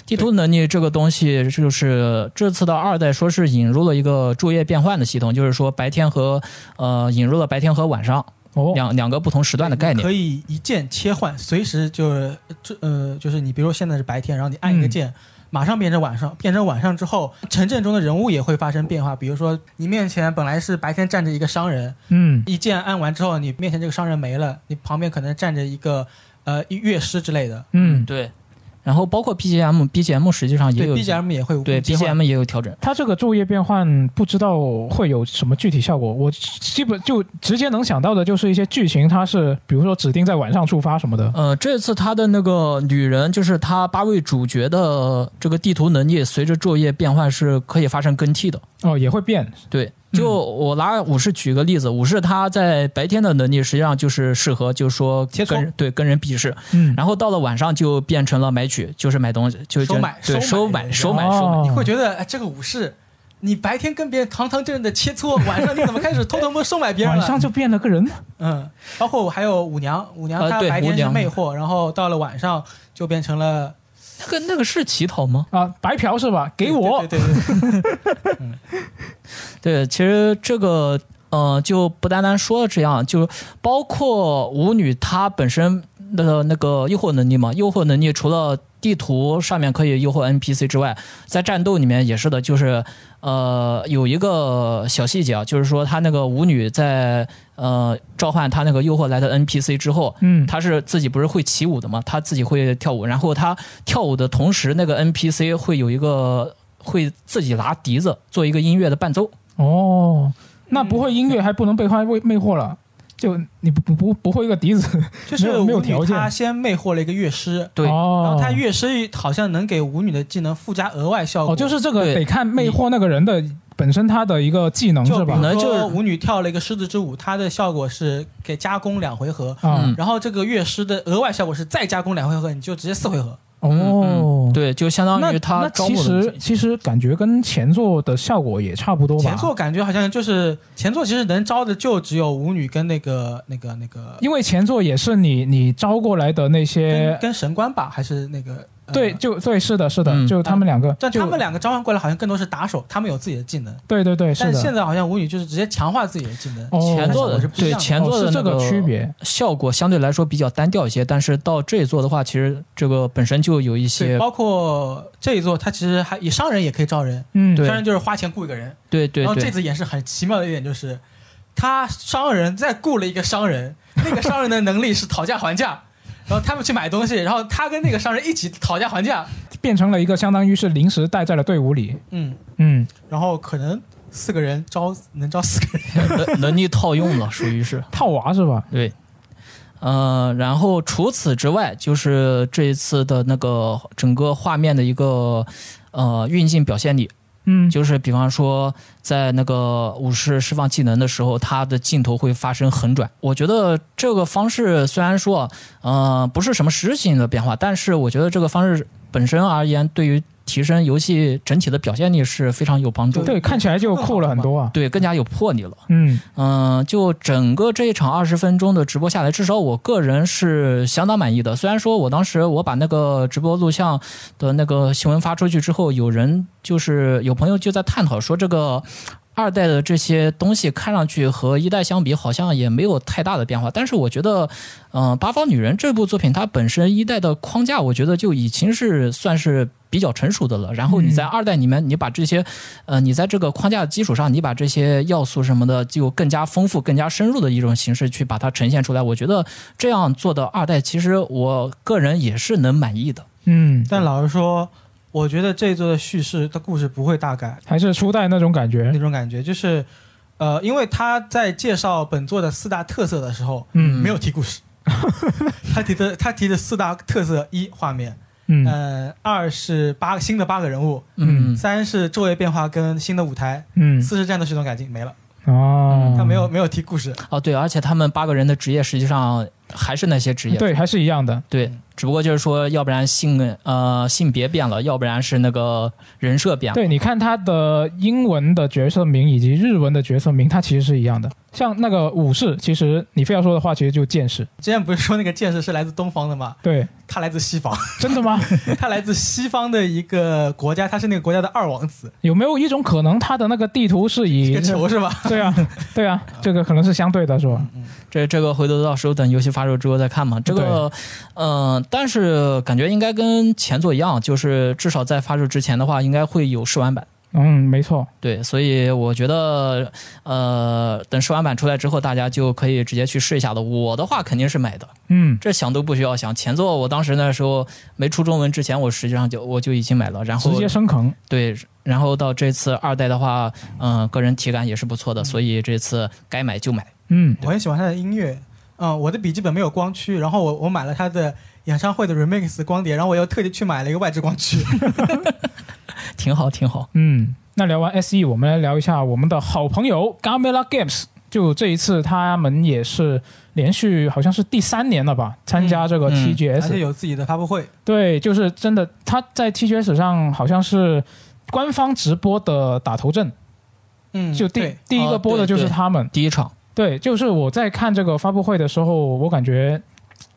[SPEAKER 2] 地图能力这个东西，就是这次的二代说是引入了一个昼夜变换的系统，就是说白天和呃引入了白天和晚上
[SPEAKER 1] 哦，
[SPEAKER 3] 嗯
[SPEAKER 2] 两两个不同时段的概念。
[SPEAKER 3] 可以一键切换，随时就是这呃，就是你比如说现在是白天，然后你按
[SPEAKER 2] 嗯
[SPEAKER 3] 一个键。马上变成晚上，变成晚上之后，城镇中的人物也会发生变化。比如说，你面前本来是白天站着一个商人，
[SPEAKER 1] 嗯
[SPEAKER 3] 一键按完之后，你面前这个商人没了，你旁边可能站着一个呃一乐师之类的。
[SPEAKER 1] 嗯，
[SPEAKER 2] 对。然后包括 BGM，BGM 实际上也
[SPEAKER 3] 对
[SPEAKER 2] 有
[SPEAKER 3] ，BGM 也会无
[SPEAKER 2] 对
[SPEAKER 3] 缝切换
[SPEAKER 2] BGM 也有调整。
[SPEAKER 1] 它这个昼夜变换不知道会有什么具体效果，我基本就直接能想到的就是一些剧情，它是比如说指定在晚上触发什么的。
[SPEAKER 2] 呃，这次他的那个女人，就是他八位主角的这个地图能力，随着昼夜变换是可以发生更替的。
[SPEAKER 1] 哦，也会变。
[SPEAKER 2] 对，
[SPEAKER 3] 嗯
[SPEAKER 2] 就我拿武士举个例子，武士他在白天的能力实际上就是适合，就是说
[SPEAKER 3] 切磋
[SPEAKER 2] 跟人对跟人比试，
[SPEAKER 1] 嗯，
[SPEAKER 2] 然后到了晚上就变成了买取，就是买东西，就
[SPEAKER 3] 收买
[SPEAKER 2] 对
[SPEAKER 3] 收
[SPEAKER 2] 收
[SPEAKER 3] 买
[SPEAKER 2] 买收买收买。
[SPEAKER 3] 你会觉得、哎、这个武
[SPEAKER 1] 嗯
[SPEAKER 3] 士，你白天跟别人堂堂正正的切磋，晚上你怎么开始偷偷摸收买别人
[SPEAKER 1] 晚
[SPEAKER 3] 了？
[SPEAKER 1] 上就变了个人。
[SPEAKER 3] 嗯，包括还有舞娘，舞娘
[SPEAKER 1] 啊
[SPEAKER 2] 呃
[SPEAKER 3] 她
[SPEAKER 2] 对
[SPEAKER 3] 白天
[SPEAKER 2] 舞
[SPEAKER 3] 是
[SPEAKER 2] 娘
[SPEAKER 3] 魅惑，然后到了晚上就变成了
[SPEAKER 2] 那个那个是乞讨吗？
[SPEAKER 1] 啊，白嫖是吧？给我，
[SPEAKER 3] 对对对 对
[SPEAKER 2] 对，其实这个呃，就不单单说这样，就包括舞女她本身的那个诱惑能力嘛，诱惑能力除了地图上面可以诱惑 NPC 之外，在战斗里面也是的，就是呃有一个小细节啊，就是说她那个舞女在呃召唤她那个诱惑来的 NPC 之后，
[SPEAKER 1] 嗯，
[SPEAKER 2] 她是自己不是会起舞的嘛，她自己会跳舞，然后她跳舞的同时，那个 NPC 会有一个会自己拿笛子做一个音乐的伴奏。
[SPEAKER 1] 哦，那不会音乐还不能被他魅魅惑了，就你不不不不会个笛子，
[SPEAKER 3] 就是
[SPEAKER 1] 没有
[SPEAKER 3] 舞
[SPEAKER 1] 没有
[SPEAKER 3] 女
[SPEAKER 1] 条件
[SPEAKER 3] 她先魅惑了一个乐师，
[SPEAKER 2] 对
[SPEAKER 1] 哦、
[SPEAKER 3] 然后她乐师好像能给舞女的技能附加额外效果，
[SPEAKER 1] 哦，就是这个
[SPEAKER 2] 对
[SPEAKER 1] 得看魅惑那个人的本身他的一个技能
[SPEAKER 3] 就是比
[SPEAKER 1] 吧
[SPEAKER 2] 可？能
[SPEAKER 3] 如
[SPEAKER 2] 就
[SPEAKER 3] 说
[SPEAKER 2] 是
[SPEAKER 3] 舞女跳了一个狮子之舞，她的效果是给加工两回合，
[SPEAKER 1] 啊
[SPEAKER 2] 嗯，
[SPEAKER 3] 然后这个乐师的额外效果是再加工两回合，你就直接四回合。
[SPEAKER 1] 哦，
[SPEAKER 2] 嗯，对，就相当
[SPEAKER 1] 那
[SPEAKER 2] 于
[SPEAKER 1] 那
[SPEAKER 2] 他招
[SPEAKER 1] 其
[SPEAKER 2] 募
[SPEAKER 1] 实
[SPEAKER 2] 的
[SPEAKER 1] 其实感觉跟前作的效果也差不多吧？
[SPEAKER 3] 前作感觉好像就是前作其实能招的就只有舞女跟那个那个那个
[SPEAKER 1] 因为前作也是你你招过来的那
[SPEAKER 3] 跟
[SPEAKER 1] 些，
[SPEAKER 3] 跟神官吧，还是那个、呃
[SPEAKER 1] 对，就对，是的，是的，
[SPEAKER 2] 嗯
[SPEAKER 1] 就他们两个，
[SPEAKER 3] 但
[SPEAKER 1] 就
[SPEAKER 3] 他们两个召唤过来好像更多是打手，他们有自己的技能，
[SPEAKER 1] 对对对，是
[SPEAKER 3] 但现
[SPEAKER 1] 的。
[SPEAKER 3] 在好像舞女就是直接强化自己的技能。
[SPEAKER 1] 哦
[SPEAKER 2] 前作
[SPEAKER 3] 看起来我是
[SPEAKER 2] 的
[SPEAKER 3] 不一
[SPEAKER 2] 对
[SPEAKER 3] 样的
[SPEAKER 2] 前作
[SPEAKER 1] 哦
[SPEAKER 2] 的
[SPEAKER 1] 是这
[SPEAKER 2] 那
[SPEAKER 1] 个区别，
[SPEAKER 2] 效果相对来说比较单调一些，但是到这一座的话，其实这个本身就有一
[SPEAKER 3] 对，
[SPEAKER 2] 些
[SPEAKER 3] 包括这一座，它其实还以商人也可以招人，
[SPEAKER 1] 嗯，
[SPEAKER 2] 对
[SPEAKER 3] 商人就是花钱雇一个人。
[SPEAKER 2] 对对
[SPEAKER 3] 然后这
[SPEAKER 2] 对
[SPEAKER 3] 次也是很奇妙的一点就是，他商人再雇了一个商人，那个商人的能力是讨价还价，然后他们去买东西，然后他跟那个商人一起讨价还价，
[SPEAKER 1] 变成了一个相当于是临时带在了队伍里，
[SPEAKER 3] 嗯，
[SPEAKER 1] 嗯，
[SPEAKER 3] 然后可能四个人招能招四个人，
[SPEAKER 2] 能能力套用了，属于是
[SPEAKER 1] 套娃是吧？
[SPEAKER 2] 对。呃，然后除此之外，就是这一次的那个整个画面的一个呃运镜表现力，
[SPEAKER 1] 嗯，
[SPEAKER 2] 就是比方说，在那个武士释放技能的时候，他的镜头会发生横转。我觉得这个方式虽然说，呃，不是什么实质性的变化，但是我觉得这个方式本身而言，对于提升游戏整体的表现力是非常有帮助的。
[SPEAKER 1] 对，看起来就酷了很多啊。
[SPEAKER 2] 对，更加有魄力了。
[SPEAKER 1] 嗯
[SPEAKER 2] 嗯、就整个这一场二十分钟的直播下来，至少我个人是相当满意的。虽然说我当时我把那个直播录像的那个新闻发出去之后，有人就是有朋友就在探讨说，这个二代的这些东西看上去和一代相比，好像也没有太大的变化。但是我觉得，嗯、八方女人》这部作品它本身一代的框架，我觉得就已经是算是。比较成熟的了，然后你在
[SPEAKER 1] 嗯
[SPEAKER 2] 二代里面，你把这些呃，你在这个框架的基础上，你把这些要素什么的，就更加丰富、更加深入的一种形式去把它呈现出来。我觉得这样做的二代，其实我个人也是能满意的。
[SPEAKER 1] 嗯，
[SPEAKER 3] 但老实说，我觉得这一座的叙事的故事不会大改
[SPEAKER 1] 还是初代那种感觉
[SPEAKER 3] 那。种感觉，就是。呃，因为他在介绍本作的四大特色的时候，
[SPEAKER 1] 嗯
[SPEAKER 3] 没有提故事，他提的他提的四大特色：一画面，
[SPEAKER 2] 呃
[SPEAKER 1] 嗯
[SPEAKER 3] 嗯，二是八新的八个人物，
[SPEAKER 2] 嗯
[SPEAKER 3] 三是昼夜变化跟新的舞台，
[SPEAKER 1] 嗯
[SPEAKER 3] 四是战斗系统改进没了，
[SPEAKER 1] 哦，
[SPEAKER 3] 嗯他没有没有提故事，
[SPEAKER 2] 哦对，而且他们八个人的职业实际上还是那些职业，
[SPEAKER 1] 嗯对，还是一样的，
[SPEAKER 2] 对
[SPEAKER 3] 嗯，
[SPEAKER 2] 只不过就是说，要不然性呃性别变了，要不然是那个人设变了。
[SPEAKER 1] 对，你看他的英文的角色名以及日文的角色名，它其实是一样的。像那个武士，其实你非要说的话，其实就剑士。
[SPEAKER 3] 之前不是说那个剑士是来自东方的吗？
[SPEAKER 1] 对，
[SPEAKER 3] 他来自 西方，
[SPEAKER 1] 真 的吗？
[SPEAKER 3] 他来自西方的一个国家，他是那个国家的二王子，
[SPEAKER 1] 有没有一种可能，他的那个地图是
[SPEAKER 3] 一
[SPEAKER 1] 以
[SPEAKER 3] 个球是吧？嗯
[SPEAKER 1] 对啊，对啊，这个可能是相对的，是吧？
[SPEAKER 2] 这这个回头到时候等游戏发售之后再看嘛。这个，呃，但是感觉应该跟前作一样，就是至少在发售之前的话，应该会有试玩版。
[SPEAKER 1] 嗯，没错。
[SPEAKER 2] 对，所以我觉得，呃，等试玩版出来之后，大家就可以直接去试一下了。我的话肯定是买的，
[SPEAKER 1] 嗯，
[SPEAKER 2] 这想都不需要想。前作我当时那时候没出中文之前，我实际上就我就已经买了，然后
[SPEAKER 1] 直接升坑。
[SPEAKER 2] 对，然后到这次二代的话，嗯、个人体感也是不错的，所以这次该买就买。
[SPEAKER 1] 嗯，
[SPEAKER 3] 我很喜欢他的音乐。嗯，我的笔记本没有光驱，然后我我买了他的演唱会的 remix 光碟，然后我又特地去买了一个外置 光驱。
[SPEAKER 2] 挺好，挺好。
[SPEAKER 1] 嗯，那聊完 SE，我们来聊一下我们的好朋友 Gamela Games。就这一次，他们也是连续好像是第三年了吧，参加这个
[SPEAKER 2] 嗯嗯
[SPEAKER 3] 而
[SPEAKER 1] TGS，、
[SPEAKER 3] 且有自己的发布会，
[SPEAKER 1] 对，就是真的，他在 TGS 上好像是官方直播的打头阵，
[SPEAKER 3] 嗯，
[SPEAKER 1] 就第、
[SPEAKER 3] 对
[SPEAKER 1] 第一个
[SPEAKER 2] 哦
[SPEAKER 1] 播的
[SPEAKER 2] 对
[SPEAKER 1] 就是
[SPEAKER 2] 对
[SPEAKER 1] 他们。
[SPEAKER 2] 第一场，
[SPEAKER 1] 对，就是我在看这个发布会的时候，我感觉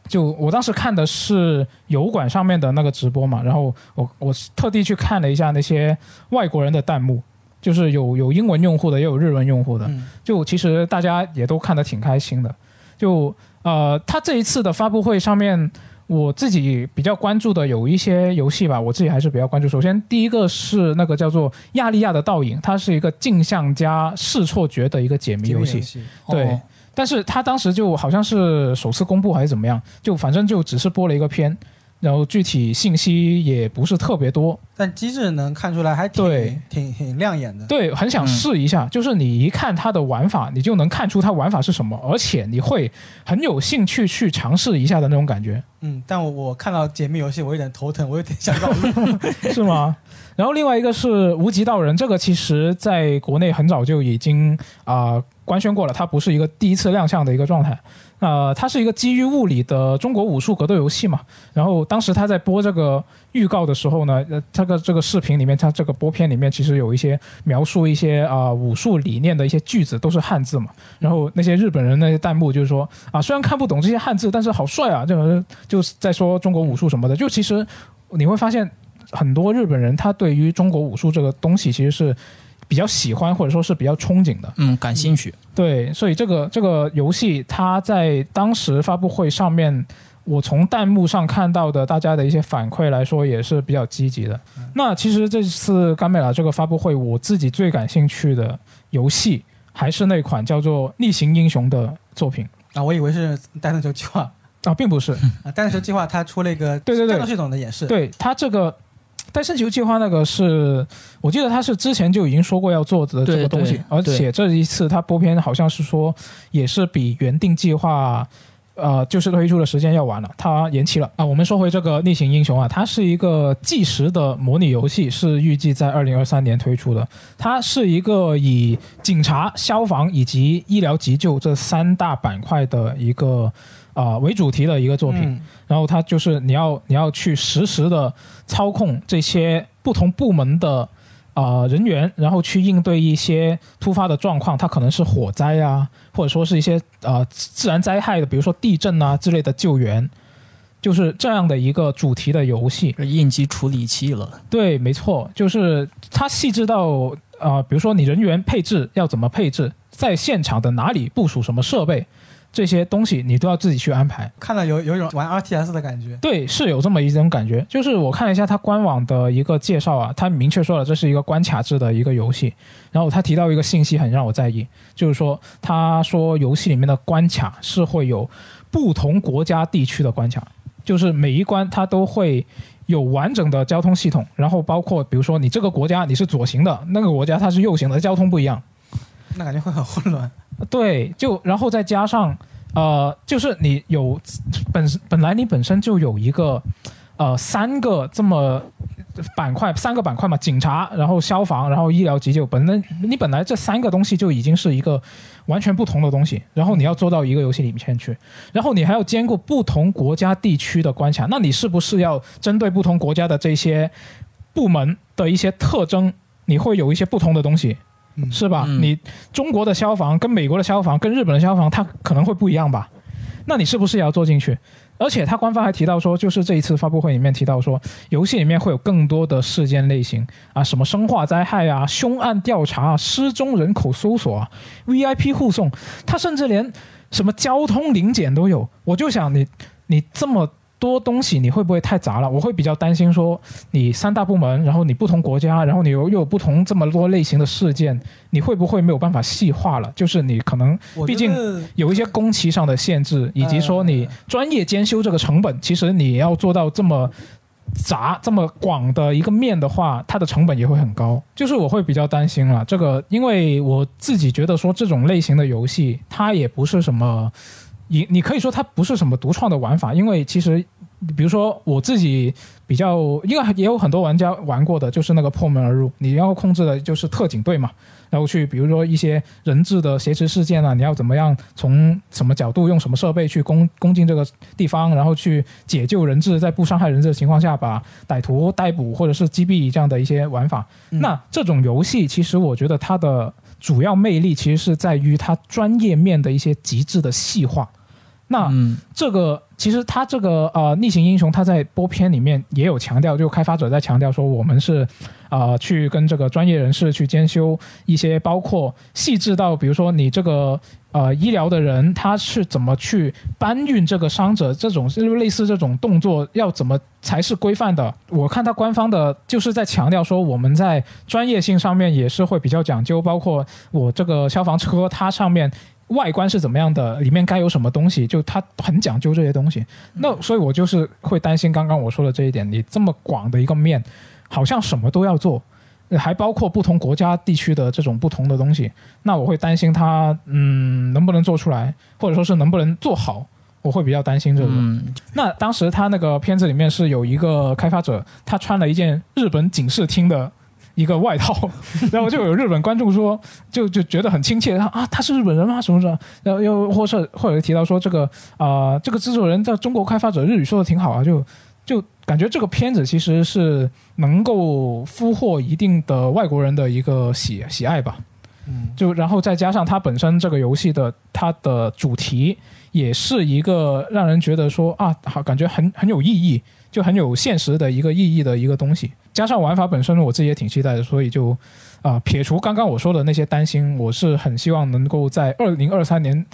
[SPEAKER 1] 就我当时看的是油管上面的那个直播嘛，然后我我特地去看了一下那些外国人的弹幕，就是有有英文用户的，也有日文用户的，
[SPEAKER 3] 嗯
[SPEAKER 1] 就其实大家也都看得挺开心的。就呃，他这一次的发布会上面，我自己比较关注的有一些游戏吧，我自己还是比较关注。首先，第一个是那个叫做《亚利亚的倒影》，它是一个镜像加视错觉的一个解谜游戏。
[SPEAKER 3] 嗯
[SPEAKER 1] 对
[SPEAKER 2] 哦
[SPEAKER 1] 但是他当时就好像是首次公布还是怎么样，就反正就只是播了一个片，然后具体信息也不是特别多。
[SPEAKER 3] 但机制能看出来还挺
[SPEAKER 1] 对
[SPEAKER 3] 挺挺亮眼的。
[SPEAKER 1] 对，很想试一下，就是你一看它的玩法，你就能看出它玩法是什么，而且你会很有兴趣去尝试一下的那种感觉，
[SPEAKER 3] 嗯，但我我看到解密游戏，我有点头疼，我有点想 绕路。
[SPEAKER 1] 是吗？然后另外一个是《无极道人》，这个其实在国内很早就已经啊、官宣过了，它不是一个第一次亮相的一个状态。呃，它是一个基于物理的中国武术格斗游戏嘛。然后当时他在播这个预告的时候呢，呃，这个这个视频里面，它这个播片里面其实有一些描述一些啊、武术理念的一些句子都是汉字嘛。然后那些日本人那些弹幕就是说啊，虽然看不懂这些汉字，但是好帅啊，就是就是在说中国武术什么的。就其实你会发现，很多日本人他对于中国武术这个东西其实是比较喜欢或者说是比较憧憬的。
[SPEAKER 2] 嗯，感兴趣。
[SPEAKER 1] 对，所以这个这个游戏它在当时发布会上面，我从弹幕上看到的大家的一些反馈来说，也是比较积极的。那其实这次甘美拉这个发布会，我自己最感兴趣的游戏还是那款叫做《逆行英雄》的作品
[SPEAKER 3] 啊，我以为是单色球计 划
[SPEAKER 1] 啊，并不是。
[SPEAKER 3] 啊，单色球计划它出了一个
[SPEAKER 1] 对对对
[SPEAKER 3] 战斗系统的演示。
[SPEAKER 1] 对它这个。单身球计划那个是，我记得他是之前就已经说过要做的这个
[SPEAKER 2] 对
[SPEAKER 1] 东西
[SPEAKER 2] 对，
[SPEAKER 1] 而且这一次他播片好像是说也是比原定计划，呃，就是推出的时间要晚了，它延期了啊。我们说回这个逆行英雄啊，它是一个计时的模拟游戏，是预计在二零二三年推出的。它是一个以警察、消防以及医疗急救这三大板块的一个啊、呃为主题的一个作品。
[SPEAKER 3] 嗯
[SPEAKER 1] 然后它就是你要你要去实时的操控这些不同部门的啊、呃人员，然后去应对一些突发的状况，它可能是火灾啊，或者说是一些呃自然灾害的，比如说地震啊之类的救援，就是这样的一个主题的游戏。
[SPEAKER 2] 这应急处理器了，
[SPEAKER 1] 对，没错，就是它细致到呃，比如说你人员配置要怎么配置，在现场的哪里部署什么设备，这些东西你都要自己去安排。
[SPEAKER 3] 看到有有一种玩 RTS 的感觉。
[SPEAKER 1] 对，是有这么一种感觉。就是我看了一下它官网的一个介绍啊，它明确说了这是一个关卡制的一个游戏。然后它提到一个信息很让我在意，就是说他说游戏里面的关卡是会有不同国家地区的关卡，就是每一关它都会。有完整的交通系统，然后包括比如说你这个国家你是左行的，那个国家它是右行的，交通不一样。
[SPEAKER 3] 那感觉会很混乱。
[SPEAKER 1] 对，就然后再加上呃，就是你有本本来你本身就有一个呃三个这么板块，三个板块嘛，警察，然后消防，然后医疗急救，本身你本来这三个东西就已经是一个完全不同的东西，然后你要做到一个游戏里面去，然后你还要兼顾不同国家地区的关卡，那你是不是要针对不同国家的这些部门的一些特征，你会有一些不同的东西？
[SPEAKER 3] 嗯，
[SPEAKER 1] 是吧？
[SPEAKER 2] 嗯
[SPEAKER 1] 你中国的消防跟美国的消防跟日本的消防，它可能会不一样吧？那你是不是也要做进去？而且它官方还提到说，就是这一次发布会里面提到说，游戏里面会有更多的事件类型啊，什么生化灾害啊、凶案调查啊、失踪人口搜索啊、VIP 护送，它甚至连什么交通临检都有。我就想你，你这么多东西，你会不会太杂了？我会比较担心说，你三大部门，然后你不同国家，然后你又又有不同这么多类型的事件，你会不会没有办法细化了？就是你可能
[SPEAKER 3] 嗯我
[SPEAKER 1] 毕
[SPEAKER 3] 觉
[SPEAKER 1] 竟
[SPEAKER 3] 得
[SPEAKER 1] 有一些工期上的限制，以及说
[SPEAKER 3] 呃
[SPEAKER 1] 你专业兼修这个成本，其实你要做到这么杂、这么广的一个面的话，它的成本也会很高。就是我会比较担心了，这个因为我自己觉得说这种类型的游戏，它也不是什么，你你可以说它不是什么独创的玩法，因为其实。比如说我自己比较，因为也有很多玩家玩过的，就是那个破门而入，你要控制的就是特警队嘛，然后去比如说一些人质的挟持事件啊，你要怎么样从什么角度用什么设备去攻攻进这个地方，然后去解救人质，在不伤害人质的情况下把歹徒逮捕或者是击毙这样的一些玩法。
[SPEAKER 3] 嗯
[SPEAKER 1] 那这种游戏其实我觉得它的主要魅力其实是在于它专业面的一些极致的细化。那
[SPEAKER 2] 嗯
[SPEAKER 1] 这个其实他这个呃逆行英雄，他在播片里面也有强调，就开发者在强调说，我们是啊去跟这个专业人士去兼修一些，包括细致到比如说你这个呃医疗的人他是怎么去搬运这个伤者，这种就是类似这种动作要怎么才是规范的。我看他官方的就是在强调说，我们在专业性上面也是会比较讲究，包括我这个消防车它上面外观是怎么样的，里面该有什么东西，就它很讲究这些东西。那所以我就是会担心刚刚我说的这一点，你这么广的一个面，好像什么都要做。呃还包括不同国家、地区的这种不同的东西，那我会担心它，嗯，能不能做出来，或者说是能不能做好，我会比较担心这个。
[SPEAKER 2] 嗯
[SPEAKER 1] 那当时他那个片子里面是有一个开发者，他穿了一件日本警视厅的一个外套， 然后就有日本观众说，就就觉得很亲切，他啊他是日本人吗？什么什么，然后又或是或者提到说这个啊、这个制作人在中国开发者日语说的挺好啊，就就感觉这个片子其实是能够俘获一定的外国人的一个喜喜爱吧。
[SPEAKER 3] 嗯，
[SPEAKER 1] 就然后再加上它本身这个游戏的它的主题也是一个让人觉得说啊，好感觉很很有意义，就很有现实的一个意义的一个东西。加上玩法本身，我自己也挺期待的，所以就啊、撇除刚刚我说的那些担心，我是很希望能够在二零二三年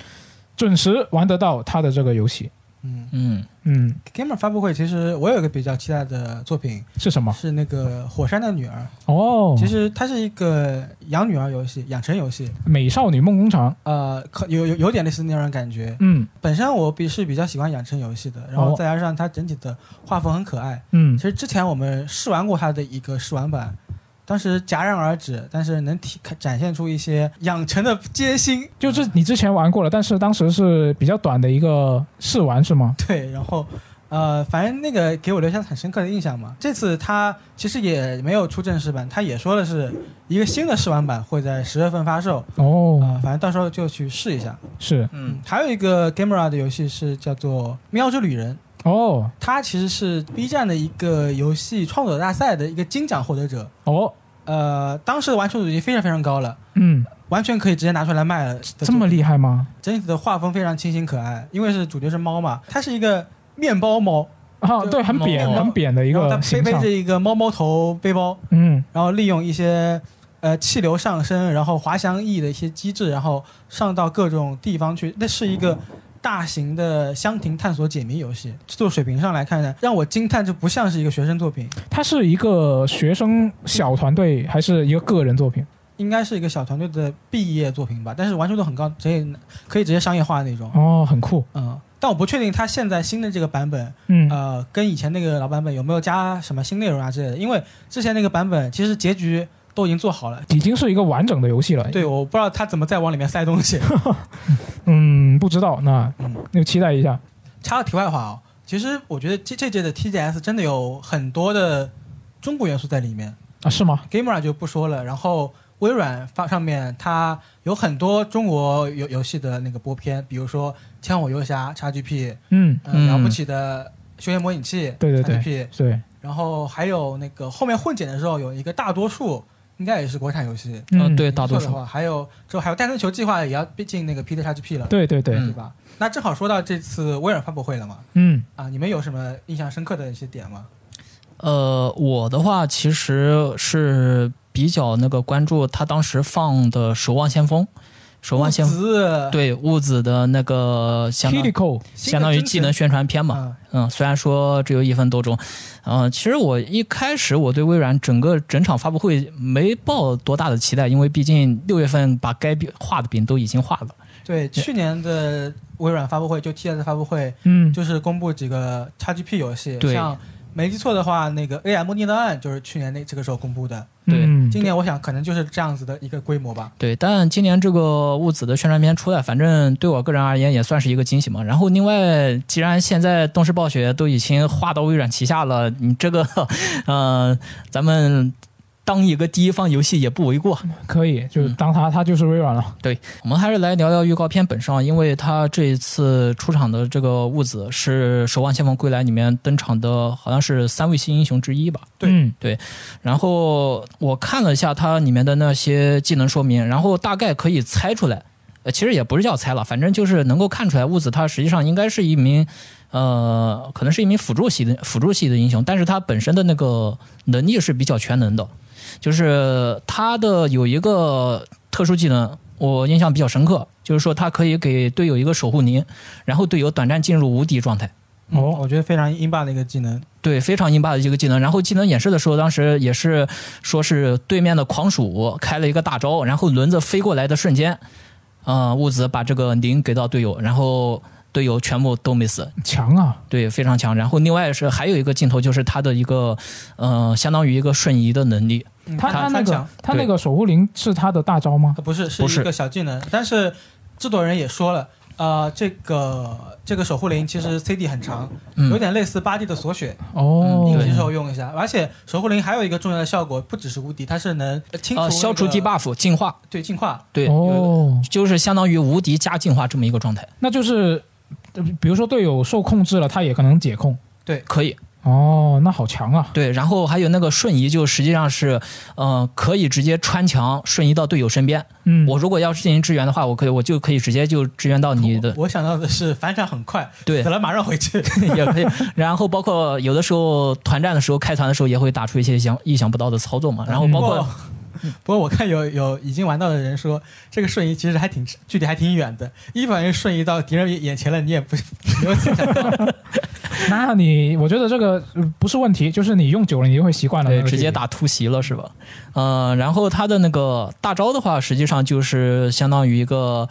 [SPEAKER 1] 准时玩得到它的这个游戏。
[SPEAKER 3] 嗯
[SPEAKER 2] 嗯
[SPEAKER 1] 嗯，
[SPEAKER 3] ，Gamer 发布会其实我有一个比较期待的作品
[SPEAKER 1] 是什么？
[SPEAKER 3] 是那个《火山的女儿》，
[SPEAKER 1] 哦，
[SPEAKER 3] 其实它是一个养女儿游戏、养成游戏，
[SPEAKER 1] 美少女梦工厂。
[SPEAKER 3] 呃，可有有有点类似那种感觉。
[SPEAKER 1] 嗯
[SPEAKER 3] 本身我比是比较喜欢养成游戏的，然后
[SPEAKER 1] 哦
[SPEAKER 3] 再加上它整体的画风很可爱。
[SPEAKER 1] 嗯
[SPEAKER 3] 其实之前我们试玩过它的一个试玩版，当时戛然而止，但是能体展现出一些养成的艰辛。
[SPEAKER 1] 就是你之前玩过了，但是当时是比较短的一个试玩是吗？
[SPEAKER 3] 对，然后呃，反正那个给我留下很深刻的印象嘛。这次它其实也没有出正式版，它也说的是一个新的试玩版会在十月份发售啊、
[SPEAKER 1] 哦，
[SPEAKER 3] 呃反正到时候就去试一下。
[SPEAKER 1] 是
[SPEAKER 2] 嗯，
[SPEAKER 3] 还有一个 Gamera 的游戏是叫做《喵之旅人》。
[SPEAKER 1] 哦
[SPEAKER 3] 它其实是 B 站的一个游戏创作大赛的一个金奖获得者，
[SPEAKER 1] 哦，
[SPEAKER 3] 呃，当时的完成度已经非常非常高了，
[SPEAKER 1] 嗯，
[SPEAKER 3] 完全可以直接拿出来卖了。
[SPEAKER 1] 这么，厉害吗？
[SPEAKER 3] 整体的画风非常清新可爱，因为是主角是猫嘛，它是一个面包猫，
[SPEAKER 1] 啊，
[SPEAKER 3] 就
[SPEAKER 1] 对，很扁、
[SPEAKER 2] 哦
[SPEAKER 1] 很扁的一
[SPEAKER 3] 然后它
[SPEAKER 1] 个
[SPEAKER 3] 背
[SPEAKER 1] 形
[SPEAKER 3] 背
[SPEAKER 1] 象
[SPEAKER 3] 着，一个猫猫头背包，
[SPEAKER 1] 嗯，
[SPEAKER 3] 然后利用一些呃气流上升，然后滑翔翼的一些机制，然后上到各种地方去。那是一
[SPEAKER 1] 哦
[SPEAKER 3] 个大型的箱庭探索解谜游戏，制作水平上来看呢，让我惊叹，这不像是一个学生作品。
[SPEAKER 1] 他是一个学生小团队还是一个个人作品？
[SPEAKER 3] 应该是一个小团队的毕业作品吧，但是完成度很高，直接可以直接商业化那种。
[SPEAKER 1] 哦，很酷，
[SPEAKER 3] 嗯，但我不确定它现在新的这个版本，
[SPEAKER 1] 嗯，
[SPEAKER 3] 啊呃，跟以前那个老版本有没有加什么新内容啊之类的。因为之前那个版本其实结局都已经做好了。
[SPEAKER 1] 已经是一个完整的游戏了。
[SPEAKER 3] 对，我不知道他怎么再往里面塞东西。
[SPEAKER 1] 嗯，不知道，那
[SPEAKER 3] 嗯，
[SPEAKER 1] 就期待一下。
[SPEAKER 3] 插个题外话哦，其实我觉得这这届的 TGS 真的有很多的中国元素在里面
[SPEAKER 1] 啊，是吗？
[SPEAKER 3] ，Gamera 就不说了，然后微软发上面它有很多中国游游戏的那个播片，比如说《枪火游侠》XGP，
[SPEAKER 1] 嗯，
[SPEAKER 3] 嗯，
[SPEAKER 2] 嗯
[SPEAKER 3] 了不起的休闲模拟器，
[SPEAKER 1] 对对对
[SPEAKER 3] XGP，
[SPEAKER 1] 对，
[SPEAKER 3] 然后还有那个后面混剪的时候有一个大多数应该也是国产游戏，
[SPEAKER 1] 嗯、
[SPEAKER 2] 呃，对，大多
[SPEAKER 3] 没错的
[SPEAKER 2] 数，
[SPEAKER 3] 话还有之后还有诞生球计划也要毕竟那个 PT XGP 了，
[SPEAKER 1] 对对对，
[SPEAKER 2] 嗯
[SPEAKER 3] 对吧？那正好说到这次微软发布会了嘛，
[SPEAKER 1] 嗯
[SPEAKER 3] 啊，你们有什么印象深刻的一些点吗？
[SPEAKER 2] 呃，我的话其实是比较那个关注他当时放的《守望先锋》，《守望先锋》
[SPEAKER 3] 子，
[SPEAKER 2] 对物子的那个相
[SPEAKER 1] k i
[SPEAKER 2] 当
[SPEAKER 1] l i c o
[SPEAKER 3] 新的
[SPEAKER 2] 相当于
[SPEAKER 3] 精神
[SPEAKER 2] 技能宣传片嘛，
[SPEAKER 3] 啊，
[SPEAKER 2] 嗯，虽然说只有一分多钟，嗯、其实我一开始我对微软整个整场发布会没抱多大的期待，因为毕竟六月份把该饼画的饼都已经画了。
[SPEAKER 3] 对，去年的微软发布会就 TS 发布会，
[SPEAKER 1] 嗯，
[SPEAKER 3] 就是公布几个 XGP 游戏，
[SPEAKER 2] 对
[SPEAKER 3] 像没记错的话，那个《A M 逆档案》就是去年那这个时候公布的，
[SPEAKER 2] 对
[SPEAKER 1] 嗯
[SPEAKER 3] 今年我想可能就是这样子的一个规模吧。
[SPEAKER 2] 对，但今年这个物子的宣传片出来，反正对我个人而言也算是一个惊喜嘛。然后另外，既然现在动视暴雪都已经划到微软旗下了，你这个， 呃，咱们当一个第一方游戏也不为过。
[SPEAKER 1] 可以，就是当它它就是微软了。
[SPEAKER 2] 我们还是来聊聊预告片本身啊，因为他这一次出场的这个物子是《守望先锋归来》里面登场的，好像是三位新英雄之一吧。
[SPEAKER 3] 对
[SPEAKER 1] 嗯
[SPEAKER 2] 然后我看了一下它里面的那些技能说明，然后大概可以猜出来，呃，其实也不是叫猜了，反正就是能够看出来物子他实际上应该是一名，呃，可能是一名辅助系的辅助系的英雄，但是他本身的那个能力是比较全能的，就是他的有一个特殊技能。我印象比较深刻，就是说他可以给队友一个守护灵，然后队友短暂进入无敌状态。
[SPEAKER 1] 哦
[SPEAKER 3] 嗯我觉得非常英霸的一个技能，
[SPEAKER 2] 对，非常硬霸的一个技能。然后技能演示的时候，当时也是说是对面的狂鼠开了一个大招，然后轮子飞过来的瞬间，呃，物子把这个零给到队友，然后队友全部都没死，
[SPEAKER 1] 强啊，
[SPEAKER 2] 对，非常强。然后另外是还有一个镜头，就是他的一个呃，相当于一个瞬移的能力，
[SPEAKER 3] 嗯
[SPEAKER 1] 它它那
[SPEAKER 3] 翻墙
[SPEAKER 1] 个它那个守护灵是它的大招吗？
[SPEAKER 3] 呃不是，是
[SPEAKER 2] 不是
[SPEAKER 3] 一个小技能。但是制作人也说了，呃，这个这个守护灵其实 CD 很长，有
[SPEAKER 2] 嗯，
[SPEAKER 3] 点类似八 D 的锁血，
[SPEAKER 1] 哦，
[SPEAKER 2] 嗯
[SPEAKER 3] 你有
[SPEAKER 2] 对
[SPEAKER 3] 些时候用一下。而且守护灵还有一个重要的效果，不只是无敌，它是能清除、
[SPEAKER 2] 呃，消除 debuff 净化，
[SPEAKER 3] 对进化。
[SPEAKER 2] 对，
[SPEAKER 1] 哦，
[SPEAKER 2] 就是相当于无敌加净化这么一个状态，
[SPEAKER 1] 那就是呃比如说队友受控制了，他也可能解控。
[SPEAKER 2] 可以。
[SPEAKER 1] 哦，那好强啊！
[SPEAKER 2] 对，然后还有那个瞬移，就实际上是，呃，可以直接穿墙瞬移到队友身边。
[SPEAKER 1] 嗯，
[SPEAKER 2] 我如果要是进行支援的话，我可以我就可以直接就支援到你的，
[SPEAKER 3] 我想到的是反闪很快，
[SPEAKER 2] 对
[SPEAKER 3] 死，了马上回 去。
[SPEAKER 2] 也可以。然后包括有的时候团战的时候，开团的时候也会打出一些想意想不到的操
[SPEAKER 1] 嗯
[SPEAKER 2] 作嘛。然后
[SPEAKER 1] 哦
[SPEAKER 2] 包括、
[SPEAKER 3] 不过嗯不过我看有有已经玩到的人说，这个瞬移其实还挺距离还挺远的，一不小心瞬移到敌人眼前了，你也不 没有想到。
[SPEAKER 1] 那你我觉得这个呃不是问题，就是你用久了你就会习惯了。
[SPEAKER 2] 对
[SPEAKER 1] 那个
[SPEAKER 2] 直接
[SPEAKER 1] 距离。
[SPEAKER 2] 打突袭了是吧？呃，然后他的那个大招的话，实际上就是相当于一个。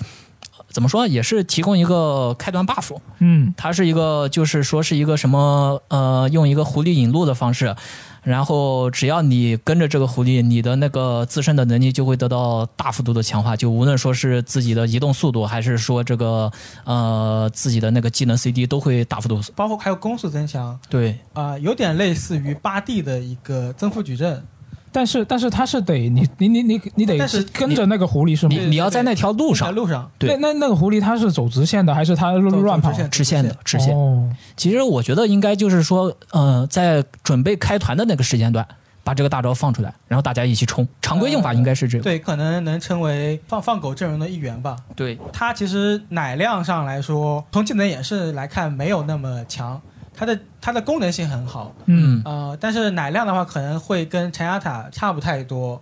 [SPEAKER 2] 怎么说？也是提供一个开端 buff，
[SPEAKER 1] 嗯
[SPEAKER 2] 它是一个，就是说是一个什么呃，用一个狐狸引路的方式，然后只要你跟着这个狐狸，你的那个自身的能力就会得到大幅度的强化，就无论说是自己的移动速度，还是说这个呃自己的那个技能 CD 都会大幅度呃
[SPEAKER 3] 包括还有攻速增强，
[SPEAKER 2] 对
[SPEAKER 3] 啊、有点类似于八 D 的一个增幅矩阵，
[SPEAKER 1] 但是但是他是得你你你你你得
[SPEAKER 3] 但是
[SPEAKER 1] 跟着那个狐狸是吗
[SPEAKER 2] 你？你要在那条路
[SPEAKER 3] 在
[SPEAKER 2] 上
[SPEAKER 3] 路上
[SPEAKER 2] 对
[SPEAKER 1] 那那那个狐狸它是走直线的还是它
[SPEAKER 3] 走走
[SPEAKER 1] 乱跑
[SPEAKER 3] 直？线
[SPEAKER 2] 直线的，直线。
[SPEAKER 1] 哦，
[SPEAKER 2] 其实我觉得应该就是说，呃，在准备开团的那个时间段。把这个大招放出来，然后大家一起冲。常规用法应该是这个。
[SPEAKER 3] 对，可能能成为放放狗阵容的一员吧。
[SPEAKER 2] 对，
[SPEAKER 3] 它其实奶量上来说，从技能演示来看没有那么强，它的它的功能性很好，
[SPEAKER 1] 嗯
[SPEAKER 2] 嗯，
[SPEAKER 3] 呃，但是奶量的话可能会跟缠牙塔差不太多，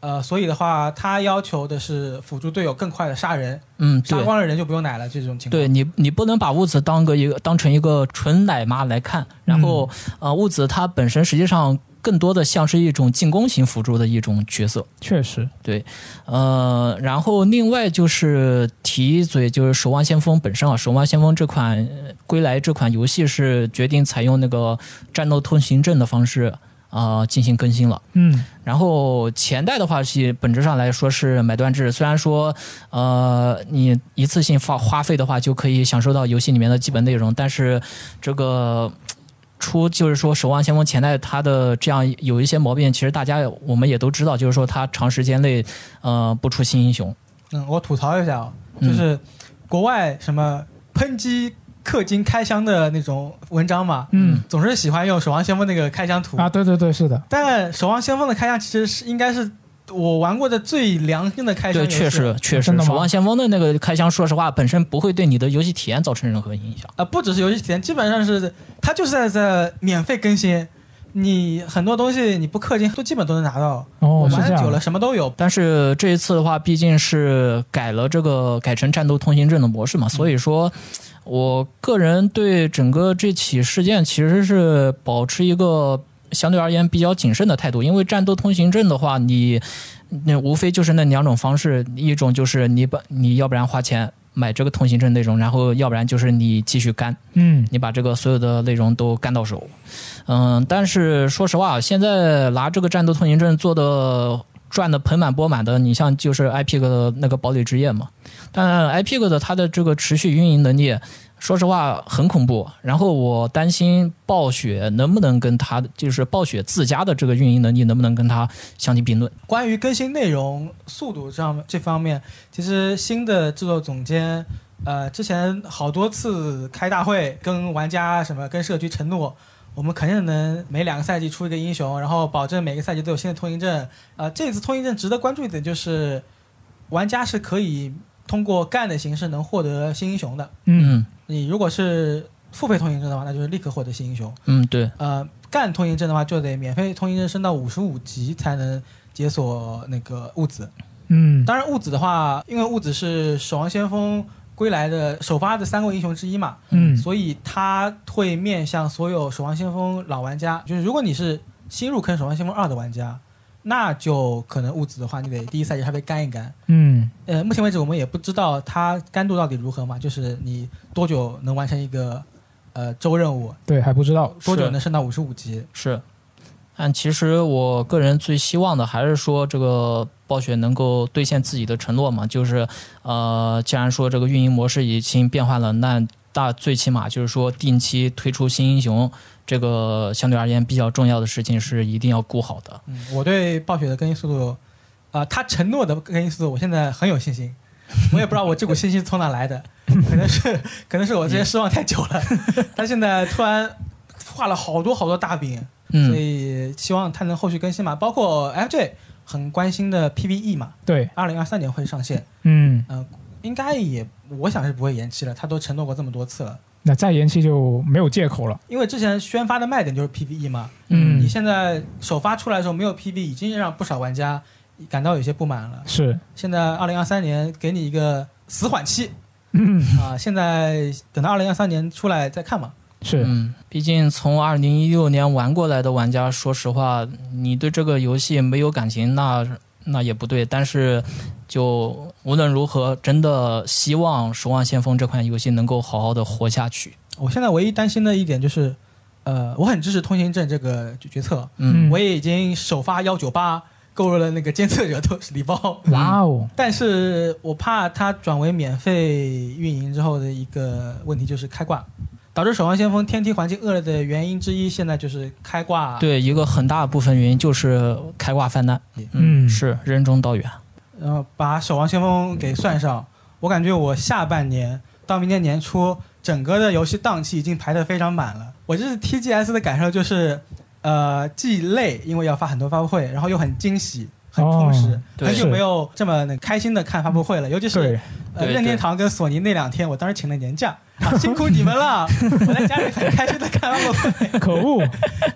[SPEAKER 3] 呃，所以的话，它要求的是辅助队友更快的杀人，
[SPEAKER 2] 嗯，对
[SPEAKER 3] 杀。光了人就不用奶了这种情况。
[SPEAKER 2] 对你，你不能把物子当个一个当成一个纯奶妈来看。然后，呃，物子它本身实际上更多的像是一种进攻型辅助的一种角色。
[SPEAKER 1] 确实，
[SPEAKER 2] 呃，然后另外就是提一嘴，就是《守望先锋》本身啊，《守望先锋》这款呃《归来》这款游戏是决定采用那个战斗通行证的方式。呃进行更新了。
[SPEAKER 1] 嗯
[SPEAKER 2] 然后前代的话是本质上来说是买断制，虽然说呃你一次性花花费的话就可以享受到游戏里面的基本内容，但是这个。出就是说，《守望先锋》前代它的这样有一些毛病，其实大家我们也都知道，就是说它长时间内，呃，不出新英雄，
[SPEAKER 3] 嗯，我吐槽一下啊、
[SPEAKER 2] 嗯
[SPEAKER 3] 就是国外什么抨击氪金开箱的那种文章嘛，
[SPEAKER 1] 嗯
[SPEAKER 3] 总是喜欢用《守望先锋》那个开箱图
[SPEAKER 1] 啊，对对对，是的，
[SPEAKER 3] 但《守望先锋》的开箱其实是应该是我玩过的最良心的开箱
[SPEAKER 2] 对，
[SPEAKER 3] 游戏
[SPEAKER 2] 确实确实，
[SPEAKER 1] 真的
[SPEAKER 2] 《
[SPEAKER 1] 吗
[SPEAKER 2] 守望先锋》的那个开箱，说实话，本身不会对你的游戏体验造成任何影响。
[SPEAKER 3] 啊、不只是游戏体验，基本上是它就是在在免费更新，你很多东西你不氪金都基本都能拿到。
[SPEAKER 1] 哦
[SPEAKER 3] 我，
[SPEAKER 1] 是
[SPEAKER 3] 玩
[SPEAKER 1] 这
[SPEAKER 3] 得久
[SPEAKER 1] 样
[SPEAKER 3] 了，
[SPEAKER 1] 的，
[SPEAKER 3] 什么都有。
[SPEAKER 2] 但是这一次的话，毕竟是改了这个改成战斗通行证的模式嘛，所以说，我个人对整个这起事件其实是保持一个相对而言比较谨慎的态度，因为战斗通行证的话，你那无非就是那两种方式，一种就是你把你要不然花钱。买这个通行证内容，然后要不然就是你继续干，
[SPEAKER 1] 嗯
[SPEAKER 2] 你把这个所有的内容都干到手。嗯，但是说实话，现在拿这个战斗通行证做的赚的盆满钵满的，你像就是 IPG 的那个堡垒之夜嘛，但 IPG 的它的这个持续运营能力。说实话很恐怖，然后我担心暴雪能不能跟它，就是暴雪自家的这个运营能力能不能跟它相提并论。
[SPEAKER 3] 关于更新内容速度这样这方面，其实新的制作总监，呃，之前好多次开大会，跟玩家什么跟社区承诺，我们肯定能每两个赛季出一个英雄，然后保证每个赛季都有新的通行证。呃，这次通行证值得关注一点就是，玩家是可以通过干的形式能获得新英雄的。
[SPEAKER 1] 嗯
[SPEAKER 2] 嗯
[SPEAKER 3] 你如果是付费通行证的话，那就是立刻获得新英雄。
[SPEAKER 2] 嗯，对，
[SPEAKER 3] 呃，干通行证的话，就得免费通行证升到五十五级才能解锁那个物资。
[SPEAKER 1] 嗯
[SPEAKER 3] 当然，物资的话，因为物资是《守望先锋》归来的首发的三个英雄之一嘛，
[SPEAKER 1] 嗯
[SPEAKER 3] 所以它会面向所有《守望先锋》老玩家。就是如果你是新入坑《守望先锋二》的玩家，那就可能物资的话，你得第一赛季还得干一干。
[SPEAKER 1] 嗯
[SPEAKER 3] 呃，目前为止我们也不知道它干度到底如何嘛，就是你多久能完成一个呃周任务，
[SPEAKER 1] 对，还不知道，
[SPEAKER 3] 多久
[SPEAKER 2] 是
[SPEAKER 3] 能升到五十五级。
[SPEAKER 2] 是，但其实我个人最希望的还是说这个暴雪能够兑现自己的承诺嘛，就是呃，既然说这个运营模式已经变换了，那大最起码就是说定期推出新英雄，这个相对而言比较重要的事情是一定要顾好的。
[SPEAKER 3] 嗯，我对暴雪的更新速度，啊，他承诺的更新速度，我现在很有信心。我也不知道我这股信心从哪来的，可能是可能是我之前失望太久了， 他现在突然画了好多好多大饼，所
[SPEAKER 2] 嗯，
[SPEAKER 3] 以希望他能后续更新嘛。包括 FJ 很关心的 PVE 嘛，
[SPEAKER 1] 对，
[SPEAKER 3] 二零二三年会上线，
[SPEAKER 1] 嗯，
[SPEAKER 3] 应该也我想是不会延期了，他都承诺过这么多次了。
[SPEAKER 1] 那再延期就没有借口了，
[SPEAKER 3] 因为之前宣发的卖点就是 PVE 嘛，
[SPEAKER 1] 嗯
[SPEAKER 3] 你现在首发出来的时候没有 PVE，已经让不少玩家感到有些不满了。
[SPEAKER 1] 是，
[SPEAKER 3] 现在二零二三年给你一个死缓期
[SPEAKER 1] 嗯
[SPEAKER 3] 啊、现在等到二零二三年出来再看嘛。
[SPEAKER 1] 是，
[SPEAKER 2] 嗯，毕竟从二零一六年玩过来的玩家，说实话，你对这个游戏没有感情，那那也不对。但是，就无论如何，真的希望《守望先锋》这款游戏能够好好的活下去。
[SPEAKER 3] 我现在唯一担心的一点就是，呃，我很支持通行证这个决策，
[SPEAKER 2] 嗯，
[SPEAKER 3] 我也已经首发幺九八购入了那个监测者都是礼包，
[SPEAKER 1] 哇哦，
[SPEAKER 3] 但是我怕它转为免费运营之后的一个问题就是开挂，导致《守望先锋》天梯环境恶劣的原因之一，现在就是开挂。，
[SPEAKER 2] 对一个很大部分原因就是开挂泛滥。
[SPEAKER 1] 嗯
[SPEAKER 2] 是任重道远。
[SPEAKER 3] 然后呃把《守望先锋》给算上，我感觉我下半年到明年年初，整个的游戏档期已经排得非常满了。我这次 TGS 的感受就是，呃，既累，因为要发很多发布会，然后又很惊喜。很充实
[SPEAKER 1] 哦，
[SPEAKER 2] 对
[SPEAKER 3] 很久
[SPEAKER 1] 是
[SPEAKER 3] 没有这么那开心的看发布会了，尤其是
[SPEAKER 1] 对，
[SPEAKER 3] 呃，
[SPEAKER 2] 对
[SPEAKER 3] 任天堂跟索尼那两天，我当时请了年假，啊、辛苦你们 了。我在家里很开心的看他们，
[SPEAKER 1] 可恶，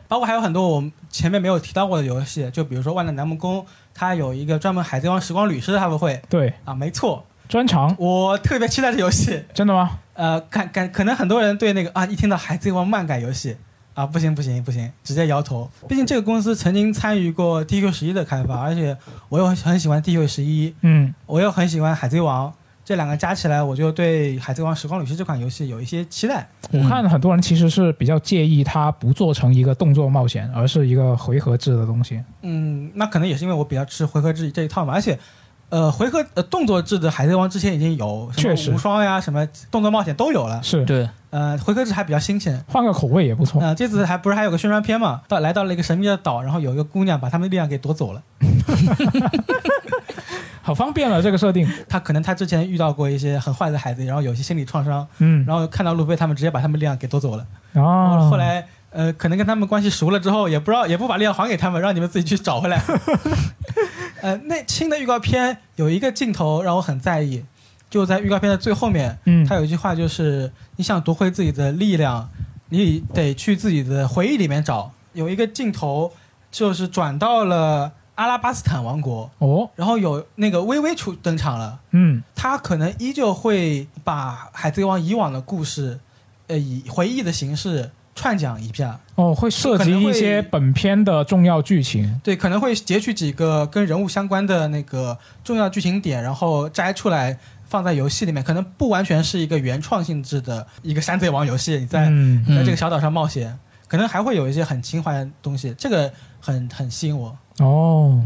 [SPEAKER 3] 包括还有很多我们前面没有提到过的游戏，就比如说《万代南梦宫》，它有一个专门《海贼王时光旅师》的发布会
[SPEAKER 1] 对，
[SPEAKER 3] 啊，没错，
[SPEAKER 1] 专长，
[SPEAKER 3] 我特别期待这游戏。
[SPEAKER 1] 真的吗？
[SPEAKER 3] 呃，感感可能很多人对那个啊，一听到《海贼王》漫改游戏啊，不行不行不行，直接摇头。毕竟这个公司曾经参与过 DQ 十一的开发，而且我又很喜欢 DQ 十一，
[SPEAKER 1] 嗯
[SPEAKER 3] 我又很喜欢《海贼王》，这两个加起来，我就对《海贼王：时光旅行》这款游戏有一些期待。
[SPEAKER 2] 嗯
[SPEAKER 1] 我看很多人其实是比较介意它不做成一个动作冒险，而是一个回合制的东西。
[SPEAKER 3] 嗯，那可能也是因为我比较吃回合制这一套嘛，而且，呃，回合呃动作制的《海贼王》之前已经有，什
[SPEAKER 1] 确
[SPEAKER 3] 么
[SPEAKER 1] 实
[SPEAKER 3] 无双呀，什么动作冒险都有了。
[SPEAKER 1] 是，
[SPEAKER 2] 对，
[SPEAKER 3] 呃，回合制还比较新鲜。
[SPEAKER 1] 换个口味也不错。
[SPEAKER 3] 呃，这次还不是还有个宣传片嘛？到来到了一个神秘的岛，然后有一个姑娘把他们的力量给夺走了。
[SPEAKER 1] 好方便了这个设定。
[SPEAKER 3] 她可能她之前遇到过一些很坏的孩子，然后有一些心理创伤，
[SPEAKER 1] 嗯，
[SPEAKER 3] 然后看到路飞他们直接把他们力量给夺走了。
[SPEAKER 1] 然
[SPEAKER 3] 然
[SPEAKER 1] 后
[SPEAKER 3] 后后来呃，可能跟他们关系熟了之后，也不知道也不把力量还给他们，让你们自己去找回来。 呃，那新的预告片有一个镜头让我很在意，就在预告片的最后面，
[SPEAKER 1] 嗯，
[SPEAKER 3] 他有一句话就是：“你想夺回自己的力量，你得去自己的回忆里面找。”有一个镜头就是转到了阿拉巴斯坦王国，
[SPEAKER 1] 哦，
[SPEAKER 3] 然后有那个微微出登场了。
[SPEAKER 1] 嗯
[SPEAKER 3] 他可能依旧会把《海贼王》以往的故事，呃，以回忆的形式串讲一下。
[SPEAKER 1] 哦，会涉及一些本片的重要剧情。
[SPEAKER 3] 对，可能会截取几个跟人物相关的那个重要剧情点，然后摘出来放在游戏里面。可能不完全是一个原创性质的一个《山贼王》游戏，你在、
[SPEAKER 1] 嗯
[SPEAKER 3] 在这个小岛上冒险，可能还会有一些很情怀的东西，这个很很吸引我。
[SPEAKER 1] 哦，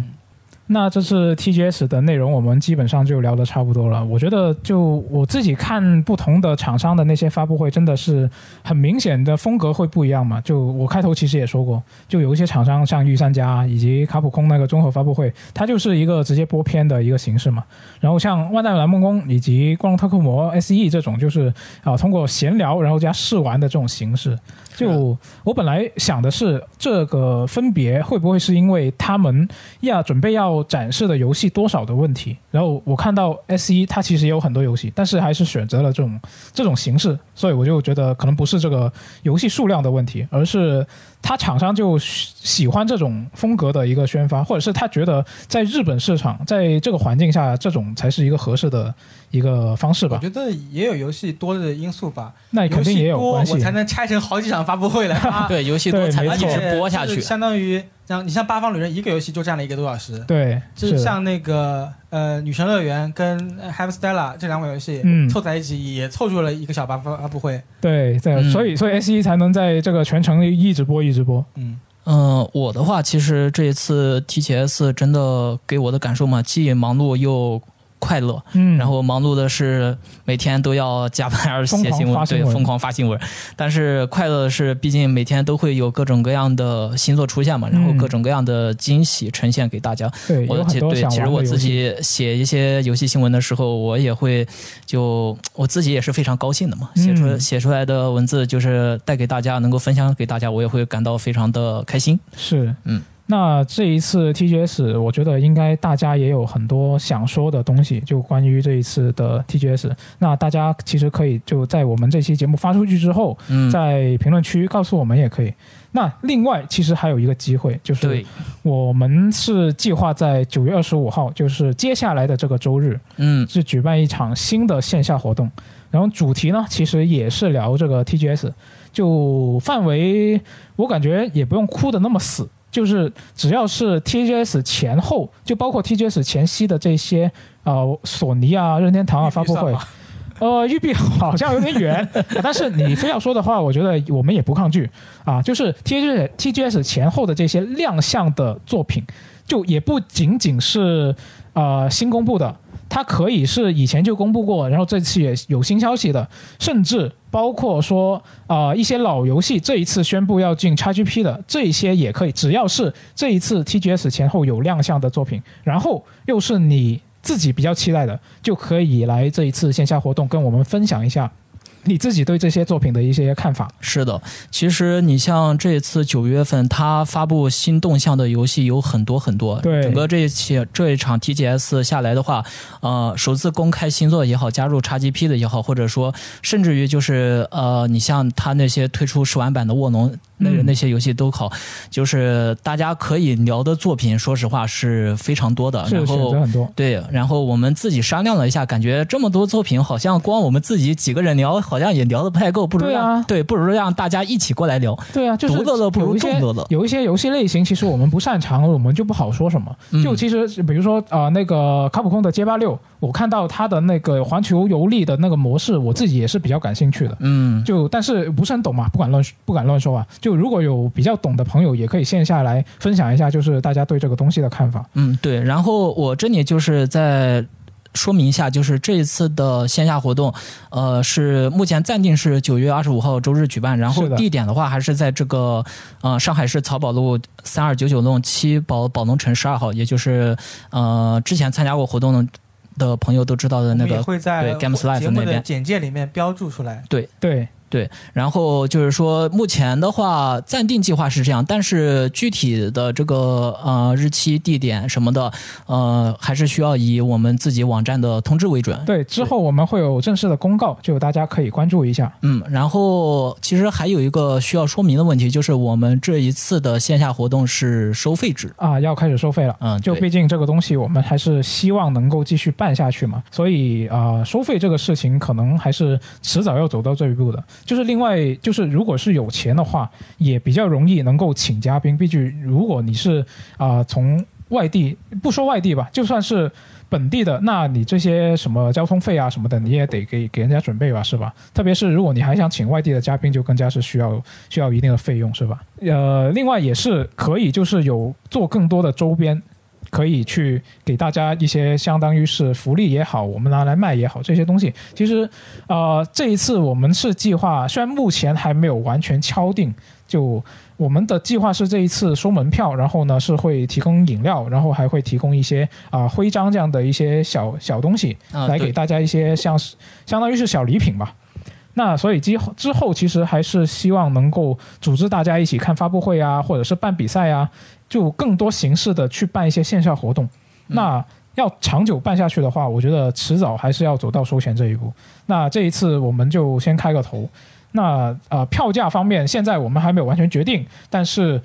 [SPEAKER 1] 那这次 TGS 的内容我们基本上就聊得差不多了。我觉得就我自己看不同的厂商的那些发布会，真的是很明显的风格会不一样嘛。就我开头其实也说过，就有一些厂商像御三家啊以及卡普空那个综合发布会，它就是一个直接播片的一个形式嘛。然后像万代蓝梦宫以及光荣特库摩 SE E 这种，就是啊、通过闲聊然后加试玩的这种形式，就我本来想的是，这个分别会不会是因为他们要准备要展示的游戏多少的问题？然后我看到 S E 一它其实也有很多游戏，但是还是选择了这种这种形式，所以我就觉得可能不是这个游戏数量的问题，而是他厂商就喜喜欢这种风格的一个宣发，或者是他觉得在日本市场在这个环境下，这种才是一个合适的一个方式
[SPEAKER 3] 我
[SPEAKER 1] 吧？
[SPEAKER 3] 觉得也有游戏多的因素吧，
[SPEAKER 1] 那肯
[SPEAKER 3] 游
[SPEAKER 1] 定
[SPEAKER 3] 戏
[SPEAKER 1] 也有
[SPEAKER 3] 多
[SPEAKER 1] 关系
[SPEAKER 3] 我。才能拆成好几场发布会来发。
[SPEAKER 4] 对，游戏多
[SPEAKER 1] 啊 对
[SPEAKER 4] 才能
[SPEAKER 1] 没
[SPEAKER 4] 一
[SPEAKER 1] 错
[SPEAKER 4] 直播
[SPEAKER 3] 而且
[SPEAKER 4] 下
[SPEAKER 3] 就是
[SPEAKER 4] 去。
[SPEAKER 3] 相当于像你像《八方旅人》一个游戏就占了一个多小时，
[SPEAKER 1] 对，
[SPEAKER 3] 就是
[SPEAKER 1] 是的
[SPEAKER 3] 像那个呃《女神乐园》跟《Have Stella》这两款游戏、
[SPEAKER 1] 嗯
[SPEAKER 3] 凑在一起也凑出了一个小发布发布会。
[SPEAKER 1] 对对，
[SPEAKER 2] 嗯
[SPEAKER 1] 所以所以 S 一才能在这个全程一直播一直播。
[SPEAKER 3] 嗯，
[SPEAKER 2] 嗯，我的话，其实这一次 TGS 真的给我的感受嘛，既忙碌又快乐。
[SPEAKER 1] 嗯，
[SPEAKER 2] 然后忙碌的是每天都要加班而
[SPEAKER 1] 疯
[SPEAKER 2] 写
[SPEAKER 1] 狂
[SPEAKER 2] 新闻
[SPEAKER 1] 发，新
[SPEAKER 2] 对，
[SPEAKER 1] 闻
[SPEAKER 2] 疯狂发新闻。但是快乐的是，毕竟每天都会有各种各样的新作出现嘛，然后
[SPEAKER 1] 嗯
[SPEAKER 2] 各种各样的惊喜呈现给大家。
[SPEAKER 1] 对，
[SPEAKER 2] 我
[SPEAKER 1] 有
[SPEAKER 2] 其
[SPEAKER 1] 很多
[SPEAKER 2] 对，
[SPEAKER 1] 想
[SPEAKER 2] 其实
[SPEAKER 1] 玩
[SPEAKER 2] 我
[SPEAKER 1] 的游
[SPEAKER 2] 自
[SPEAKER 1] 戏。
[SPEAKER 2] 己写一些游戏新闻的时候，我也会就我自己也是非常高兴的嘛，写出、
[SPEAKER 1] 嗯
[SPEAKER 2] 写出来的文字就是带给大家，能够分享给大家，我也会感到非常的开心。
[SPEAKER 1] 是，
[SPEAKER 2] 嗯。
[SPEAKER 1] 那这一次 TGS，我觉得应该大家也有很多想说的东西，就关于这一次的 TGS。那大家其实可以就在我们这期节目发出去之后，
[SPEAKER 2] 嗯，
[SPEAKER 1] 在评论区告诉我们也可以。那另外，其实还有一个机会，就是
[SPEAKER 2] 对，
[SPEAKER 1] 我们是计划在九月二十五号，就是接下来的这个周日，
[SPEAKER 2] 嗯
[SPEAKER 1] 是举办一场新的线下活动，然后主题呢其实也是聊这个 TGS，就范围我感觉也不用哭的那么死，就是只要是 TGS 前后，就包括 TGS 前夕的这些呃索尼啊、任天堂啊发布会
[SPEAKER 3] 预算，吧
[SPEAKER 1] 呃，育碧好像有点远，但是你非要说的话，我觉得我们也不抗拒啊。就是 TGS TGS 前后的这些亮相的作品，就也不仅仅是呃新公布的，它可以是以前就公布过，然后这次也有新消息的，甚至包括说啊一些老游戏这一次宣布要进 XGP 的，这些也可以，只要是这一次 TGS 前后有亮相的作品，然后又是你自己比较期待的，就可以来这一次线下活动跟我们分享一下你自己对这些作品的一些看法。
[SPEAKER 2] 是的。其实你像这次九月份，它发布新动向的游戏有很多很多。
[SPEAKER 1] 对
[SPEAKER 2] 整个这一期这一场 TGS 下来的话，呃，首次公开新作也好，加入 XGP 的也好，或者说甚至于就是呃，你像它那些推出试玩版的《卧龙》那
[SPEAKER 1] 嗯
[SPEAKER 2] 那些游戏都考，就是大家可以聊的作品，说实话是非常多的。
[SPEAKER 1] 是
[SPEAKER 2] 啊然
[SPEAKER 1] 选
[SPEAKER 2] 后
[SPEAKER 1] 择很多。
[SPEAKER 2] 对，然后我们自己商量了一下，感觉这么多作品，好像光我们自己几个人聊，好像也聊得不太够，不如
[SPEAKER 1] 对啊
[SPEAKER 2] 让对,、不如让大家一起过来聊。
[SPEAKER 1] 对啊，就是
[SPEAKER 2] 独乐乐不
[SPEAKER 1] 有
[SPEAKER 2] 如
[SPEAKER 1] 一些
[SPEAKER 2] 众乐乐。
[SPEAKER 1] 有一些游戏类型，其实我们不擅长，我们就不好说什么。
[SPEAKER 2] 嗯
[SPEAKER 1] 就其实比如说啊、呃那个卡普空的街霸六，我看到它的那个环球游历的那个模式，我自己也是比较感兴趣的。
[SPEAKER 2] 嗯，
[SPEAKER 1] 就但是不是很懂嘛，不敢乱不敢乱说啊。就如果有比较懂的朋友，也可以线下来分享一下，就是大家对这个东西的看法。
[SPEAKER 2] 嗯，对。然后我这里就是在说明一下，就是这一次的线下活动，呃，是目前暂定是九月二十五号周日举办，然后
[SPEAKER 1] 是的
[SPEAKER 2] 地点的话还是在这个呃上海市漕宝路三二九九弄七宝宝龙城十二号，也就是呃之前参加过活动的朋友都知道的
[SPEAKER 3] 我
[SPEAKER 2] 那
[SPEAKER 3] 们也
[SPEAKER 2] 个。
[SPEAKER 3] 会
[SPEAKER 2] 对
[SPEAKER 3] 在
[SPEAKER 2] Games Live
[SPEAKER 3] 节目
[SPEAKER 2] 那
[SPEAKER 3] 的
[SPEAKER 2] 边
[SPEAKER 3] 简介里面标注出来。
[SPEAKER 1] 对，
[SPEAKER 2] 然后就是说，目前的话，暂定计划是这样，但是具体的这个呃日期、地点什么的，呃，还是需要以我们自己网站的通知为准。
[SPEAKER 1] 对，之后我们会有正式的公告，就大家可以关注一下。
[SPEAKER 2] 嗯，然后其实还有一个需要说明的问题，就是我们这一次的线下活动是收费制。
[SPEAKER 1] 啊，要开始收费了。
[SPEAKER 2] 嗯，
[SPEAKER 1] 就
[SPEAKER 2] 对
[SPEAKER 1] 毕竟这个东西，我们还是希望能够继续办下去嘛，所以啊、呃收费这个事情可能还是迟早要走到这一步的。就是另外，就是如果是有钱的话，也比较容易能够请嘉宾。毕竟如果你是啊、呃从外地，不说外地吧，就算是本地的，那你这些什么交通费啊什么的，你也得给给人家准备吧，是吧？特别是如果你还想请外地的嘉宾，就更加是需要需要一定的费用，是吧？呃，另外也是可以就是有做更多的周边。可以去给大家一些相当于是福利也好，我们拿来卖也好，这些东西其实，呃，这一次我们是计划，虽然目前还没有完全敲定，就我们的计划是这一次收门票，然后呢是会提供饮料，然后还会提供一些啊、徽章这样的一些小小东西，
[SPEAKER 2] 啊，
[SPEAKER 1] 来给
[SPEAKER 2] 对，
[SPEAKER 1] 大家一些像是相当于是小礼品吧。那所以之后之后其实还是希望能够组织大家一起看发布会啊，或者是办比赛啊，就更多形式的去办一些线下活动。
[SPEAKER 2] 嗯
[SPEAKER 1] 那要长久办下去的话，我觉得迟早还是要走到收钱这一步。那这一次我们就先开个头。那呃，票价方面现在我们还没有完全决定，但是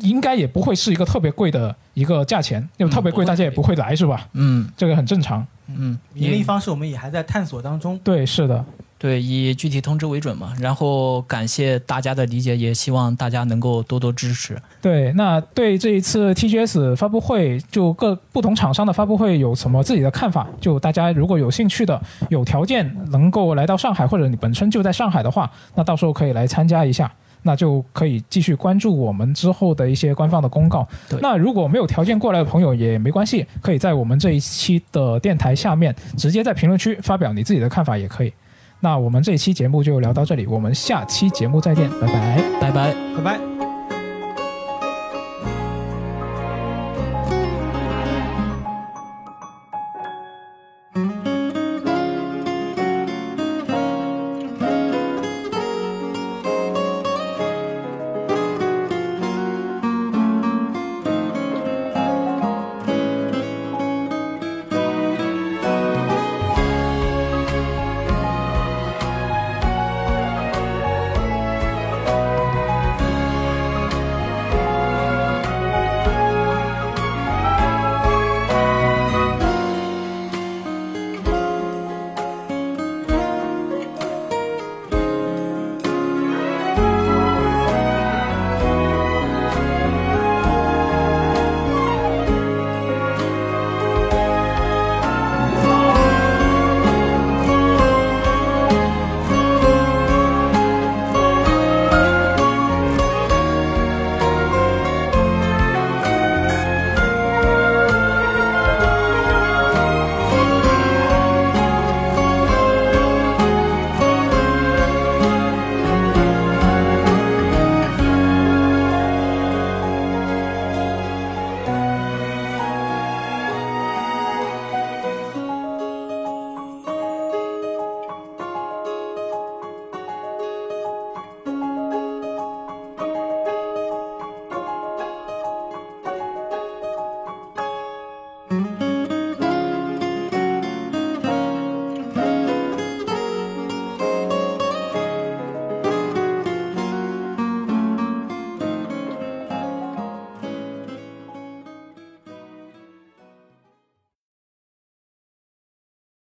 [SPEAKER 1] 应该也不会是一个特别贵的一个价钱，因为
[SPEAKER 2] 嗯
[SPEAKER 1] 特别
[SPEAKER 2] 不
[SPEAKER 1] 贵
[SPEAKER 2] 会
[SPEAKER 1] 大家也不会来是吧？
[SPEAKER 2] 嗯
[SPEAKER 1] 这个很正常。
[SPEAKER 2] 嗯，
[SPEAKER 3] 盈利
[SPEAKER 2] 以
[SPEAKER 3] 方式我们也还在探索当中。
[SPEAKER 1] 对，是的。
[SPEAKER 2] 对以具体通知为准嘛。然后感谢大家的理解，也希望大家能够多多支持。
[SPEAKER 1] 对，那对这一次 TGS 发布会，就各不同厂商的发布会有什么自己的看法？就大家如果有兴趣的，有条件能够来到上海，或者你本身就在上海的话，那到时候可以来参加一下。那就可以继续关注我们之后的一些官方的公告
[SPEAKER 2] 对。
[SPEAKER 1] 那如果没有条件过来的朋友也没关系，可以在我们这一期的电台下面直接在评论区发表你自己的看法，也可以。那我们这一期节目就聊到这里，我们下期节目再见，拜拜。
[SPEAKER 2] 拜拜。
[SPEAKER 3] 拜拜。